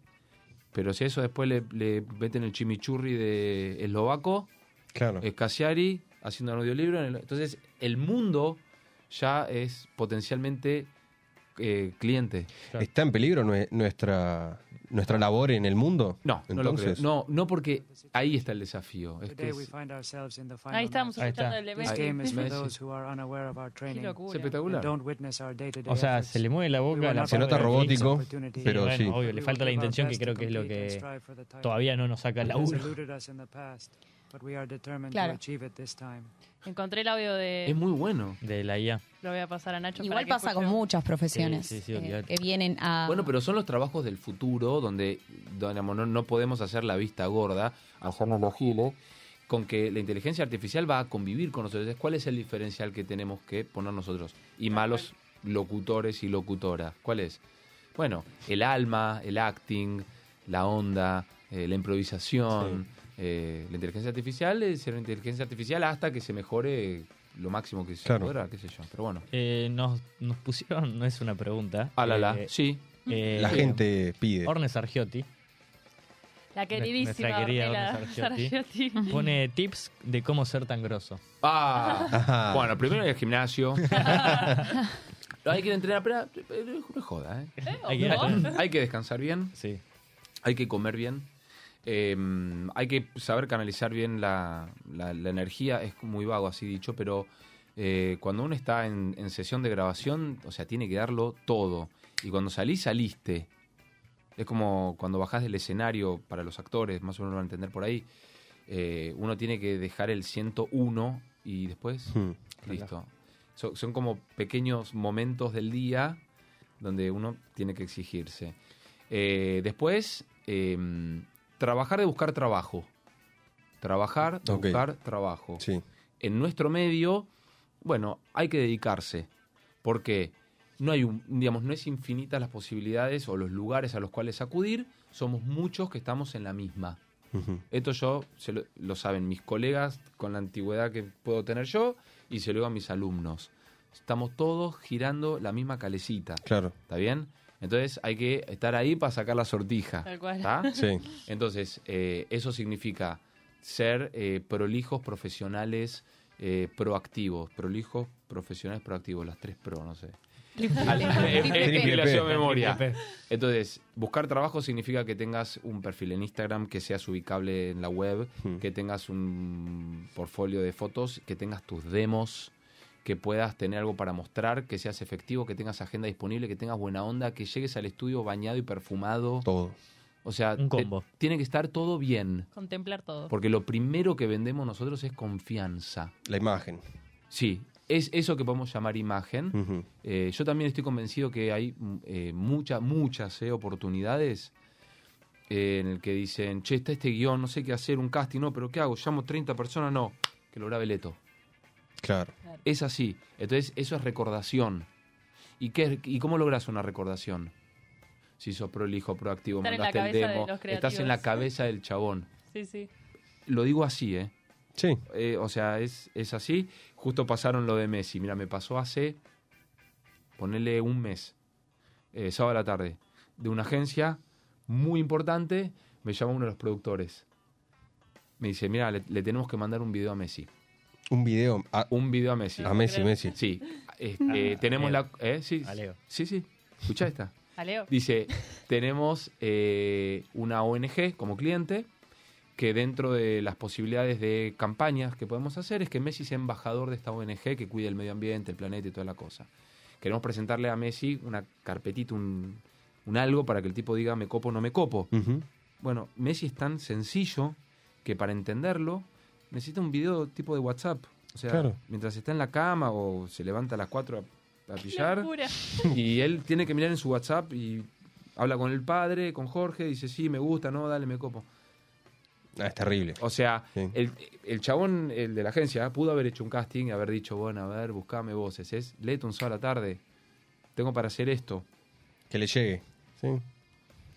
[SPEAKER 16] Pero si a eso después le, le meten el chimichurri de eslovaco,
[SPEAKER 4] Claro.
[SPEAKER 16] es Cassiari haciendo un audiolibro. en el- entonces el mundo ya es potencialmente eh, cliente.
[SPEAKER 4] ¿Está en peligro nue- nuestra, nuestra labor en el mundo?
[SPEAKER 16] No, no lo creo.
[SPEAKER 4] Entonces,
[SPEAKER 16] No, no porque ahí está el desafío. Es que es-
[SPEAKER 5] Ahí estábamos
[SPEAKER 2] Ahí está.
[SPEAKER 5] escuchando el de
[SPEAKER 3] *laughs*
[SPEAKER 16] Ahí-
[SPEAKER 5] Messi.
[SPEAKER 16] Messi.
[SPEAKER 5] Qué
[SPEAKER 16] Es
[SPEAKER 5] locura.
[SPEAKER 16] espectacular.
[SPEAKER 2] O sea, se le mueve la boca. la
[SPEAKER 4] Se nota
[SPEAKER 2] parte de la
[SPEAKER 4] robótico,
[SPEAKER 2] pizza.
[SPEAKER 4] pero
[SPEAKER 2] bueno,
[SPEAKER 4] sí.
[SPEAKER 2] Obvio, le falta la intención que creo que es lo que todavía no nos saca el laburo.
[SPEAKER 3] Claro.
[SPEAKER 5] Encontré el audio de...
[SPEAKER 16] Es muy bueno.
[SPEAKER 2] De la IA.
[SPEAKER 5] Lo voy a pasar a Nacho.
[SPEAKER 3] Igual
[SPEAKER 5] para que
[SPEAKER 3] pasa
[SPEAKER 5] escuche.
[SPEAKER 3] con muchas profesiones
[SPEAKER 16] Sí, sí, sí,
[SPEAKER 3] eh,
[SPEAKER 16] olvidate.
[SPEAKER 3] que vienen a...
[SPEAKER 16] Bueno, pero son los trabajos del futuro donde, donde, digamos, no, no podemos hacer la vista gorda, hacernos los giles, con que la inteligencia artificial va a convivir con nosotros. ¿Cuál es el diferencial que tenemos que poner nosotros? Y malos locutores y locutoras. ¿Cuál es? Bueno, el alma, el acting, la onda, eh, la improvisación. eh, la inteligencia artificial es ser inteligencia artificial hasta que se mejore lo máximo que se
[SPEAKER 2] Claro.
[SPEAKER 16] podrá, qué sé yo. Pero bueno.
[SPEAKER 2] Eh, nos, nos pusieron, *laughs* no es una pregunta.
[SPEAKER 16] Ah, la, la,
[SPEAKER 2] Eh,
[SPEAKER 16] sí.
[SPEAKER 2] eh,
[SPEAKER 4] La gente pide.
[SPEAKER 2] Ornes Argiotti.
[SPEAKER 5] La queridísima
[SPEAKER 2] Nuestra querida
[SPEAKER 5] Ornella
[SPEAKER 2] Orne
[SPEAKER 5] *laughs*
[SPEAKER 2] Sargiotti.
[SPEAKER 5] Sargiotti.
[SPEAKER 2] *laughs* Pone tips de cómo ser tan grosso.
[SPEAKER 16] Ah, bueno, primero ir al gimnasio. hay que entrenar, pero, pero no es joda, ¿eh?
[SPEAKER 2] Hay que- ¿no?
[SPEAKER 16] Hay que descansar bien.
[SPEAKER 2] Sí.
[SPEAKER 16] Hay que comer bien. Eh, hay que saber canalizar bien la, la- la energía. Es muy vago así dicho, pero eh, cuando uno está en, en sesión de grabación, o sea, tiene que darlo todo. Y cuando salís, saliste. Es como cuando bajás del escenario para los actores, más o menos lo van a entender por ahí. eh, uno tiene que dejar el 101 y después,
[SPEAKER 4] Hmm.
[SPEAKER 16] listo. So- son como pequeños momentos del día donde uno tiene que exigirse. Eh, después, eh, trabajar de buscar trabajo. Trabajar de
[SPEAKER 4] Ok.
[SPEAKER 16] buscar trabajo.
[SPEAKER 4] Sí.
[SPEAKER 16] En nuestro medio, bueno, hay que dedicarse. Porque no hay un, digamos, no es infinitas las posibilidades o los lugares a los cuales acudir. Somos muchos que estamos en la misma. Esto yo, se lo, lo saben mis colegas con la antigüedad que puedo tener yo y se lo digo a mis alumnos. Estamos todos girando la misma calecita.
[SPEAKER 4] Claro.
[SPEAKER 16] ¿Está bien? Entonces hay que estar ahí para sacar la sortija.
[SPEAKER 5] Tal cual.
[SPEAKER 16] ¿Está?
[SPEAKER 4] Sí.
[SPEAKER 16] Entonces, eh, eso significa ser eh, prolijos profesionales eh, proactivos. Prolijos profesionales proactivos, las tres pro, no sé.
[SPEAKER 1] Triple
[SPEAKER 16] Al-
[SPEAKER 1] P.
[SPEAKER 16] *laughs* eh,
[SPEAKER 1] Triple
[SPEAKER 16] eh,
[SPEAKER 1] P.
[SPEAKER 16] que lo llevo a memoria.
[SPEAKER 1] Triple
[SPEAKER 16] *laughs* Entonces, buscar trabajo significa que tengas un perfil en Instagram, que seas ubicable en la web, que tengas un portfolio de fotos, que tengas tus demos, que puedas tener algo para mostrar, que seas efectivo, que tengas agenda disponible, que tengas buena onda, que llegues al estudio bañado y perfumado.
[SPEAKER 4] Todo.
[SPEAKER 16] O sea,
[SPEAKER 2] Un
[SPEAKER 16] te-
[SPEAKER 2] combo.
[SPEAKER 16] tiene que estar todo bien.
[SPEAKER 5] Contemplar todo.
[SPEAKER 16] Porque lo primero que vendemos nosotros es confianza.
[SPEAKER 4] La imagen.
[SPEAKER 16] Sí, es eso que podemos llamar imagen. Eh, yo también estoy convencido que hay mm, eh, muchas, muchas eh, oportunidades eh, en el que dicen, che, está este guión, no sé qué hacer, un casting, no, pero ¿qué hago? ¿Llamo 30 personas? No, que lo grabe Leto.
[SPEAKER 4] Claro.
[SPEAKER 16] Es así. Entonces, eso es recordación. ¿Y, qué, es- y cómo logras una recordación? Si sos prolijo, proactivo,
[SPEAKER 5] Estar en la
[SPEAKER 16] mandaste el
[SPEAKER 5] cabeza de
[SPEAKER 16] demo,
[SPEAKER 5] los
[SPEAKER 16] estás en la
[SPEAKER 5] creativos.
[SPEAKER 16] cabeza del chabón
[SPEAKER 5] Sí, sí.
[SPEAKER 16] lo digo así, ¿eh?
[SPEAKER 4] Sí.
[SPEAKER 16] o sea, es, es así. Justo pasaron lo de Messi. Mira, me pasó hace, ponele un mes, eh, sábado a la tarde, de una agencia muy importante, me llama uno de los productores. Me dice, mira, le, le tenemos que mandar un video a Messi.
[SPEAKER 4] Un video. A,
[SPEAKER 16] un video a Messi.
[SPEAKER 4] A Messi, Messi.
[SPEAKER 16] Sí. Este,
[SPEAKER 4] Ah,
[SPEAKER 16] tenemos
[SPEAKER 4] Leo.
[SPEAKER 16] la... ¿eh? Sí, sí, sí. Escucha esta.
[SPEAKER 5] Aleo.
[SPEAKER 16] Dice, tenemos eh, una ONG como cliente que dentro de las posibilidades de campañas que podemos hacer es que Messi sea embajador de esta ONG que cuide el medio ambiente, el planeta y toda la cosa. Queremos presentarle a Messi una carpetita, un, un algo para que el tipo diga me copo o no me copo. Bueno, Messi es tan sencillo que para entenderlo necesita un video tipo de WhatsApp. O sea,
[SPEAKER 4] Claro.
[SPEAKER 16] mientras está en la cama o se levanta a las 4 a, a pillar,
[SPEAKER 5] Locura.
[SPEAKER 16] *laughs* y él tiene que mirar en su WhatsApp y habla con el padre, con Jorge, dice, sí, me gusta, no, dale, me copo.
[SPEAKER 4] Ah, es terrible.
[SPEAKER 16] O sea,
[SPEAKER 4] Sí.
[SPEAKER 16] el, el chabón, el de la agencia, pudo haber hecho un casting y haber dicho, bueno, a ver, buscame voces, es, léete un sábado a la tarde, tengo para hacer esto.
[SPEAKER 4] Que le llegue. Sí.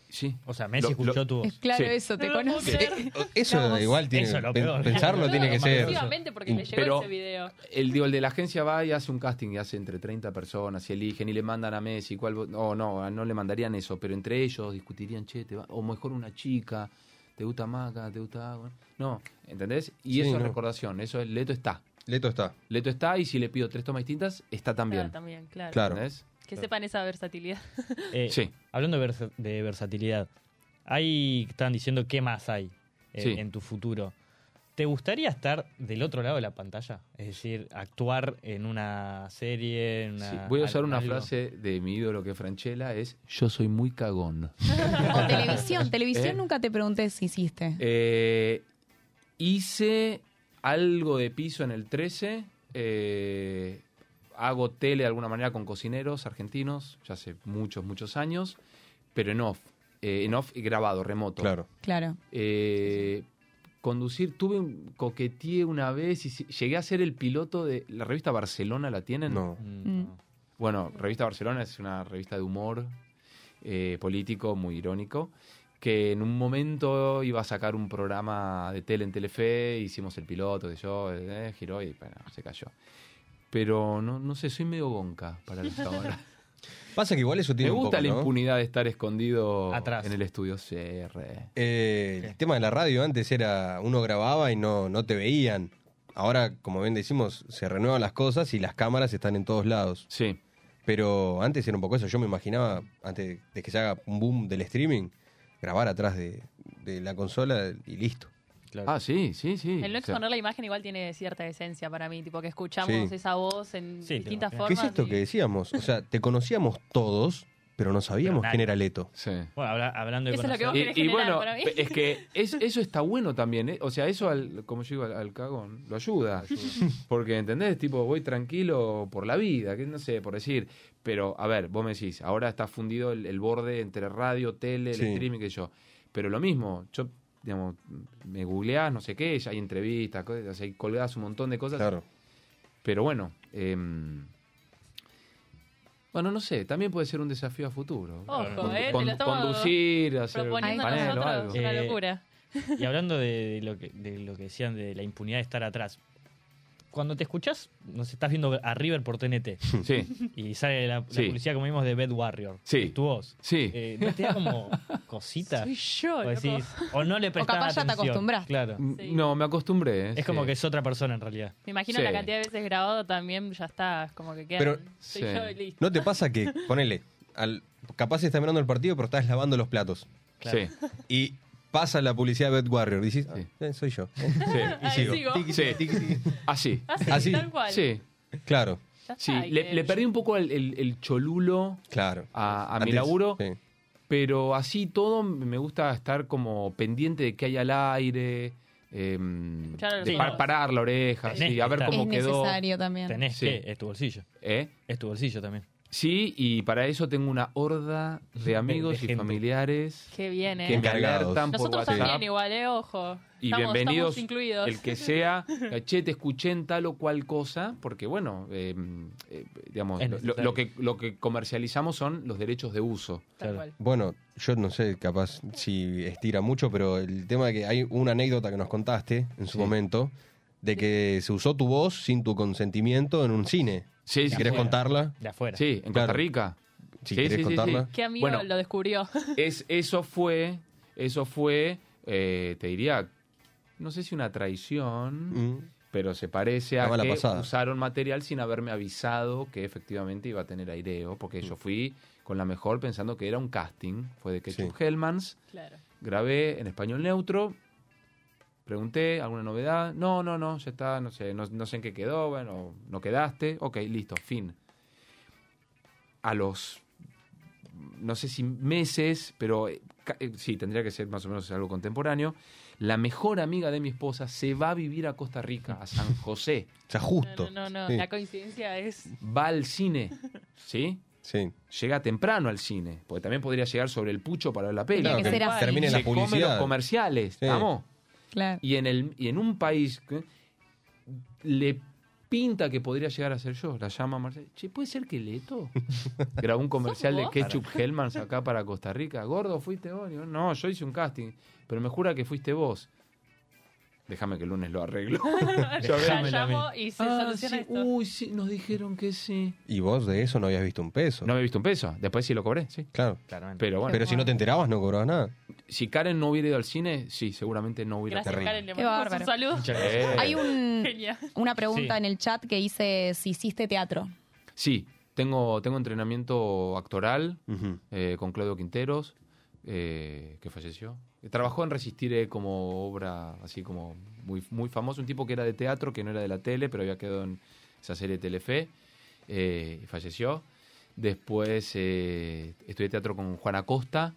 [SPEAKER 16] Sí.
[SPEAKER 2] O sea, Messi escuchó tu voz.
[SPEAKER 3] Es claro eso, te conoce.
[SPEAKER 4] Eso igual tiene
[SPEAKER 16] Eso es lo
[SPEAKER 4] pen-
[SPEAKER 16] peor.
[SPEAKER 4] pensarlo
[SPEAKER 16] Claro,
[SPEAKER 4] tiene que ser.
[SPEAKER 5] Efectivamente, porque
[SPEAKER 4] Mm.
[SPEAKER 5] le llegó
[SPEAKER 16] Pero-
[SPEAKER 5] ese video.
[SPEAKER 16] El, digo, el de la agencia va y hace un casting y hace entre 30 personas y eligen y le mandan a Messi. ¿cuál vo- no, no, no le mandarían eso, pero entre ellos discutirían, che, te va- o mejor una chica, ¿te gusta Maca? ¿Te gusta Agua? No, ¿entendés? Y
[SPEAKER 4] Sí,
[SPEAKER 16] eso es
[SPEAKER 4] no.
[SPEAKER 16] recordación, eso es Leto está.
[SPEAKER 4] Leto está.
[SPEAKER 16] Leto está y si le pido tres tomas distintas, está también.
[SPEAKER 5] Claro, Ah, también, claro.
[SPEAKER 16] Claro. ¿Entendés?
[SPEAKER 5] Que sepan esa versatilidad.
[SPEAKER 2] Eh, Hablando de, versa- de versatilidad, hay, están diciendo qué más hay eh,
[SPEAKER 16] Sí.
[SPEAKER 2] en tu futuro. ¿Te gustaría estar del otro lado de la pantalla? Es decir, actuar en una serie, en una-
[SPEAKER 16] Sí, Voy a usar
[SPEAKER 2] al-
[SPEAKER 16] una
[SPEAKER 2] algo.
[SPEAKER 16] frase de mi ídolo que es Franchella, es yo soy muy cagón.
[SPEAKER 3] O televisión, televisión
[SPEAKER 16] Eh.
[SPEAKER 3] nunca te pregunté si hiciste.
[SPEAKER 16] Eh, hice algo de piso en el 13. eh, hago tele de alguna manera con cocineros argentinos, ya hace muchos, muchos años, pero en off. eh, en off y grabado, remoto. Claro.
[SPEAKER 3] Claro.
[SPEAKER 16] Eh, conducir, tuve un coqueteé una vez y si- llegué a ser el piloto de la revista Barcelona, ¿la tienen? No.
[SPEAKER 3] Mm.
[SPEAKER 4] Mm.
[SPEAKER 16] Bueno, Revista Barcelona es una revista de humor eh, político muy irónico, que en un momento iba a sacar un programa de tele en Telefe, hicimos el piloto, que yo, eh, giró y bueno, se cayó. Pero no, no sé, soy medio bonca para el ahora.
[SPEAKER 4] Pasa que igual eso tiene
[SPEAKER 16] Me
[SPEAKER 4] un
[SPEAKER 16] gusta
[SPEAKER 4] poco,
[SPEAKER 16] la
[SPEAKER 4] ¿no?
[SPEAKER 16] impunidad de estar escondido
[SPEAKER 4] Atrás.
[SPEAKER 16] en el estudio CR.
[SPEAKER 4] Eh, El tema de la radio antes era uno grababa y no, no te veían. Ahora, como bien decimos, se renuevan las cosas y las cámaras están en todos lados.
[SPEAKER 16] Sí.
[SPEAKER 4] Pero antes era un poco eso. Yo me imaginaba, antes de que se haga un boom del streaming, grabar atrás de, de la consola y listo.
[SPEAKER 16] Ah, sí, sí, sí.
[SPEAKER 5] *laughs* El no exponer la imagen igual tiene cierta esencia para mí, tipo que escuchamos
[SPEAKER 4] Sí.
[SPEAKER 5] esa voz en distintas
[SPEAKER 4] ¿Qué
[SPEAKER 5] formas.
[SPEAKER 4] es esto que decíamos? O sea, te conocíamos todos, pero no sabíamos
[SPEAKER 2] Pero nadie.
[SPEAKER 4] quién era Leto.
[SPEAKER 2] Bueno, habla- hablando de
[SPEAKER 5] Eso es lo que
[SPEAKER 2] conocer-
[SPEAKER 5] vos querés
[SPEAKER 16] Y
[SPEAKER 5] generar
[SPEAKER 16] bueno,
[SPEAKER 5] para mí.
[SPEAKER 16] pe- es que es- eso está bueno también, ¿eh? O sea, eso, al, como yo digo, al, al cagón, lo ayuda.
[SPEAKER 5] *laughs*
[SPEAKER 16] Porque, ¿entendés? Tipo, voy tranquilo por la vida, que no sé, por decir. Pero, a ver, vos me decís, ahora está fundido el, el borde entre radio, tele, el
[SPEAKER 4] Sí.
[SPEAKER 16] streaming, que yo. Pero lo mismo, yo, digamos, me googleás, no sé qué, ya hay entrevistas, cosas, o sea, hay colgás un montón de cosas.
[SPEAKER 4] Claro.
[SPEAKER 16] Pero bueno, em, bueno, no sé, también puede ser un desafío a futuro.
[SPEAKER 5] Ojo,
[SPEAKER 16] Con-
[SPEAKER 5] eh, te
[SPEAKER 16] con-
[SPEAKER 5] lo estamos
[SPEAKER 16] conducir, hacer un
[SPEAKER 5] proponiendo
[SPEAKER 16] panel o
[SPEAKER 5] nosotros,
[SPEAKER 16] algo.
[SPEAKER 5] es una
[SPEAKER 2] Eh,
[SPEAKER 5] locura.
[SPEAKER 2] Y hablando de, de lo que, de lo que decían de la impunidad de estar atrás. Cuando te escuchás, nos estás viendo a River por TNT.
[SPEAKER 16] Sí.
[SPEAKER 2] Y sale la, la
[SPEAKER 16] Sí.
[SPEAKER 2] publicidad, como vimos, de Bed Warrior.
[SPEAKER 16] Sí.
[SPEAKER 2] Tu voz.
[SPEAKER 16] Sí.
[SPEAKER 2] Eh, ¿No te da como cosita?
[SPEAKER 5] Soy yo,
[SPEAKER 2] O,
[SPEAKER 5] loco.
[SPEAKER 2] decís, o no le prestás
[SPEAKER 3] capaz ya te
[SPEAKER 2] atención.
[SPEAKER 3] acostumbraste.
[SPEAKER 2] Claro.
[SPEAKER 16] No, me acostumbré. eh,
[SPEAKER 2] Es como que es otra persona en realidad.
[SPEAKER 5] Me imagino
[SPEAKER 4] Sí.
[SPEAKER 5] la cantidad de veces grabado también ya está, como que queda.
[SPEAKER 4] Pero,
[SPEAKER 5] soy yo y listo.
[SPEAKER 4] ¿no
[SPEAKER 5] *laughs*
[SPEAKER 4] te pasa que, ponele, al, capaz estás mirando el partido, pero estás lavando los platos?
[SPEAKER 16] Claro. Sí.
[SPEAKER 4] Y pasa la publicidad de Bet Warrior. y Dices, ah, eh, soy yo. *laughs* Y
[SPEAKER 5] Ahí
[SPEAKER 4] sigo.
[SPEAKER 5] sigo.
[SPEAKER 4] Tiki,
[SPEAKER 16] Sí.
[SPEAKER 4] tiki, tiki.
[SPEAKER 16] Así.
[SPEAKER 5] Así,
[SPEAKER 4] Así.
[SPEAKER 5] Ah, tal cual.
[SPEAKER 16] Sí.
[SPEAKER 4] Claro.
[SPEAKER 5] Ya está,
[SPEAKER 16] Sí,
[SPEAKER 5] hay
[SPEAKER 16] le,
[SPEAKER 5] que-
[SPEAKER 16] le perdí un poco el, el- el cholulo
[SPEAKER 4] Claro.
[SPEAKER 16] a, a mi
[SPEAKER 4] Antes,
[SPEAKER 16] laburo,
[SPEAKER 4] sí.
[SPEAKER 16] pero así todo me gusta estar como pendiente de que hay al aire, em,
[SPEAKER 3] Escuchar a los
[SPEAKER 16] de
[SPEAKER 3] otros.
[SPEAKER 16] par- parar la oreja,
[SPEAKER 2] Tenés
[SPEAKER 16] sí,
[SPEAKER 2] que
[SPEAKER 16] a ver
[SPEAKER 2] estar.
[SPEAKER 16] cómo
[SPEAKER 3] es
[SPEAKER 16] quedó.
[SPEAKER 3] necesario también.
[SPEAKER 2] Tenés
[SPEAKER 16] Sí.
[SPEAKER 2] que, es tu bolsillo.
[SPEAKER 16] ¿Eh?
[SPEAKER 2] Es tu bolsillo también.
[SPEAKER 16] Sí, y para eso tengo una horda de amigos y
[SPEAKER 2] gente.
[SPEAKER 16] familiares
[SPEAKER 5] Qué bien, eh.
[SPEAKER 16] que me alertan por
[SPEAKER 5] Nosotros
[SPEAKER 16] WhatsApp.
[SPEAKER 5] también, igual, eh, ojo.
[SPEAKER 16] Y
[SPEAKER 5] Estamos-
[SPEAKER 16] bienvenidos,
[SPEAKER 5] estamos incluidos.
[SPEAKER 16] el que sea, che, te escuché en tal o cual cosa, porque bueno, eh, eh, digamos,
[SPEAKER 4] Es
[SPEAKER 16] lo- lo,
[SPEAKER 4] necesario.
[SPEAKER 16] que, lo que comercializamos son los derechos de uso.
[SPEAKER 5] Tal cual.
[SPEAKER 4] Bueno, yo no sé, capaz si estira mucho, pero el tema de que hay una anécdota que nos contaste en su momento de que se usó tu voz sin tu consentimiento en un cine.
[SPEAKER 16] Sí,
[SPEAKER 4] si
[SPEAKER 16] sí,
[SPEAKER 4] querés
[SPEAKER 16] afuera.
[SPEAKER 4] contarla.
[SPEAKER 2] De afuera.
[SPEAKER 16] Sí, en Costa
[SPEAKER 4] Claro.
[SPEAKER 16] Rica.
[SPEAKER 4] Si
[SPEAKER 16] Sí,
[SPEAKER 4] querés
[SPEAKER 16] sí, sí, sí.
[SPEAKER 4] contarla.
[SPEAKER 5] Qué amigo
[SPEAKER 16] Bueno.
[SPEAKER 5] *laughs* lo descubrió.
[SPEAKER 16] Es, eso fue, eso fue, eh, te diría, no sé si una traición, pero se parece
[SPEAKER 4] Mm. La
[SPEAKER 16] a
[SPEAKER 4] mala
[SPEAKER 16] que
[SPEAKER 4] pasada.
[SPEAKER 16] usaron material sin haberme avisado que efectivamente iba a tener aireo, porque
[SPEAKER 4] Mm.
[SPEAKER 16] yo fui con la mejor pensando que era un casting, fue de Ketchup Hellmans,
[SPEAKER 5] Claro.
[SPEAKER 16] grabé en español neutro, pregunté, ¿alguna novedad? No, no, no, ya está, no sé, no, no sé en qué quedó, bueno, no quedaste, ok, listo, fin. A los, no sé si meses, pero eh, ca- eh, sí, tendría que ser más o menos algo contemporáneo, la mejor amiga de mi esposa se va a vivir a Costa Rica, a San José.
[SPEAKER 4] O sea, justo.
[SPEAKER 5] No, no, no,
[SPEAKER 16] Sí.
[SPEAKER 5] la coincidencia es.
[SPEAKER 16] Va al cine, ¿sí?
[SPEAKER 4] Sí.
[SPEAKER 16] Llega temprano al cine, porque también podría llegar sobre el pucho para ver la peli.
[SPEAKER 4] Tenía que Claro, que ser así. terminen la
[SPEAKER 16] Se come
[SPEAKER 4] publicidad.
[SPEAKER 16] los comerciales,
[SPEAKER 4] Sí.
[SPEAKER 16] ¿estamos?
[SPEAKER 3] Claro.
[SPEAKER 16] y en el y en un país que le pinta que podría llegar a ser yo. La llama Marcelo. Che, ¿puede ser que
[SPEAKER 4] *laughs*
[SPEAKER 16] Leto grabó un comercial de
[SPEAKER 11] vos?
[SPEAKER 16] Ketchup Hellmans acá para Costa Rica? Gordo, fuiste vos. Digo, no, yo hice un casting, pero me jura que fuiste vos. Déjame que el lunes lo
[SPEAKER 4] *laughs*
[SPEAKER 16] arreglo. Yo
[SPEAKER 5] Ya
[SPEAKER 16] veo-
[SPEAKER 5] llamo *laughs* y se
[SPEAKER 16] Ah,
[SPEAKER 5] soluciona
[SPEAKER 16] sí,
[SPEAKER 5] esto.
[SPEAKER 16] Uy, sí, nos dijeron que sí.
[SPEAKER 4] Y vos de eso no habías visto un peso.
[SPEAKER 16] No había visto un peso. Después sí lo cobré, sí.
[SPEAKER 4] Claro.
[SPEAKER 2] Claramente.
[SPEAKER 16] Pero bueno.
[SPEAKER 4] Pero si no te enterabas, no cobrabas nada.
[SPEAKER 16] Si Karen no hubiera ido al cine, sí, seguramente no hubiera
[SPEAKER 5] Gracias, Karen, le
[SPEAKER 3] Qué
[SPEAKER 5] mandamos un
[SPEAKER 3] bárbaro.
[SPEAKER 5] saludo.
[SPEAKER 16] Muchas
[SPEAKER 4] Eh.
[SPEAKER 16] gracias.
[SPEAKER 3] Hay un-
[SPEAKER 5] Genial.
[SPEAKER 3] una pregunta
[SPEAKER 16] Sí.
[SPEAKER 3] en el chat que dice si hiciste teatro.
[SPEAKER 16] Sí, tengo, tengo entrenamiento actoral eh, con Claudio Quinteros, eh, que falleció. Trabajó en Resistiré como obra así como muy, muy famosa, un tipo que era de teatro, que no era de la tele, pero había quedado en esa serie de Telefe, eh, y falleció. Después eh, estudié teatro con Juan Acosta,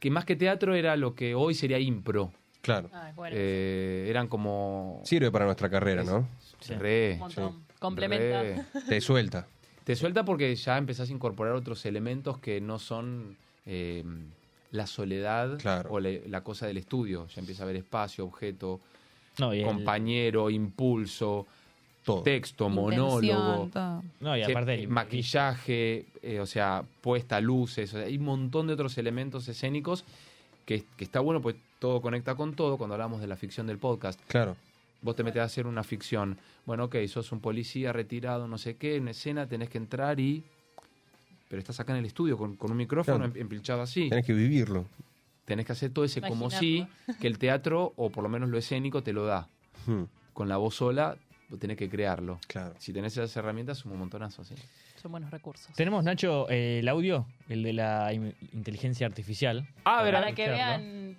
[SPEAKER 16] que más que teatro era lo que hoy sería impro.
[SPEAKER 4] Claro.
[SPEAKER 5] Ah, es bueno.
[SPEAKER 16] Eh, eran como...
[SPEAKER 4] Sirve para nuestra carrera, ¿no?
[SPEAKER 16] Re.
[SPEAKER 5] Un montón. Complementa.
[SPEAKER 16] Re.
[SPEAKER 4] Te suelta.
[SPEAKER 16] Te suelta porque ya empezás a incorporar otros elementos que no son eh, la soledad o le- la cosa del estudio. Ya empieza a haber espacio, objeto,
[SPEAKER 2] No, y el-
[SPEAKER 16] compañero, impulso, texto, monólogo.
[SPEAKER 2] No, y
[SPEAKER 16] Sí,
[SPEAKER 2] aparte
[SPEAKER 16] eh,
[SPEAKER 2] el-
[SPEAKER 16] maquillaje, eh, o sea, puesta luces, o sea, hay un montón de otros elementos escénicos que, que está bueno, pues todo conecta con todo cuando hablamos de la ficción del podcast.
[SPEAKER 4] Claro.
[SPEAKER 16] Vos te metes a hacer una ficción. Bueno, ok, sos un policía retirado, no sé qué, en escena tenés que entrar y... Pero estás acá en el estudio con, con un micrófono
[SPEAKER 4] Claro.
[SPEAKER 16] em- empilchado así.
[SPEAKER 4] Tenés que vivirlo.
[SPEAKER 16] Tenés que hacer todo ese como si que el teatro, o por lo menos lo escénico, te lo da.
[SPEAKER 4] Hmm.
[SPEAKER 16] Con la voz sola, vos tenés que crearlo.
[SPEAKER 4] Claro.
[SPEAKER 16] Si tenés esas herramientas, es un montonazo, sí.
[SPEAKER 5] *laughs* Son buenos recursos.
[SPEAKER 2] Tenemos, Nacho, eh, el audio, el de la in- inteligencia artificial.
[SPEAKER 16] Ah,
[SPEAKER 2] verá.
[SPEAKER 5] Para que vean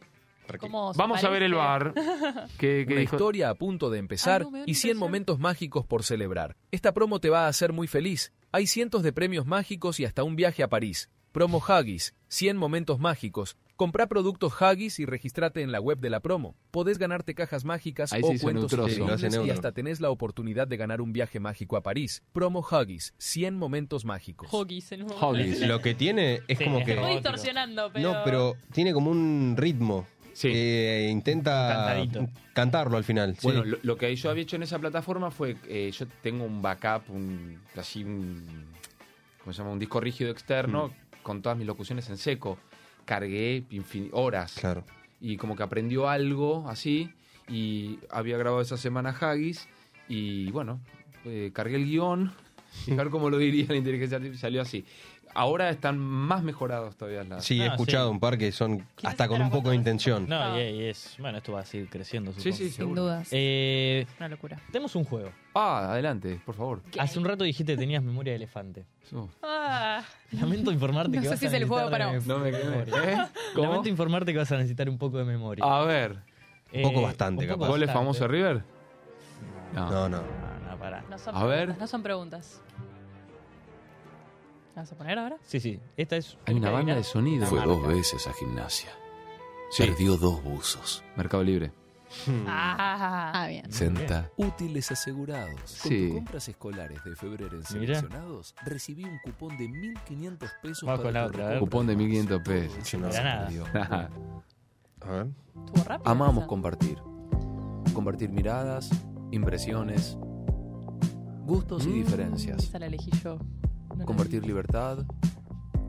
[SPEAKER 5] cómo se
[SPEAKER 16] Vamos a ver el
[SPEAKER 5] parece.
[SPEAKER 16] bar.
[SPEAKER 10] Una historia a punto de empezar
[SPEAKER 5] Ay, no, me da
[SPEAKER 10] y 100 momentos mágicos por celebrar. Esta promo te va a hacer muy feliz. Hay cientos de premios mágicos y hasta un viaje a París. Promo Haggis, 100 momentos mágicos. Comprá productos Haggis y registrate en la web de la promo. Podés ganarte cajas mágicas
[SPEAKER 16] Ahí
[SPEAKER 10] o
[SPEAKER 16] se hizo
[SPEAKER 10] cuentos
[SPEAKER 16] neutroso.
[SPEAKER 10] increíbles
[SPEAKER 16] Sí, lo hace
[SPEAKER 10] y
[SPEAKER 16] neutro.
[SPEAKER 10] hasta tenés la oportunidad de ganar un viaje mágico a París. Promo Haggis, 100 momentos mágicos.
[SPEAKER 5] *laughs* Hoggies en un momento.
[SPEAKER 4] Lo que tiene es
[SPEAKER 5] Sí,
[SPEAKER 4] como que...
[SPEAKER 5] Estoy distorsionando, pero.
[SPEAKER 4] No, pero tiene como un ritmo. Eh, intenta
[SPEAKER 16] Cantadito.
[SPEAKER 4] cantarlo al final. sí.
[SPEAKER 16] Bueno, lo, lo que yo había hecho en esa plataforma fue, eh, yo tengo un backup, un, así un, ¿cómo se llama? Un disco rígido externo
[SPEAKER 4] Mm.
[SPEAKER 16] con todas mis locuciones en seco. Cargué infin- horas.
[SPEAKER 4] Claro.
[SPEAKER 16] Y como que aprendió algo así y había grabado esa semana Haggis y bueno, eh, cargué el guión y a ver cómo lo diría *laughs* la inteligencia artificial, salió así. Ahora están más mejorados todavía las...
[SPEAKER 4] Sí, he escuchado un par que son hasta con un poco de intención.
[SPEAKER 2] Ah, No, y, y es. Bueno, esto va a seguir creciendo,
[SPEAKER 16] Sí,
[SPEAKER 2] supongo.
[SPEAKER 16] sí, Sin seguro. dudas.
[SPEAKER 2] Eh,
[SPEAKER 5] Una locura.
[SPEAKER 2] Tenemos un juego.
[SPEAKER 16] Ah, adelante, por favor.
[SPEAKER 2] Hace un rato dijiste que tenías memoria de elefante.
[SPEAKER 5] Ah.
[SPEAKER 2] *laughs* Lamento informarte
[SPEAKER 5] No
[SPEAKER 2] que
[SPEAKER 5] sé
[SPEAKER 2] vas
[SPEAKER 5] si
[SPEAKER 2] a
[SPEAKER 5] es el juego
[SPEAKER 2] necesitar
[SPEAKER 5] para vos.
[SPEAKER 2] de-
[SPEAKER 16] No me
[SPEAKER 2] memoria.
[SPEAKER 16] ¿Eh? ¿Cómo?
[SPEAKER 2] Lamento informarte que vas a necesitar un poco de memoria.
[SPEAKER 16] A ver.
[SPEAKER 2] Eh, poco bastante, un poco capaz.
[SPEAKER 16] ¿Gol es
[SPEAKER 2] bastante.
[SPEAKER 16] famoso de River? No,
[SPEAKER 4] no.
[SPEAKER 2] No, pará.
[SPEAKER 5] No son
[SPEAKER 16] A
[SPEAKER 5] preguntas,
[SPEAKER 16] ver.
[SPEAKER 5] No son preguntas. ¿La vas a poner ahora?
[SPEAKER 2] Sí, sí. Esta es.
[SPEAKER 16] Hay una banda de sonido.
[SPEAKER 10] Fue dos
[SPEAKER 16] veces a gimnasia.
[SPEAKER 10] Perdió dos buzos.
[SPEAKER 16] Mercado Libre.
[SPEAKER 5] Ah,
[SPEAKER 3] bien.
[SPEAKER 10] Senta. Útiles asegurados. Con
[SPEAKER 16] Sí.
[SPEAKER 10] tus compras escolares de febrero en
[SPEAKER 16] Mira.
[SPEAKER 10] seleccionados, recibí un cupón de 1.500 pesos
[SPEAKER 2] Vamos con
[SPEAKER 10] para
[SPEAKER 2] la
[SPEAKER 10] tu
[SPEAKER 2] otra, a ver.
[SPEAKER 10] recompra.
[SPEAKER 16] Cupón de 1500 pesos.
[SPEAKER 10] no.
[SPEAKER 2] De la nada.
[SPEAKER 16] Nada.
[SPEAKER 10] Amamos compartir. Compartir miradas, impresiones, gustos
[SPEAKER 16] Mm.
[SPEAKER 10] y diferencias.
[SPEAKER 5] Esa la elegí yo.
[SPEAKER 10] Compartir libertad,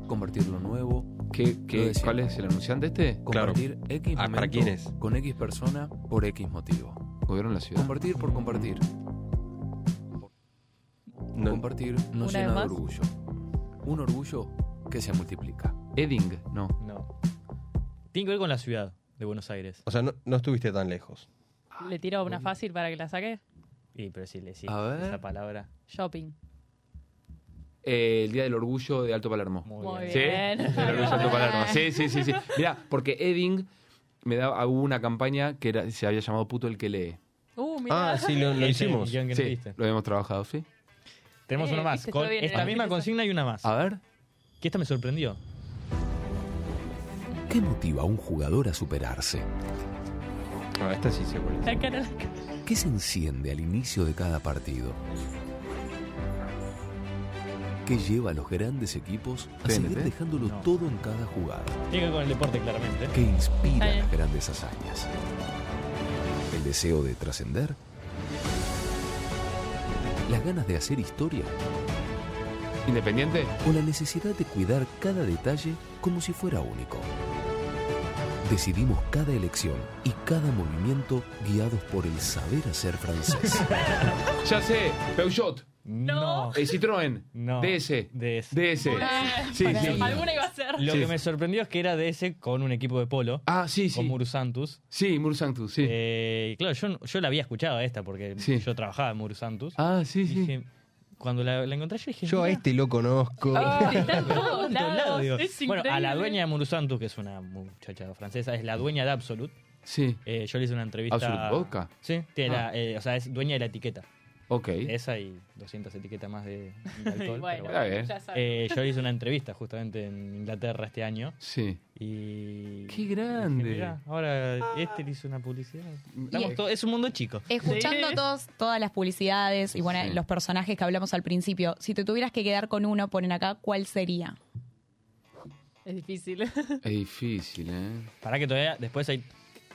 [SPEAKER 10] compartir lo nuevo.
[SPEAKER 16] ¿Qué,
[SPEAKER 10] lo
[SPEAKER 16] qué-
[SPEAKER 10] de siempre.
[SPEAKER 16] ¿Cuál es el anunciante este?
[SPEAKER 10] Compartir X
[SPEAKER 16] Ah,
[SPEAKER 10] momento
[SPEAKER 16] ¿Para quién es?
[SPEAKER 10] con X persona por X motivo.
[SPEAKER 16] Gobierno de la ciudad.
[SPEAKER 10] Compartir por compartir. Compartir
[SPEAKER 16] ¿Una
[SPEAKER 10] nos
[SPEAKER 16] vez
[SPEAKER 10] llena de
[SPEAKER 16] más?
[SPEAKER 10] orgullo. Un orgullo que se multiplica.
[SPEAKER 16] Edding, no.
[SPEAKER 2] No. Tiene que ver con la ciudad de Buenos Aires.
[SPEAKER 4] O sea, no, no estuviste tan lejos.
[SPEAKER 5] Le tiro una fácil para que la saque.
[SPEAKER 2] Y, pero sí, le sí,
[SPEAKER 16] A ver.
[SPEAKER 2] esa palabra.
[SPEAKER 5] Shopping.
[SPEAKER 16] Eh, el Día del Orgullo de Alto Palermo.
[SPEAKER 5] Muy
[SPEAKER 16] ¿Sí?
[SPEAKER 5] bien.
[SPEAKER 16] El Día del Orgullo de Alto Palermo. Sí, sí, *laughs* sí. sí. Mirá, porque Edding me daba, hubo una campaña que era- se había llamado Puto el que lee.
[SPEAKER 5] Uh,
[SPEAKER 16] Ah.
[SPEAKER 5] mira.
[SPEAKER 2] Sí,
[SPEAKER 16] Sí, lo habíamos trabajado, sí.
[SPEAKER 2] Tenemos
[SPEAKER 5] Eh,
[SPEAKER 2] una más.
[SPEAKER 5] viste,
[SPEAKER 2] Con
[SPEAKER 5] estuve bien,
[SPEAKER 2] esta
[SPEAKER 5] era
[SPEAKER 2] misma
[SPEAKER 5] difícil.
[SPEAKER 2] consigna y una más.
[SPEAKER 10] A ver.
[SPEAKER 2] Que esta me sorprendió.
[SPEAKER 10] ¿Qué motiva a un jugador a superarse?
[SPEAKER 4] esta sí se
[SPEAKER 5] La cara, la cara.
[SPEAKER 10] ¿Qué se enciende al inicio de cada partido? ¿Qué lleva a los grandes equipos a
[SPEAKER 2] TNT?
[SPEAKER 10] seguir dejándolo
[SPEAKER 2] No.
[SPEAKER 10] todo en cada jugada?
[SPEAKER 2] Tiene que ver con el deporte, claramente.
[SPEAKER 10] ¿Qué inspira
[SPEAKER 2] Está bien.
[SPEAKER 10] las grandes hazañas? ¿El deseo de trascender? ¿Las ganas de hacer historia?
[SPEAKER 16] ¿Independiente?
[SPEAKER 10] ¿O la necesidad de cuidar cada detalle como si fuera único? Decidimos cada elección y cada movimiento guiados por el saber hacer francés.
[SPEAKER 16] *laughs* Ya sé, Peugeot.
[SPEAKER 2] No.
[SPEAKER 16] Eh, Citroën.
[SPEAKER 2] No.
[SPEAKER 16] DS.
[SPEAKER 2] DS.
[SPEAKER 16] DS. Sí,
[SPEAKER 2] Ah, Para
[SPEAKER 16] sí.
[SPEAKER 2] mí.
[SPEAKER 5] Alguna iba a ser.
[SPEAKER 2] Lo
[SPEAKER 16] Sí.
[SPEAKER 2] que me sorprendió es que era de ese con un equipo de polo.
[SPEAKER 16] Ah, sí, sí.
[SPEAKER 2] Con Murusantus.
[SPEAKER 16] Sí, Murusantus, sí.
[SPEAKER 2] Eh, claro, yo, yo la había escuchado a esta porque yo trabajaba en Murusantus.
[SPEAKER 16] Ah, sí, sí.
[SPEAKER 2] Dije, cuando la, la encontré, yo dije.
[SPEAKER 4] Yo a
[SPEAKER 2] "Mirá,
[SPEAKER 4] este lo
[SPEAKER 16] Oh,
[SPEAKER 4] conozco.
[SPEAKER 2] está en todos
[SPEAKER 5] todos
[SPEAKER 2] lados,
[SPEAKER 5] lados,
[SPEAKER 2] digo.
[SPEAKER 5] es
[SPEAKER 2] Bueno, a la
[SPEAKER 5] increíble.
[SPEAKER 2] dueña de Murusantus, que es una muchacha francesa, es la dueña de Absolut. Eh,
[SPEAKER 16] Sí.
[SPEAKER 2] yo le hice una entrevista.
[SPEAKER 16] ¿Absolut Vodka?
[SPEAKER 2] Sí, tiene
[SPEAKER 16] Ah.
[SPEAKER 2] la- eh, o sea, es dueña de la etiqueta.
[SPEAKER 16] Ok.
[SPEAKER 2] Esa y 200 etiquetas más de de alcohol.
[SPEAKER 16] Bueno,
[SPEAKER 2] pero
[SPEAKER 16] está bien. ya sabe.
[SPEAKER 2] Eh, yo hice una entrevista justamente en Inglaterra este año.
[SPEAKER 16] Sí.
[SPEAKER 2] Y.
[SPEAKER 16] ¡Qué grande!
[SPEAKER 2] dije, "Mirá, ahora este le hizo una publicidad. Estamos todos- es un mundo chico.
[SPEAKER 3] Escuchando todos, todas las publicidades y bueno,
[SPEAKER 2] Sí.
[SPEAKER 3] los personajes que hablamos al principio, si te tuvieras que quedar con uno, ponen acá, ¿cuál sería?
[SPEAKER 5] Es difícil.
[SPEAKER 16] Es difícil, ¿eh?
[SPEAKER 2] Para que todavía después hay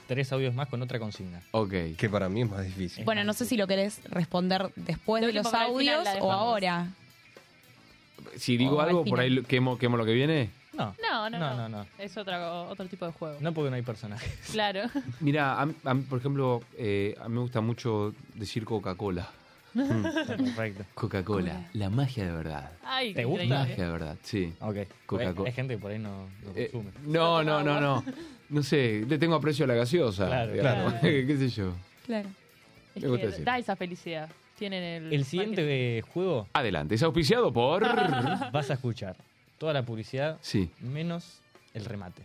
[SPEAKER 2] tres audios más con otra consigna.
[SPEAKER 16] Ok.
[SPEAKER 4] Que para mí es más difícil.
[SPEAKER 3] Bueno, no sé si lo querés responder después de
[SPEAKER 5] última
[SPEAKER 3] los
[SPEAKER 5] para el final
[SPEAKER 3] audios
[SPEAKER 5] la
[SPEAKER 3] o
[SPEAKER 5] dejamos.
[SPEAKER 3] ahora.
[SPEAKER 16] Si digo
[SPEAKER 2] Oh, al
[SPEAKER 16] algo, por
[SPEAKER 2] final.
[SPEAKER 16] ahí lo- quemo, quemo lo que viene.
[SPEAKER 2] No.
[SPEAKER 5] *laughs* No, no,
[SPEAKER 2] No,
[SPEAKER 5] no.
[SPEAKER 2] no, no.
[SPEAKER 5] Es otro, otro tipo de juego.
[SPEAKER 2] No porque no
[SPEAKER 16] *laughs*
[SPEAKER 2] hay personajes.
[SPEAKER 5] Claro.
[SPEAKER 16] Mira, a, mí- a mí, por ejemplo, eh, a mí me gusta mucho decir
[SPEAKER 2] *laughs*
[SPEAKER 16] Coca-Cola.
[SPEAKER 5] *laughs*
[SPEAKER 2] Perfecto.
[SPEAKER 16] Coca-Cola,
[SPEAKER 2] Cola.
[SPEAKER 16] la magia de verdad.
[SPEAKER 2] Ay, ¿Te qué gusta? increíble.
[SPEAKER 16] Magia de verdad, sí.
[SPEAKER 2] Ok. Hay,
[SPEAKER 16] Coca-Cola.
[SPEAKER 2] hay gente que por ahí no, no
[SPEAKER 16] Eh,
[SPEAKER 2] consume.
[SPEAKER 16] no, no, no, no. No sé, le tengo aprecio a la gaseosa.
[SPEAKER 2] Claro,
[SPEAKER 16] digamos.
[SPEAKER 2] claro.
[SPEAKER 16] *laughs* ¿Qué sé yo?
[SPEAKER 3] Claro.
[SPEAKER 5] Es
[SPEAKER 16] Me gusta
[SPEAKER 5] que
[SPEAKER 16] decir.
[SPEAKER 5] da esa felicidad. Tienen el.
[SPEAKER 2] El siguiente eh, juego
[SPEAKER 16] Adelante, es auspiciado por...
[SPEAKER 2] Ah, *laughs* vas a escuchar toda la publicidad
[SPEAKER 16] Sí.
[SPEAKER 2] menos el remate.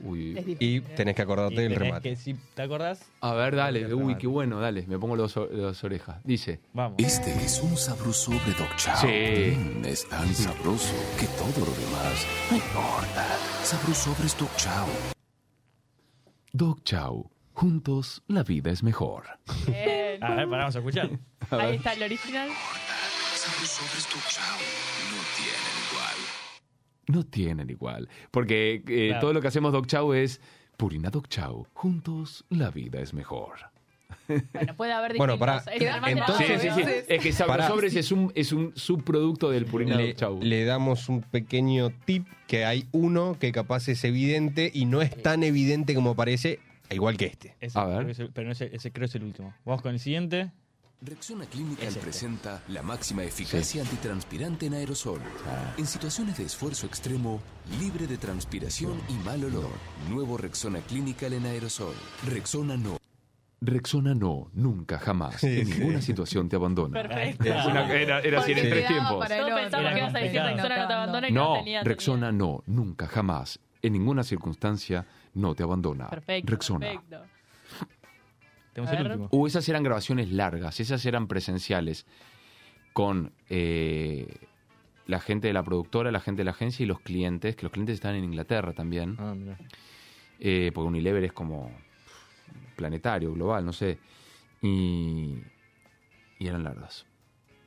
[SPEAKER 16] Uy.
[SPEAKER 2] Es difícil. ¿eh? Y tenés que acordarte
[SPEAKER 16] del
[SPEAKER 2] Y tenés que, si te acordás,
[SPEAKER 16] A ver, dale. Uy, qué bueno, dale. Me pongo los, o- los orejas. Dice.
[SPEAKER 2] Vamos.
[SPEAKER 10] Este es un sabroso de Doc Chao.
[SPEAKER 16] Sí.
[SPEAKER 10] Mm, Es tan sabroso que todo lo demás no importa. Sabroso es Doc Chao.
[SPEAKER 16] Doc Chau. Juntos la vida es mejor.
[SPEAKER 5] *laughs* Bien.
[SPEAKER 2] A ver, paramos a escuchar.
[SPEAKER 16] *laughs* A ver.
[SPEAKER 5] Ahí está el original.
[SPEAKER 16] No tienen igual. Porque eh,
[SPEAKER 10] Claro.
[SPEAKER 16] todo lo que hacemos Doc Chau es Purina Doc Chau. Juntos la vida es mejor.
[SPEAKER 5] Bueno, puede haber
[SPEAKER 16] Bueno,
[SPEAKER 5] distintos.
[SPEAKER 16] pará,
[SPEAKER 5] Es que además era
[SPEAKER 16] Sí,
[SPEAKER 5] otro,
[SPEAKER 16] sí, sí.
[SPEAKER 5] ¿no?
[SPEAKER 16] Es que
[SPEAKER 4] Pará.
[SPEAKER 16] Sabrosobres es un, es un subproducto del Purina
[SPEAKER 4] Le,
[SPEAKER 16] Doc Chau.
[SPEAKER 4] le damos un pequeño tip que hay uno que capaz es evidente y no es tan evidente como parece, igual que este.
[SPEAKER 2] Ese creo que es el- pero no ese, ese creo es el último. Vamos con el siguiente.
[SPEAKER 10] Rexona Clinical
[SPEAKER 2] Es este.
[SPEAKER 10] presenta la máxima eficacia antitranspirante en aerosol.
[SPEAKER 16] Ah.
[SPEAKER 10] En situaciones de esfuerzo extremo, libre de transpiración y mal olor. Nuevo Rexona Clinical en aerosol. Rexona no.
[SPEAKER 16] Rexona no, nunca, jamás.
[SPEAKER 10] Sí,
[SPEAKER 16] en
[SPEAKER 10] sí.
[SPEAKER 16] ninguna situación te abandona.
[SPEAKER 10] Perfecto.
[SPEAKER 16] Es una- era era así en tres tiempos.
[SPEAKER 5] Todos pensamos que ibas a decir
[SPEAKER 2] complicado.
[SPEAKER 5] Rexona no te abandona y no,
[SPEAKER 16] No,
[SPEAKER 5] tenía.
[SPEAKER 16] Rexona no, nunca, jamás. En ninguna circunstancia no te abandona.
[SPEAKER 5] Perfecto.
[SPEAKER 16] Rexona.
[SPEAKER 5] Perfecto.
[SPEAKER 2] Tenemos
[SPEAKER 5] A
[SPEAKER 2] el
[SPEAKER 5] ver.
[SPEAKER 2] último.
[SPEAKER 16] O Uh, esas eran grabaciones largas, esas eran presenciales con eh, la gente de la productora, la gente de la agencia y los clientes, que los clientes están en Inglaterra también.
[SPEAKER 2] Ah, mira.
[SPEAKER 16] Eh, porque Unilever es como planetario, global, no sé. Y, y eran largas.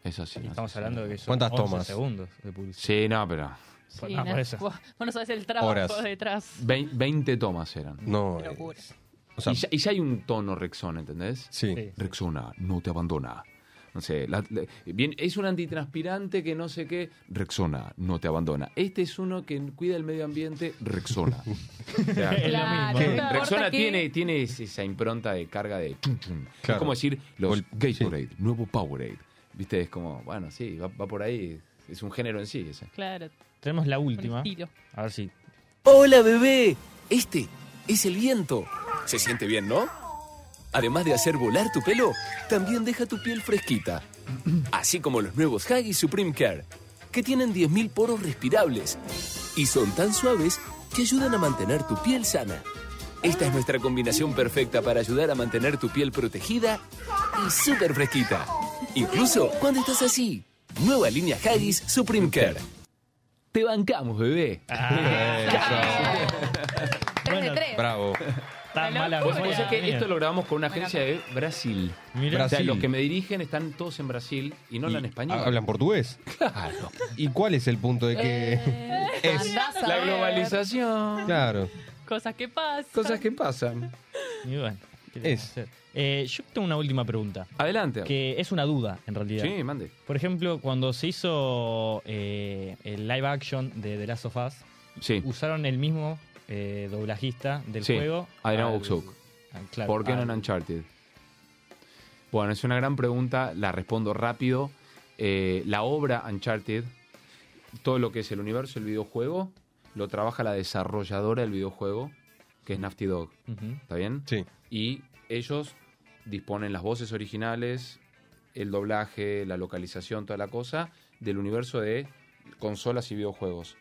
[SPEAKER 16] Es así.
[SPEAKER 2] Estamos hablando de que son
[SPEAKER 16] ¿Cuántas
[SPEAKER 2] 11
[SPEAKER 16] tomas?
[SPEAKER 2] segundos de publicidad.
[SPEAKER 16] Sí, no, pero...
[SPEAKER 5] Sí, no. Buah, Vos no sabés el trabajo
[SPEAKER 16] Horas.
[SPEAKER 5] detrás.
[SPEAKER 16] Vein- 20 tomas eran.
[SPEAKER 4] No. eh,
[SPEAKER 5] Qué locura.
[SPEAKER 16] y, ya, y ya hay un tono Rexona, ¿entendés?
[SPEAKER 4] Sí.
[SPEAKER 2] Sí, sí.
[SPEAKER 16] Rexona, no te abandona. No sé, la- la- bien, es un antitranspirante que no sé qué. Rexona, no te abandona. Este es uno que cuida el medio ambiente, *laughs* Rexona. O
[SPEAKER 10] *laughs*
[SPEAKER 16] sea,
[SPEAKER 2] Es lo Claro, mismo.
[SPEAKER 16] que
[SPEAKER 2] no importa
[SPEAKER 16] Rexona
[SPEAKER 2] qué.
[SPEAKER 16] tiene, tiene es- esa impronta de carga de... chum, chum. Es
[SPEAKER 4] Claro.
[SPEAKER 16] como decir los Gatorade, nuevo Powerade. Viste, es como, bueno, sí, va, va por ahí. Es un género en sí ese.
[SPEAKER 5] Claro.
[SPEAKER 2] Tenemos la
[SPEAKER 16] ¿Ah?
[SPEAKER 2] última.
[SPEAKER 5] estilo.
[SPEAKER 2] A ver si.
[SPEAKER 10] Hola bebé, este es el viento. Se siente bien, ¿no? Además de hacer volar tu pelo, también deja tu piel fresquita. Así como los nuevos Huggies Supreme Care, que tienen 10.000 poros respirables y son tan suaves que ayudan a mantener tu piel sana. Esta es nuestra combinación perfecta para ayudar a mantener tu piel protegida y súper fresquita. Incluso cuando estás así. Nueva línea Huggies Supreme Care.
[SPEAKER 16] Te bancamos, bebé. Ah.
[SPEAKER 2] Bueno, tres.
[SPEAKER 4] Bravo.
[SPEAKER 2] Tan mala
[SPEAKER 16] Vos
[SPEAKER 2] memoria
[SPEAKER 16] sabés que
[SPEAKER 2] mía.
[SPEAKER 16] esto lo grabamos con una agencia de Brasil.
[SPEAKER 4] Mirá.
[SPEAKER 16] O sea,
[SPEAKER 4] Brasil.
[SPEAKER 16] los que me dirigen están todos en Brasil y no hablan español.
[SPEAKER 4] ¿Hablan portugués?
[SPEAKER 16] Claro.
[SPEAKER 4] ¿Y cuál es el punto de que
[SPEAKER 5] Eh.
[SPEAKER 4] es?
[SPEAKER 5] Andás a
[SPEAKER 16] La
[SPEAKER 5] ver.
[SPEAKER 16] globalización.
[SPEAKER 4] Claro.
[SPEAKER 5] Cosas que pasan.
[SPEAKER 16] Cosas que pasan.
[SPEAKER 2] *laughs* Y bueno, ¿qué le vamos a hacer? Eh, yo tengo una última pregunta.
[SPEAKER 16] Adelante.
[SPEAKER 2] Que es una duda, en realidad.
[SPEAKER 16] Sí, mande.
[SPEAKER 2] Por ejemplo, cuando se hizo eh, el live action de The Last of Us,
[SPEAKER 16] Sí.
[SPEAKER 2] usaron el mismo eh, doblajista del
[SPEAKER 16] Sí,
[SPEAKER 2] juego.
[SPEAKER 16] Adriano
[SPEAKER 2] al-
[SPEAKER 16] Boxuk.
[SPEAKER 2] al- claro,
[SPEAKER 16] ¿Por qué no
[SPEAKER 2] al-
[SPEAKER 16] en Uncharted? Bueno, es una gran pregunta, la respondo rápido. Eh, la obra Uncharted, todo lo que es el universo, el videojuego, lo trabaja la desarrolladora del videojuego, que es Nafty Dog.
[SPEAKER 2] Ujú.
[SPEAKER 16] ¿Está bien?
[SPEAKER 4] Sí.
[SPEAKER 16] Y ellos disponen las voces originales, el doblaje, la localización, toda la cosa, del universo de consolas y videojuegos.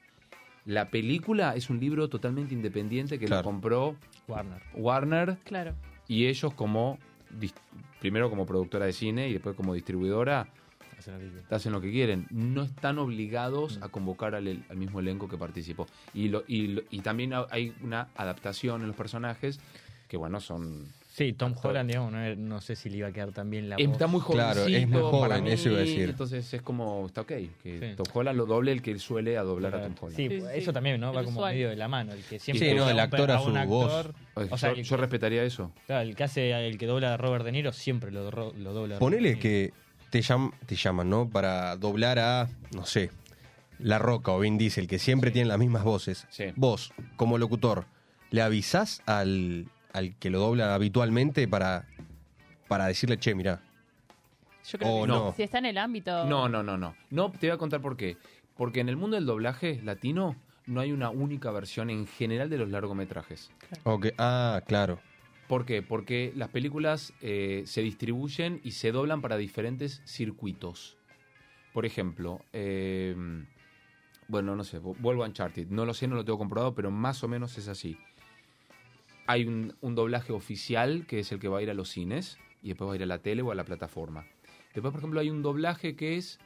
[SPEAKER 16] La película es un libro totalmente independiente que lo compró
[SPEAKER 2] Warner.
[SPEAKER 16] Warner
[SPEAKER 5] Claro.
[SPEAKER 16] y ellos como dis- primero como productora de cine y después como distribuidora,
[SPEAKER 2] Hacen lo que quieren.
[SPEAKER 16] hacen lo que quieren. No están obligados a convocar al, el- al mismo elenco que participó. Y, lo, y, lo- y también ha- hay una adaptación en los personajes que, bueno, son...
[SPEAKER 2] Sí, Tom Holland, digamos, no, no sé si le iba a quedar tan bien la voz.
[SPEAKER 16] Está muy joven.
[SPEAKER 4] joven, eso iba a decir.
[SPEAKER 16] Entonces es como, está ok, que
[SPEAKER 2] Sí.
[SPEAKER 16] Tom Holland lo doble el que él suele a doblar a Tom Holland.
[SPEAKER 2] Sí, eso también, ¿no? Va
[SPEAKER 16] El
[SPEAKER 2] como
[SPEAKER 16] usuario.
[SPEAKER 2] medio de la mano. El que siempre
[SPEAKER 16] Sí, no,
[SPEAKER 2] usa
[SPEAKER 16] el
[SPEAKER 2] un
[SPEAKER 16] actor
[SPEAKER 2] per-
[SPEAKER 16] a
[SPEAKER 2] un
[SPEAKER 16] su
[SPEAKER 2] actor,
[SPEAKER 16] voz.
[SPEAKER 2] O sea,
[SPEAKER 16] Yo-
[SPEAKER 2] el,
[SPEAKER 16] yo respetaría eso.
[SPEAKER 2] claro, el que hace, el que dobla a Robert De Niro siempre lo, ro- lo dobla. a
[SPEAKER 4] Ponele que te, llam- te llaman, ¿no? Para doblar a, no sé, La Roca o Vin Diesel, que siempre tienen las mismas voces. Vos, como locutor, ¿le avisás al, al que lo dobla habitualmente para, para decirle, che, mirá?
[SPEAKER 5] Yo creo
[SPEAKER 4] O
[SPEAKER 5] que
[SPEAKER 4] no.
[SPEAKER 5] si está en el ámbito.
[SPEAKER 16] Oh, No, no, no, no. No, te voy a contar por qué. Porque en el mundo del doblaje latino no hay una única versión en general de los largometrajes.
[SPEAKER 4] Ok, Ah, claro.
[SPEAKER 16] ¿Por qué? Porque las películas eh, se distribuyen y se doblan para diferentes circuitos. Por ejemplo, eh, bueno, no sé, vu- vuelvo a Uncharted. No lo sé, no lo tengo comprobado, pero más o menos es así. Hay un, un doblaje oficial que es el que va a ir a los cines y después va a ir a la tele o a la plataforma. Después, por ejemplo, hay un doblaje que es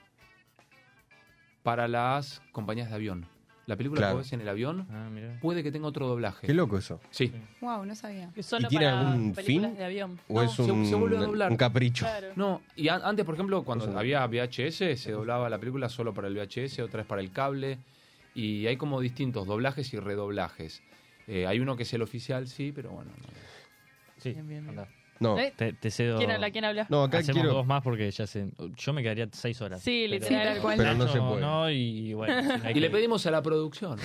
[SPEAKER 16] para las compañías de avión. La película
[SPEAKER 4] Claro.
[SPEAKER 16] que vos ves en el avión
[SPEAKER 2] mirá.
[SPEAKER 16] puede que tenga otro doblaje.
[SPEAKER 4] Qué loco eso.
[SPEAKER 16] Sí.
[SPEAKER 3] Wow, no sabía.
[SPEAKER 4] ¿Y tiene algún fin? ¿O es
[SPEAKER 16] se-
[SPEAKER 4] un,
[SPEAKER 16] se vuelve a doblar.
[SPEAKER 4] un capricho?
[SPEAKER 16] No, y an- antes, por ejemplo, cuando había VHS, se doblaba la película solo para el VHS, otra es para el cable, y hay como distintos doblajes y redoblajes. Eh, hay uno que es el oficial, sí, pero bueno.
[SPEAKER 2] Sí,
[SPEAKER 16] anda.
[SPEAKER 4] No.
[SPEAKER 5] ¿Eh?
[SPEAKER 2] Te, te cedo.
[SPEAKER 5] ¿Quién habla? ¿Quién habla?
[SPEAKER 2] No, acá Hacemos dos más porque ya se. Yo me quedaría seis horas.
[SPEAKER 5] Sí,
[SPEAKER 2] Pero-
[SPEAKER 5] literal. Sí, tal cual. Pero no
[SPEAKER 2] Nacho,
[SPEAKER 4] se puede.
[SPEAKER 2] no, y bueno. hay
[SPEAKER 16] *laughs* Y le
[SPEAKER 2] que-
[SPEAKER 16] pedimos a la producción.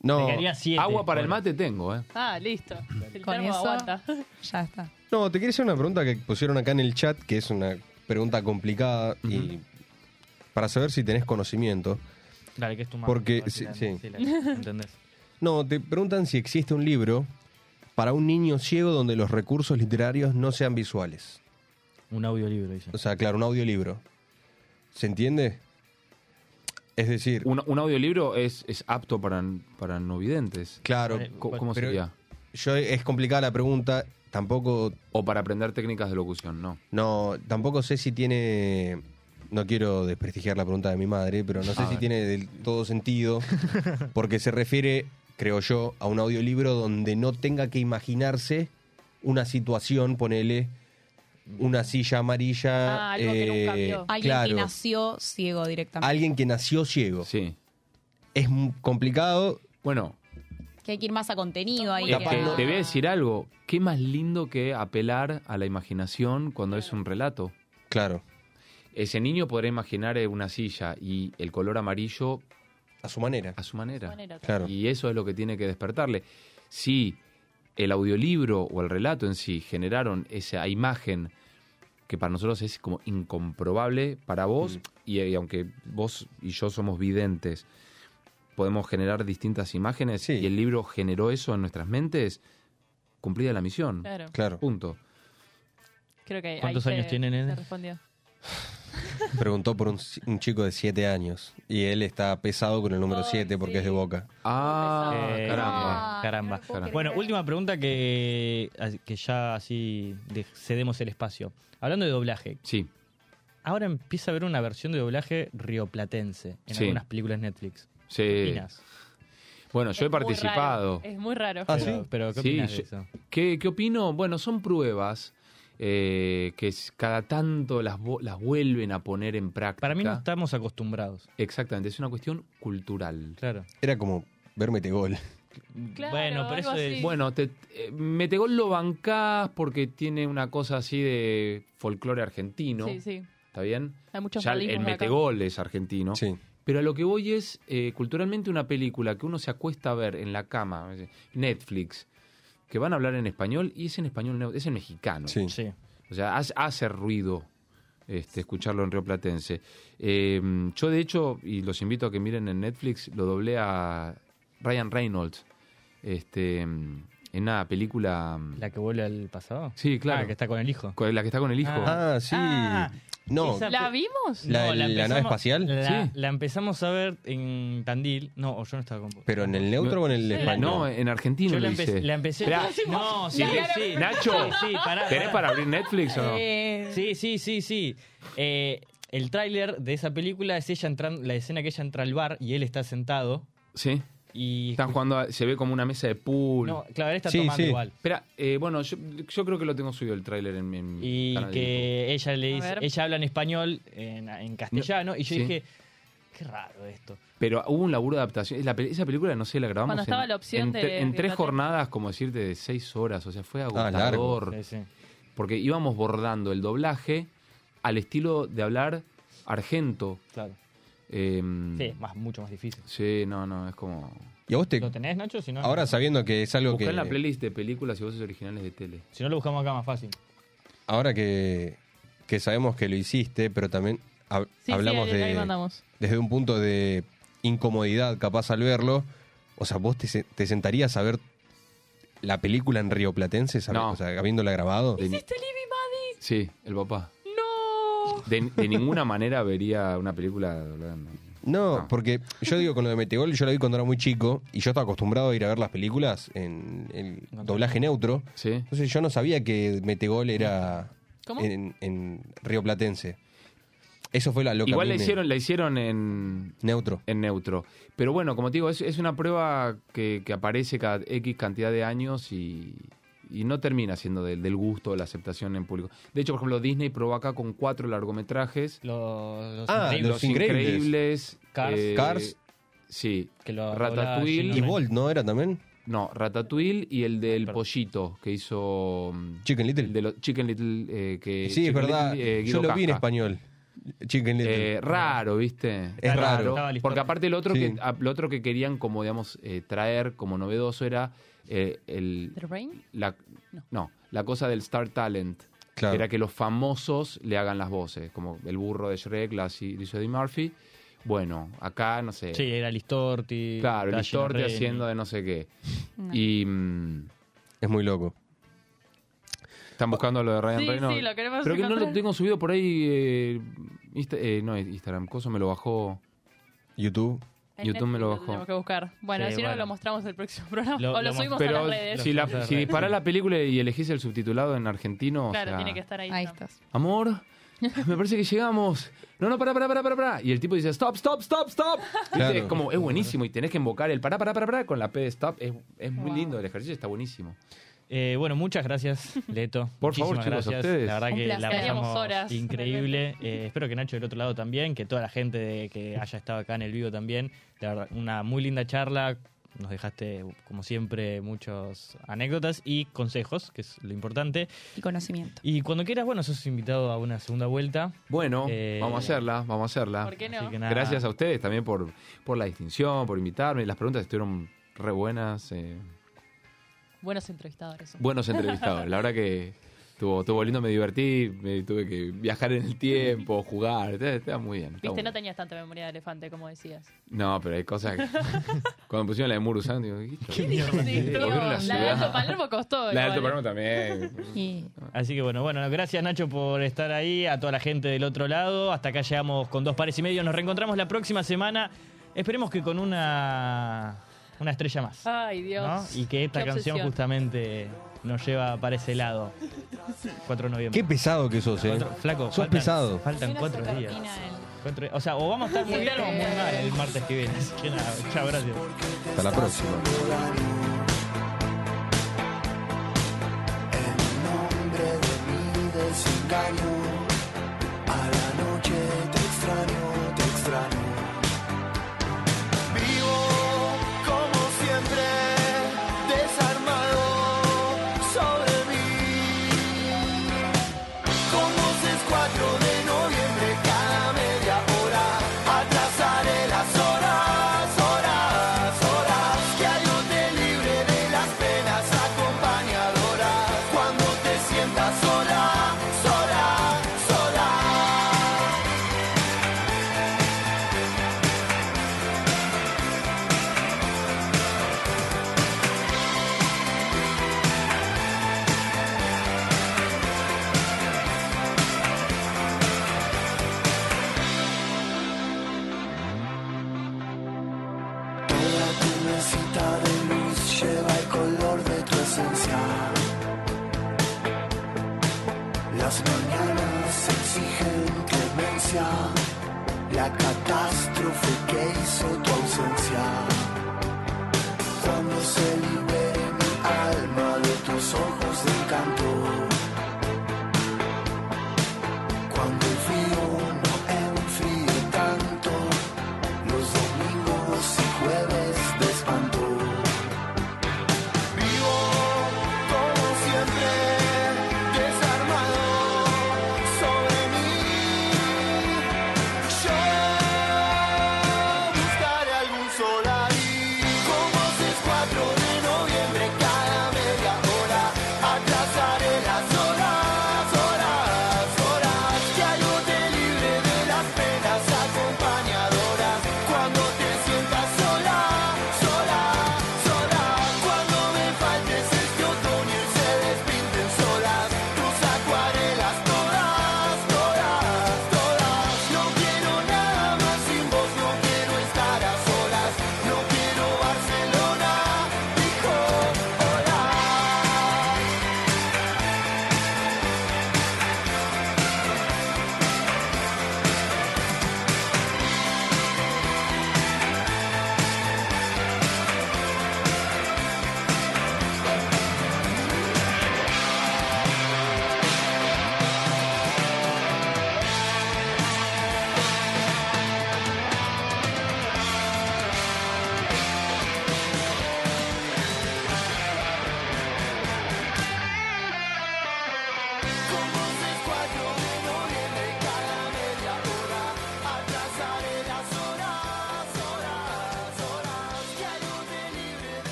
[SPEAKER 4] No.
[SPEAKER 2] Me quedaría siete,
[SPEAKER 16] Agua para el
[SPEAKER 2] pobre.
[SPEAKER 16] mate tengo, ¿eh?
[SPEAKER 5] Ah, listo. El
[SPEAKER 3] Con
[SPEAKER 5] termo
[SPEAKER 3] eso-
[SPEAKER 5] aguanta.
[SPEAKER 3] Ya está.
[SPEAKER 4] No, te quería hacer una pregunta que pusieron acá en el chat, que es una pregunta complicada y para saber si tenés conocimiento.
[SPEAKER 2] Dale, que es tu mano.
[SPEAKER 4] Porque-
[SPEAKER 2] A ver si
[SPEAKER 4] sí,
[SPEAKER 2] la-
[SPEAKER 4] sí.
[SPEAKER 2] si la- ¿Entendés?
[SPEAKER 4] No, te preguntan si existe un libro para un niño ciego donde los recursos literarios no sean visuales.
[SPEAKER 2] Un audiolibro, dice.
[SPEAKER 4] O sea, claro, un audiolibro. ¿Se entiende? Es decir...
[SPEAKER 16] Un, un audiolibro es, es apto para, para no videntes.
[SPEAKER 4] Claro.
[SPEAKER 2] Eh,
[SPEAKER 16] Co- ¿Cómo
[SPEAKER 4] pero
[SPEAKER 16] sería?
[SPEAKER 4] Yo, es complicada la pregunta, tampoco...
[SPEAKER 16] O para aprender técnicas de locución, no.
[SPEAKER 4] No, tampoco sé si tiene... No quiero desprestigiar la pregunta de mi madre, pero
[SPEAKER 2] Ah,
[SPEAKER 4] no sé
[SPEAKER 16] A
[SPEAKER 4] si
[SPEAKER 16] ver.
[SPEAKER 4] tiene del todo sentido, porque se refiere, creo yo, a un audiolibro donde no tenga que imaginarse una situación, ponele una silla amarilla.
[SPEAKER 3] Ah, algo que nunca
[SPEAKER 4] eh,
[SPEAKER 3] vio. Alguien que
[SPEAKER 4] claro,
[SPEAKER 3] nació ciego directamente.
[SPEAKER 4] alguien que nació ciego.
[SPEAKER 16] Sí.
[SPEAKER 4] Es m- complicado.
[SPEAKER 16] Bueno,
[SPEAKER 3] Que hay que ir más a contenido ahí.
[SPEAKER 16] Es que
[SPEAKER 3] a-
[SPEAKER 16] te voy a decir algo. ¿Qué más lindo que apelar a la imaginación cuando es un relato?
[SPEAKER 4] Claro.
[SPEAKER 16] Ese niño podrá imaginar eh, una silla y el color amarillo.
[SPEAKER 4] A su manera.
[SPEAKER 16] A su manera.
[SPEAKER 5] manera,
[SPEAKER 4] Claro.
[SPEAKER 16] Y eso es lo que tiene que despertarle. Si el audiolibro o el relato en sí generaron esa imagen que para nosotros es como incomprobable para vos, y, y aunque vos y yo somos videntes, podemos generar distintas imágenes y el libro generó eso en nuestras mentes, cumplida la misión.
[SPEAKER 5] Claro.
[SPEAKER 4] Claro.
[SPEAKER 16] Punto.
[SPEAKER 5] Creo que ahí
[SPEAKER 4] ¿Cuántos
[SPEAKER 5] se-
[SPEAKER 4] años tiene, nene?
[SPEAKER 5] se respondió.
[SPEAKER 4] Preguntó por un, ci- un chico de 7 años y él está pesado con el número 7 porque es de boca.
[SPEAKER 16] Ah,
[SPEAKER 2] Eh,
[SPEAKER 4] caramba.
[SPEAKER 2] caramba. Bueno, última pregunta que, que ya así de- cedemos el espacio. Hablando de doblaje.
[SPEAKER 16] Sí.
[SPEAKER 2] Ahora empieza a haber una versión de doblaje rioplatense en
[SPEAKER 16] Sí.
[SPEAKER 2] algunas películas Netflix.
[SPEAKER 16] Sí.
[SPEAKER 2] ¿Qué opinas?
[SPEAKER 16] Bueno, Eh, yo he
[SPEAKER 5] muy
[SPEAKER 16] participado.
[SPEAKER 5] raro, Es muy raro.
[SPEAKER 4] Ah,
[SPEAKER 2] Pero- Pero, ¿qué
[SPEAKER 16] Sí,
[SPEAKER 2] opinas
[SPEAKER 16] yo-
[SPEAKER 2] de eso?
[SPEAKER 16] ¿Qué, qué opino? Bueno, son pruebas eh, que es- cada tanto las, vo- las vuelven a poner en práctica. Para
[SPEAKER 2] mí no estamos acostumbrados.
[SPEAKER 16] Exactamente, es una cuestión cultural.
[SPEAKER 2] Claro.
[SPEAKER 4] Era como ver metegol.
[SPEAKER 2] bueno, pero eso es.
[SPEAKER 16] Bueno, te, eh, Metegol lo bancás porque tiene una cosa así de folclore argentino.
[SPEAKER 5] Sí, sí.
[SPEAKER 16] ¿Está bien?
[SPEAKER 5] Hay muchos
[SPEAKER 16] Ya el- el
[SPEAKER 5] modismos acá.
[SPEAKER 16] metegol es argentino. Pero a lo que voy es, eh, culturalmente, una película que uno se acuesta a ver en la cama, Netflix, que van a hablar en español y es en español, neu- es en mexicano.
[SPEAKER 4] Sí.
[SPEAKER 16] O sea, hace, hace ruido este, escucharlo en rioplatense. Eh, yo, de hecho, y los invito a que miren en Netflix, lo doblé a Ryan Reynolds este, en en una película...
[SPEAKER 2] ¿La que vuelve al pasado?
[SPEAKER 16] Sí, claro.
[SPEAKER 2] Ah, que está con el hijo.
[SPEAKER 16] La que está con el hijo.
[SPEAKER 2] Ah.
[SPEAKER 4] sí.
[SPEAKER 2] Ah,
[SPEAKER 4] no.
[SPEAKER 2] esa-
[SPEAKER 5] ¿La vimos?
[SPEAKER 4] ¿La- la
[SPEAKER 2] empezamos-
[SPEAKER 4] nave espacial?
[SPEAKER 2] La,
[SPEAKER 4] Sí.
[SPEAKER 2] la empezamos a ver en Tandil. No, o yo no estaba con vos.
[SPEAKER 4] ¿Pero en el neutro o en el
[SPEAKER 2] Sí. eh.
[SPEAKER 4] español?
[SPEAKER 16] No, en argentino
[SPEAKER 2] Yo
[SPEAKER 16] lo
[SPEAKER 2] la, empe-
[SPEAKER 16] hice.
[SPEAKER 2] la empecé.
[SPEAKER 16] Esperá,
[SPEAKER 2] no, sí,
[SPEAKER 16] sí,
[SPEAKER 2] sí.
[SPEAKER 16] Nacho,
[SPEAKER 2] Sí, sí, pará,
[SPEAKER 16] ¿tenés
[SPEAKER 2] pará.
[SPEAKER 16] para abrir Netflix o no?
[SPEAKER 2] Eh, Sí, sí, sí, sí. Eh, el tráiler de esa película es ella entrando, la escena que ella entra al bar y él está sentado.
[SPEAKER 16] Sí.
[SPEAKER 2] Y
[SPEAKER 16] Están jugando, a- se ve como una mesa de pool.
[SPEAKER 2] No, claro, él está Sí, tomando sí. igual.
[SPEAKER 16] Espera, eh, bueno, yo, yo creo que lo tengo subido el tráiler en, en mi
[SPEAKER 2] y
[SPEAKER 16] canal de
[SPEAKER 2] que ella le
[SPEAKER 16] A
[SPEAKER 2] dice,
[SPEAKER 16] ver.
[SPEAKER 2] ella habla en español, en, en castellano, y yo
[SPEAKER 16] Sí.
[SPEAKER 2] dije, qué raro esto.
[SPEAKER 16] YouTube. Pero hubo un laburo de adaptación. La peli- esa película, no sé, la grabamos
[SPEAKER 2] Cuando estaba
[SPEAKER 16] en,
[SPEAKER 2] la opción
[SPEAKER 16] en
[SPEAKER 2] de-
[SPEAKER 16] tre- en
[SPEAKER 2] de
[SPEAKER 16] tres
[SPEAKER 2] Inglaterra.
[SPEAKER 16] jornadas, como decirte, de seis horas. O sea, fue
[SPEAKER 4] Ah, largo.
[SPEAKER 16] agotador.
[SPEAKER 2] Sí, sí.
[SPEAKER 16] Porque íbamos bordando el doblaje al estilo de hablar argento.
[SPEAKER 2] Claro.
[SPEAKER 16] Em,
[SPEAKER 2] Sí, más, mucho más difícil.
[SPEAKER 16] Sí, no, no, es como...
[SPEAKER 4] ¿Y a vos te...
[SPEAKER 2] ¿Lo tenés, Nacho? Si no,
[SPEAKER 4] Ahora
[SPEAKER 2] no.
[SPEAKER 4] sabiendo que es algo
[SPEAKER 16] Buscá
[SPEAKER 4] que...
[SPEAKER 16] en la playlist de películas y voces originales de tele.
[SPEAKER 2] Si no lo buscamos acá más fácil.
[SPEAKER 4] Ahora que, que sabemos que lo hiciste, pero también hab-
[SPEAKER 2] sí,
[SPEAKER 4] hablamos
[SPEAKER 2] ahí- ahí
[SPEAKER 4] de,
[SPEAKER 2] mandamos.
[SPEAKER 4] desde un punto de incomodidad capaz al verlo. O sea, ¿vos te, se- te sentarías a ver la película en Río Platense,
[SPEAKER 16] No.
[SPEAKER 4] o sea, habiéndola grabado?
[SPEAKER 16] Sí, el papá.
[SPEAKER 5] ¡No!
[SPEAKER 16] De, de ninguna manera vería una película doblada. en-
[SPEAKER 4] No, porque yo digo con lo de Metegol, yo la vi cuando era muy chico y yo estaba acostumbrado a ir a ver las películas en el doblaje neutro. Entonces yo no sabía que Metegol era
[SPEAKER 16] ¿Cómo?
[SPEAKER 4] en, en Río Platense. Eso fue la, lo que
[SPEAKER 16] Igual
[SPEAKER 4] a
[SPEAKER 16] la
[SPEAKER 4] mí me-
[SPEAKER 16] hicieron, la hicieron en
[SPEAKER 4] neutro.
[SPEAKER 16] En neutro. Pero bueno, como te digo, es, es una prueba que, que aparece cada X cantidad de años y, y no termina siendo del, del gusto de la aceptación en público. De hecho, por ejemplo, Disney probó acá con cuatro largometrajes.
[SPEAKER 2] Los,
[SPEAKER 4] Ah, Increíbles. Los Increíbles.
[SPEAKER 16] Cars.
[SPEAKER 4] Cars.
[SPEAKER 16] Sí.
[SPEAKER 4] hablaba
[SPEAKER 16] Ratatouille.
[SPEAKER 4] Gino Y Bolt, ¿no era también?
[SPEAKER 16] No, Ratatouille y el del pollito que hizo... mm,
[SPEAKER 4] Chicken Little.
[SPEAKER 16] De los Chicken Little eh, que...
[SPEAKER 4] Sí, es
[SPEAKER 16] Chicken
[SPEAKER 4] verdad.
[SPEAKER 16] Little, eh,
[SPEAKER 4] yo
[SPEAKER 16] Guido
[SPEAKER 4] lo vi en
[SPEAKER 16] Casca.
[SPEAKER 4] español. Chicken Little.
[SPEAKER 16] Eh, raro, ¿viste?
[SPEAKER 4] Es raro.
[SPEAKER 16] Porque aparte lo otro,
[SPEAKER 4] Sí.
[SPEAKER 16] que, a- lo otro que querían como, digamos, eh, traer como novedoso era eh, el...
[SPEAKER 5] ¿The Rain?
[SPEAKER 16] La, no. la cosa del Star Talent.
[SPEAKER 4] Claro.
[SPEAKER 16] Era que los famosos le hagan las voces, como el burro de Shrek, la si- lo hizo Eddie Murphy. Bueno, acá, no sé.
[SPEAKER 2] Eh, Sí, era Listorti.
[SPEAKER 16] claro, el
[SPEAKER 2] Gina
[SPEAKER 16] Storte
[SPEAKER 2] Reni.
[SPEAKER 16] haciendo de no sé
[SPEAKER 5] *laughs*
[SPEAKER 16] qué.
[SPEAKER 2] No.
[SPEAKER 16] Y... mm,
[SPEAKER 4] es muy loco.
[SPEAKER 16] Están buscando lo de Ryan
[SPEAKER 5] Sí,
[SPEAKER 16] Reynolds.
[SPEAKER 5] sí, lo queremos
[SPEAKER 16] Pero que no lo
[SPEAKER 5] encontrar.
[SPEAKER 16] tengo subido por ahí... eh, Insta- eh, no, Instagram, cosa me lo bajó...
[SPEAKER 4] YouTube.
[SPEAKER 5] En
[SPEAKER 16] YouTube me lo
[SPEAKER 5] Netflix
[SPEAKER 16] bajó.
[SPEAKER 5] Este, Tenemos que buscar. Bueno,
[SPEAKER 16] Sí,
[SPEAKER 5] si no,
[SPEAKER 16] bueno.
[SPEAKER 5] lo mostramos el próximo programa.
[SPEAKER 16] Lo-
[SPEAKER 5] o lo,
[SPEAKER 16] lo
[SPEAKER 5] subimos
[SPEAKER 16] pero
[SPEAKER 5] a las redes.
[SPEAKER 16] Si, la, si disparás la película y elegís el subtitulado en argentino, o
[SPEAKER 5] Claro,
[SPEAKER 16] sea,
[SPEAKER 5] tiene que estar ahí. Ahí estás.
[SPEAKER 2] *laughs*
[SPEAKER 16] amor, me parece que llegamos. No, no, pará, pará, pará, pará, pará. Y el tipo dice, stop, stop, stop, stop. ¿Viste?
[SPEAKER 4] Claro.
[SPEAKER 16] Es como, es buenísimo y tenés que invocar el pará, pará, pará, pará con la P de stop. Es, es muy lindo, el ejercicio está buenísimo.
[SPEAKER 2] Eh, bueno, muchas gracias, Leto.
[SPEAKER 16] Por favor,
[SPEAKER 2] Muchísimas
[SPEAKER 16] chicos, a
[SPEAKER 2] gracias.
[SPEAKER 16] ustedes.
[SPEAKER 2] La verdad
[SPEAKER 16] Un
[SPEAKER 2] que la
[SPEAKER 16] placer.
[SPEAKER 2] pasamos
[SPEAKER 16] Estaríamos horas,
[SPEAKER 2] increíble. Eh, espero que Nacho del otro lado también, que toda la gente de- que haya estado acá en el vivo también. La verdad, una muy linda charla. Nos dejaste, como siempre, muchas anécdotas y consejos, que es lo importante.
[SPEAKER 3] Y conocimiento.
[SPEAKER 2] Y cuando quieras, bueno, sos invitado a una segunda vuelta.
[SPEAKER 16] Bueno,
[SPEAKER 2] Eh,
[SPEAKER 16] vamos a hacerla, vamos a hacerla.
[SPEAKER 2] ¿Por qué no? Así que nada.
[SPEAKER 16] Gracias a ustedes también por, por la distinción, por invitarme. Las preguntas estuvieron re buenas. eh,
[SPEAKER 5] Buenos entrevistadores.
[SPEAKER 16] buenos entrevistadores.
[SPEAKER 5] *laughs*
[SPEAKER 16] La verdad que estuvo, estuvo lindo, me divertí, me tuve que viajar en el tiempo, jugar, está- está muy bien. está
[SPEAKER 5] Viste,
[SPEAKER 16] bueno.
[SPEAKER 5] no tenías tanta memoria de elefante, como decías.
[SPEAKER 16] No, pero hay cosas
[SPEAKER 2] *laughs*
[SPEAKER 16] que... Cuando pusieron la de Murusan, digo, ¿qué, esto?
[SPEAKER 5] Sí,
[SPEAKER 16] Volver a la
[SPEAKER 5] no, la de
[SPEAKER 16] ciudad.
[SPEAKER 5] Alto Palermo
[SPEAKER 16] La de
[SPEAKER 5] costó. igual. ¿eh?
[SPEAKER 16] Alto Palermo también.
[SPEAKER 2] Así que bueno, bueno, gracias Nacho por estar ahí, a toda la gente del otro lado. Hasta acá llegamos con dos pares y medio. Nos reencontramos la próxima semana. Esperemos que con una, una estrella más.
[SPEAKER 5] Ay, Dios.
[SPEAKER 2] ¿no? Y que esta
[SPEAKER 5] Qué
[SPEAKER 2] canción
[SPEAKER 5] obsesión.
[SPEAKER 2] justamente nos lleva para ese lado. 4 de noviembre.
[SPEAKER 4] Qué pesado que sos, eh.
[SPEAKER 2] Cuatro- flaco,
[SPEAKER 4] sos
[SPEAKER 2] faltan-
[SPEAKER 4] pesado.
[SPEAKER 2] Faltan cuatro días. Cuatro- o sea, o vamos a estar muy bien o muy mal el martes que viene. Así que nada, chao, gracias.
[SPEAKER 4] Hasta la próxima.
[SPEAKER 1] nombre de mi desengaño. A la noche te extraño, te extraño. Vivo como siempre, desarmado sobre mí. Como si es 4 de noviembre, cada media hora atrasaré las horas, horas, horas. Que algo te libre de las penas acompañadoras. Cuando te sientas sola, sola. ausencia, la catástrofe que hizo tu ausencia. Cuando se